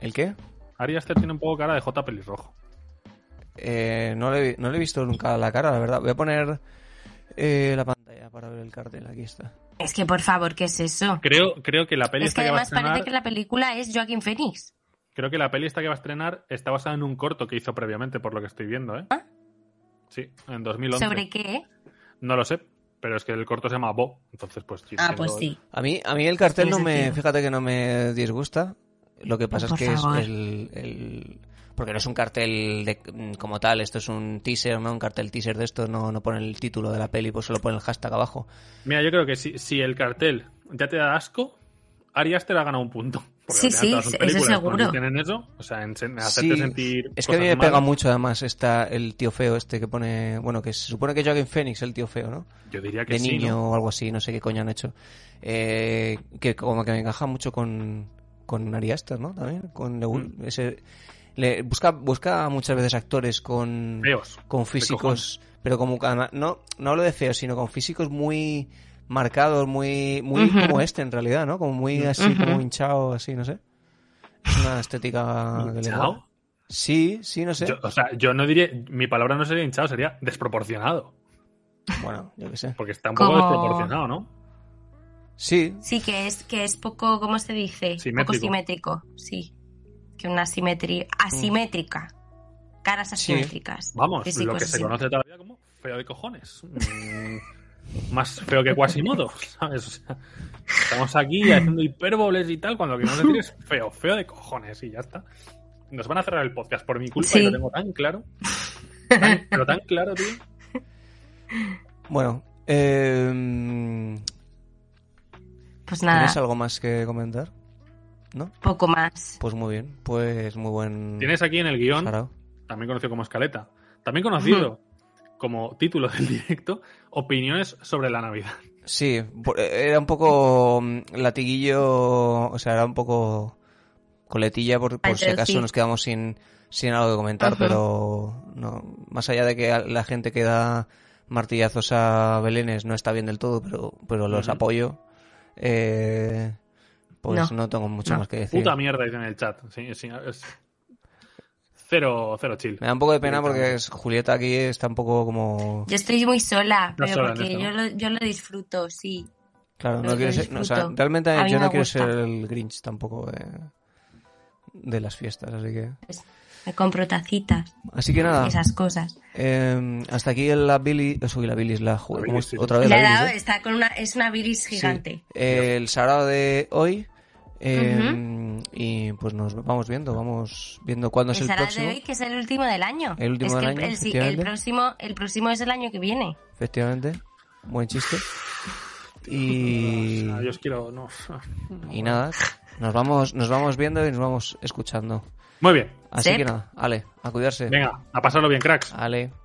Speaker 2: ¿El qué?
Speaker 3: Ari Aster tiene un poco cara de J pelirrojo.
Speaker 2: Eh, no, le, he- no le he visto nunca la cara, la verdad. Voy a poner eh, la pantalla para ver el cartel. Aquí está.
Speaker 1: Es que por favor, ¿qué es eso?
Speaker 3: Creo, creo que la peli
Speaker 1: Es que
Speaker 3: esta que va a
Speaker 1: además
Speaker 3: estrenar,
Speaker 1: parece que la película es Joaquin Phoenix.
Speaker 3: creo que la peli esta que va a estrenar está basada en un corto que hizo
Speaker 1: ¿Ah?
Speaker 3: previamente, por lo que estoy viendo, ¿eh? Sí, en 2011.
Speaker 1: ¿Sobre qué?
Speaker 3: No lo sé, Pero es que el corto se llama Bo, entonces pues...
Speaker 1: Ah,
Speaker 3: siendo-
Speaker 1: pues sí.
Speaker 2: A mí, a mí el cartel
Speaker 1: Tiene
Speaker 2: no me.
Speaker 1: sentido.
Speaker 2: Fíjate que no me disgusta. Lo que pasa
Speaker 1: Por
Speaker 2: es que es
Speaker 1: favor.
Speaker 2: el, el- Porque no es un cartel de, mm, como tal, esto es un teaser, ¿no? Un cartel teaser de esto, no, no pone el título de la peli, pues solo pone el hashtag abajo.
Speaker 3: Mira, yo creo que si, si el cartel ya te da asco, Ari Aster ha ganado un punto. Porque
Speaker 1: Sí,
Speaker 3: al final
Speaker 1: sí,
Speaker 3: todas sus
Speaker 1: eso
Speaker 3: películas
Speaker 1: seguro.
Speaker 3: consisten en eso, o sea, en, se- en hacerte
Speaker 2: Sí,
Speaker 3: sentir
Speaker 2: es que a mí me
Speaker 3: cosas
Speaker 2: pega
Speaker 3: malas.
Speaker 2: mucho además está el tío feo este que pone. Bueno, que se supone que es Joaquin Phoenix, el tío feo, ¿no?
Speaker 3: Yo diría que
Speaker 2: de
Speaker 3: sí,
Speaker 2: niño
Speaker 3: ¿no?
Speaker 2: o algo así, no sé qué coño han hecho. Eh, que como que me encaja mucho con, con Ari Aster, ¿no? También, con le-
Speaker 3: Mm.
Speaker 2: ese- le- busca, busca muchas veces actores con,
Speaker 3: Feos.
Speaker 2: con físicos, pero como que además- no, no hablo de feos, sino con físicos muy marcados, muy, muy
Speaker 1: Ujú.
Speaker 2: como este en realidad, ¿no? Como muy así, como
Speaker 1: Ujú.
Speaker 2: hinchado, así, no sé. Es una estética que le
Speaker 3: ¿Hinchado?
Speaker 2: mola. Sí, Ah, sí, no sé.
Speaker 3: Yo- o sea, yo no diría, mi palabra no sería hinchado, sería desproporcionado.
Speaker 2: Bueno, yo qué sé.
Speaker 3: Porque está un poco
Speaker 1: Como-
Speaker 3: desproporcionado, ¿no?
Speaker 2: Sí,
Speaker 1: Sí, que es, que es poco, ¿cómo se dice? Poco simétrico, sí. Que una simetría asimétrica. Caras
Speaker 2: Sí.
Speaker 1: asimétricas.
Speaker 3: Vamos,
Speaker 1: Físicos
Speaker 3: lo que se
Speaker 1: asimétricos.
Speaker 3: conoce toda la vida como feo de cojones. Mm, más feo que Quasimodo, ¿sabes? O sea, estamos aquí haciendo hipérboles y tal, cuando lo que queremos decir es feo, feo de cojones y ya está. Nos van a cerrar el podcast por mi culpa
Speaker 1: Sí.
Speaker 3: y lo tengo tan claro. Tan- pero tan claro, tío.
Speaker 2: bueno. Eh,
Speaker 1: Pues
Speaker 2: ¿Tienes
Speaker 1: nada,
Speaker 2: algo más que comentar? ¿No?
Speaker 1: poco más.
Speaker 2: Pues muy bien. Pues muy buen.
Speaker 3: Tienes aquí en el guión,
Speaker 2: sarao.
Speaker 3: también conocido como escaleta, también conocido como título del directo, opiniones sobre la Navidad.
Speaker 2: Sí, por- eh, era un poco mm, latiguillo. O sea, era un poco coletilla por, por si
Speaker 1: Introducir.
Speaker 2: acaso nos quedamos sin, sin algo que comentar,
Speaker 1: Ajá.
Speaker 2: pero no. Más allá de que a- la gente que da martillazos a Belénes no está bien del todo, pero, pero los
Speaker 3: Ujú.
Speaker 2: apoyo. eh, pues no,
Speaker 1: No.
Speaker 2: tengo mucho
Speaker 1: No.
Speaker 2: más que decir.
Speaker 3: Puta mierda, dicen en el chat. Sí, sí, es- Cero, cero chill.
Speaker 2: Me da un poco de pena porque
Speaker 3: Directamente.
Speaker 2: es- Julieta aquí está un poco como.
Speaker 1: Yo estoy muy sola, pero
Speaker 3: sola en
Speaker 1: porque
Speaker 3: esto,
Speaker 1: yo,
Speaker 3: ¿no?
Speaker 1: lo, yo lo disfruto, sí.
Speaker 2: Claro,
Speaker 1: Lo-
Speaker 2: no
Speaker 1: lo
Speaker 2: quiero ser, no, o sea,
Speaker 1: disfruto.
Speaker 2: realmente
Speaker 1: A mí
Speaker 2: yo
Speaker 1: me
Speaker 2: no quiero
Speaker 1: gusta.
Speaker 2: ser el Grinch tampoco de, de las fiestas, así que
Speaker 1: Me compro tacitas
Speaker 2: así que
Speaker 1: y
Speaker 2: nada.
Speaker 1: esas cosas.
Speaker 2: eh, hasta aquí la Billy, o soy la Billy, la, ju-
Speaker 3: La
Speaker 2: ¿cómo
Speaker 3: bilis,
Speaker 2: es?
Speaker 3: sí,
Speaker 2: otra vez
Speaker 1: Le
Speaker 2: la
Speaker 1: ha dado,
Speaker 2: bilis, ¿eh?
Speaker 1: está con una, es una viris
Speaker 2: Sí.
Speaker 1: gigante.
Speaker 2: Eh, el sarao de hoy eh, y pues nos vamos viendo, vamos viendo cuándo es
Speaker 1: el
Speaker 2: el
Speaker 1: Sarah de
Speaker 2: próximo.
Speaker 1: hoy, que es el último del año.
Speaker 2: El último
Speaker 1: es que
Speaker 2: del año,
Speaker 1: el- sí, el,
Speaker 2: efectivamente.
Speaker 1: próximo, el próximo es el año que viene.
Speaker 2: Efectivamente, buen chiste. Y,
Speaker 3: Ah, yo os quiero. No.
Speaker 2: y nada, nos vamos, nos vamos viendo y nos vamos escuchando.
Speaker 3: Muy bien.
Speaker 2: Así
Speaker 1: Sep.
Speaker 2: que nada, Ale, a cuidarse.
Speaker 3: Venga, a pasarlo bien, cracks.
Speaker 2: Ale.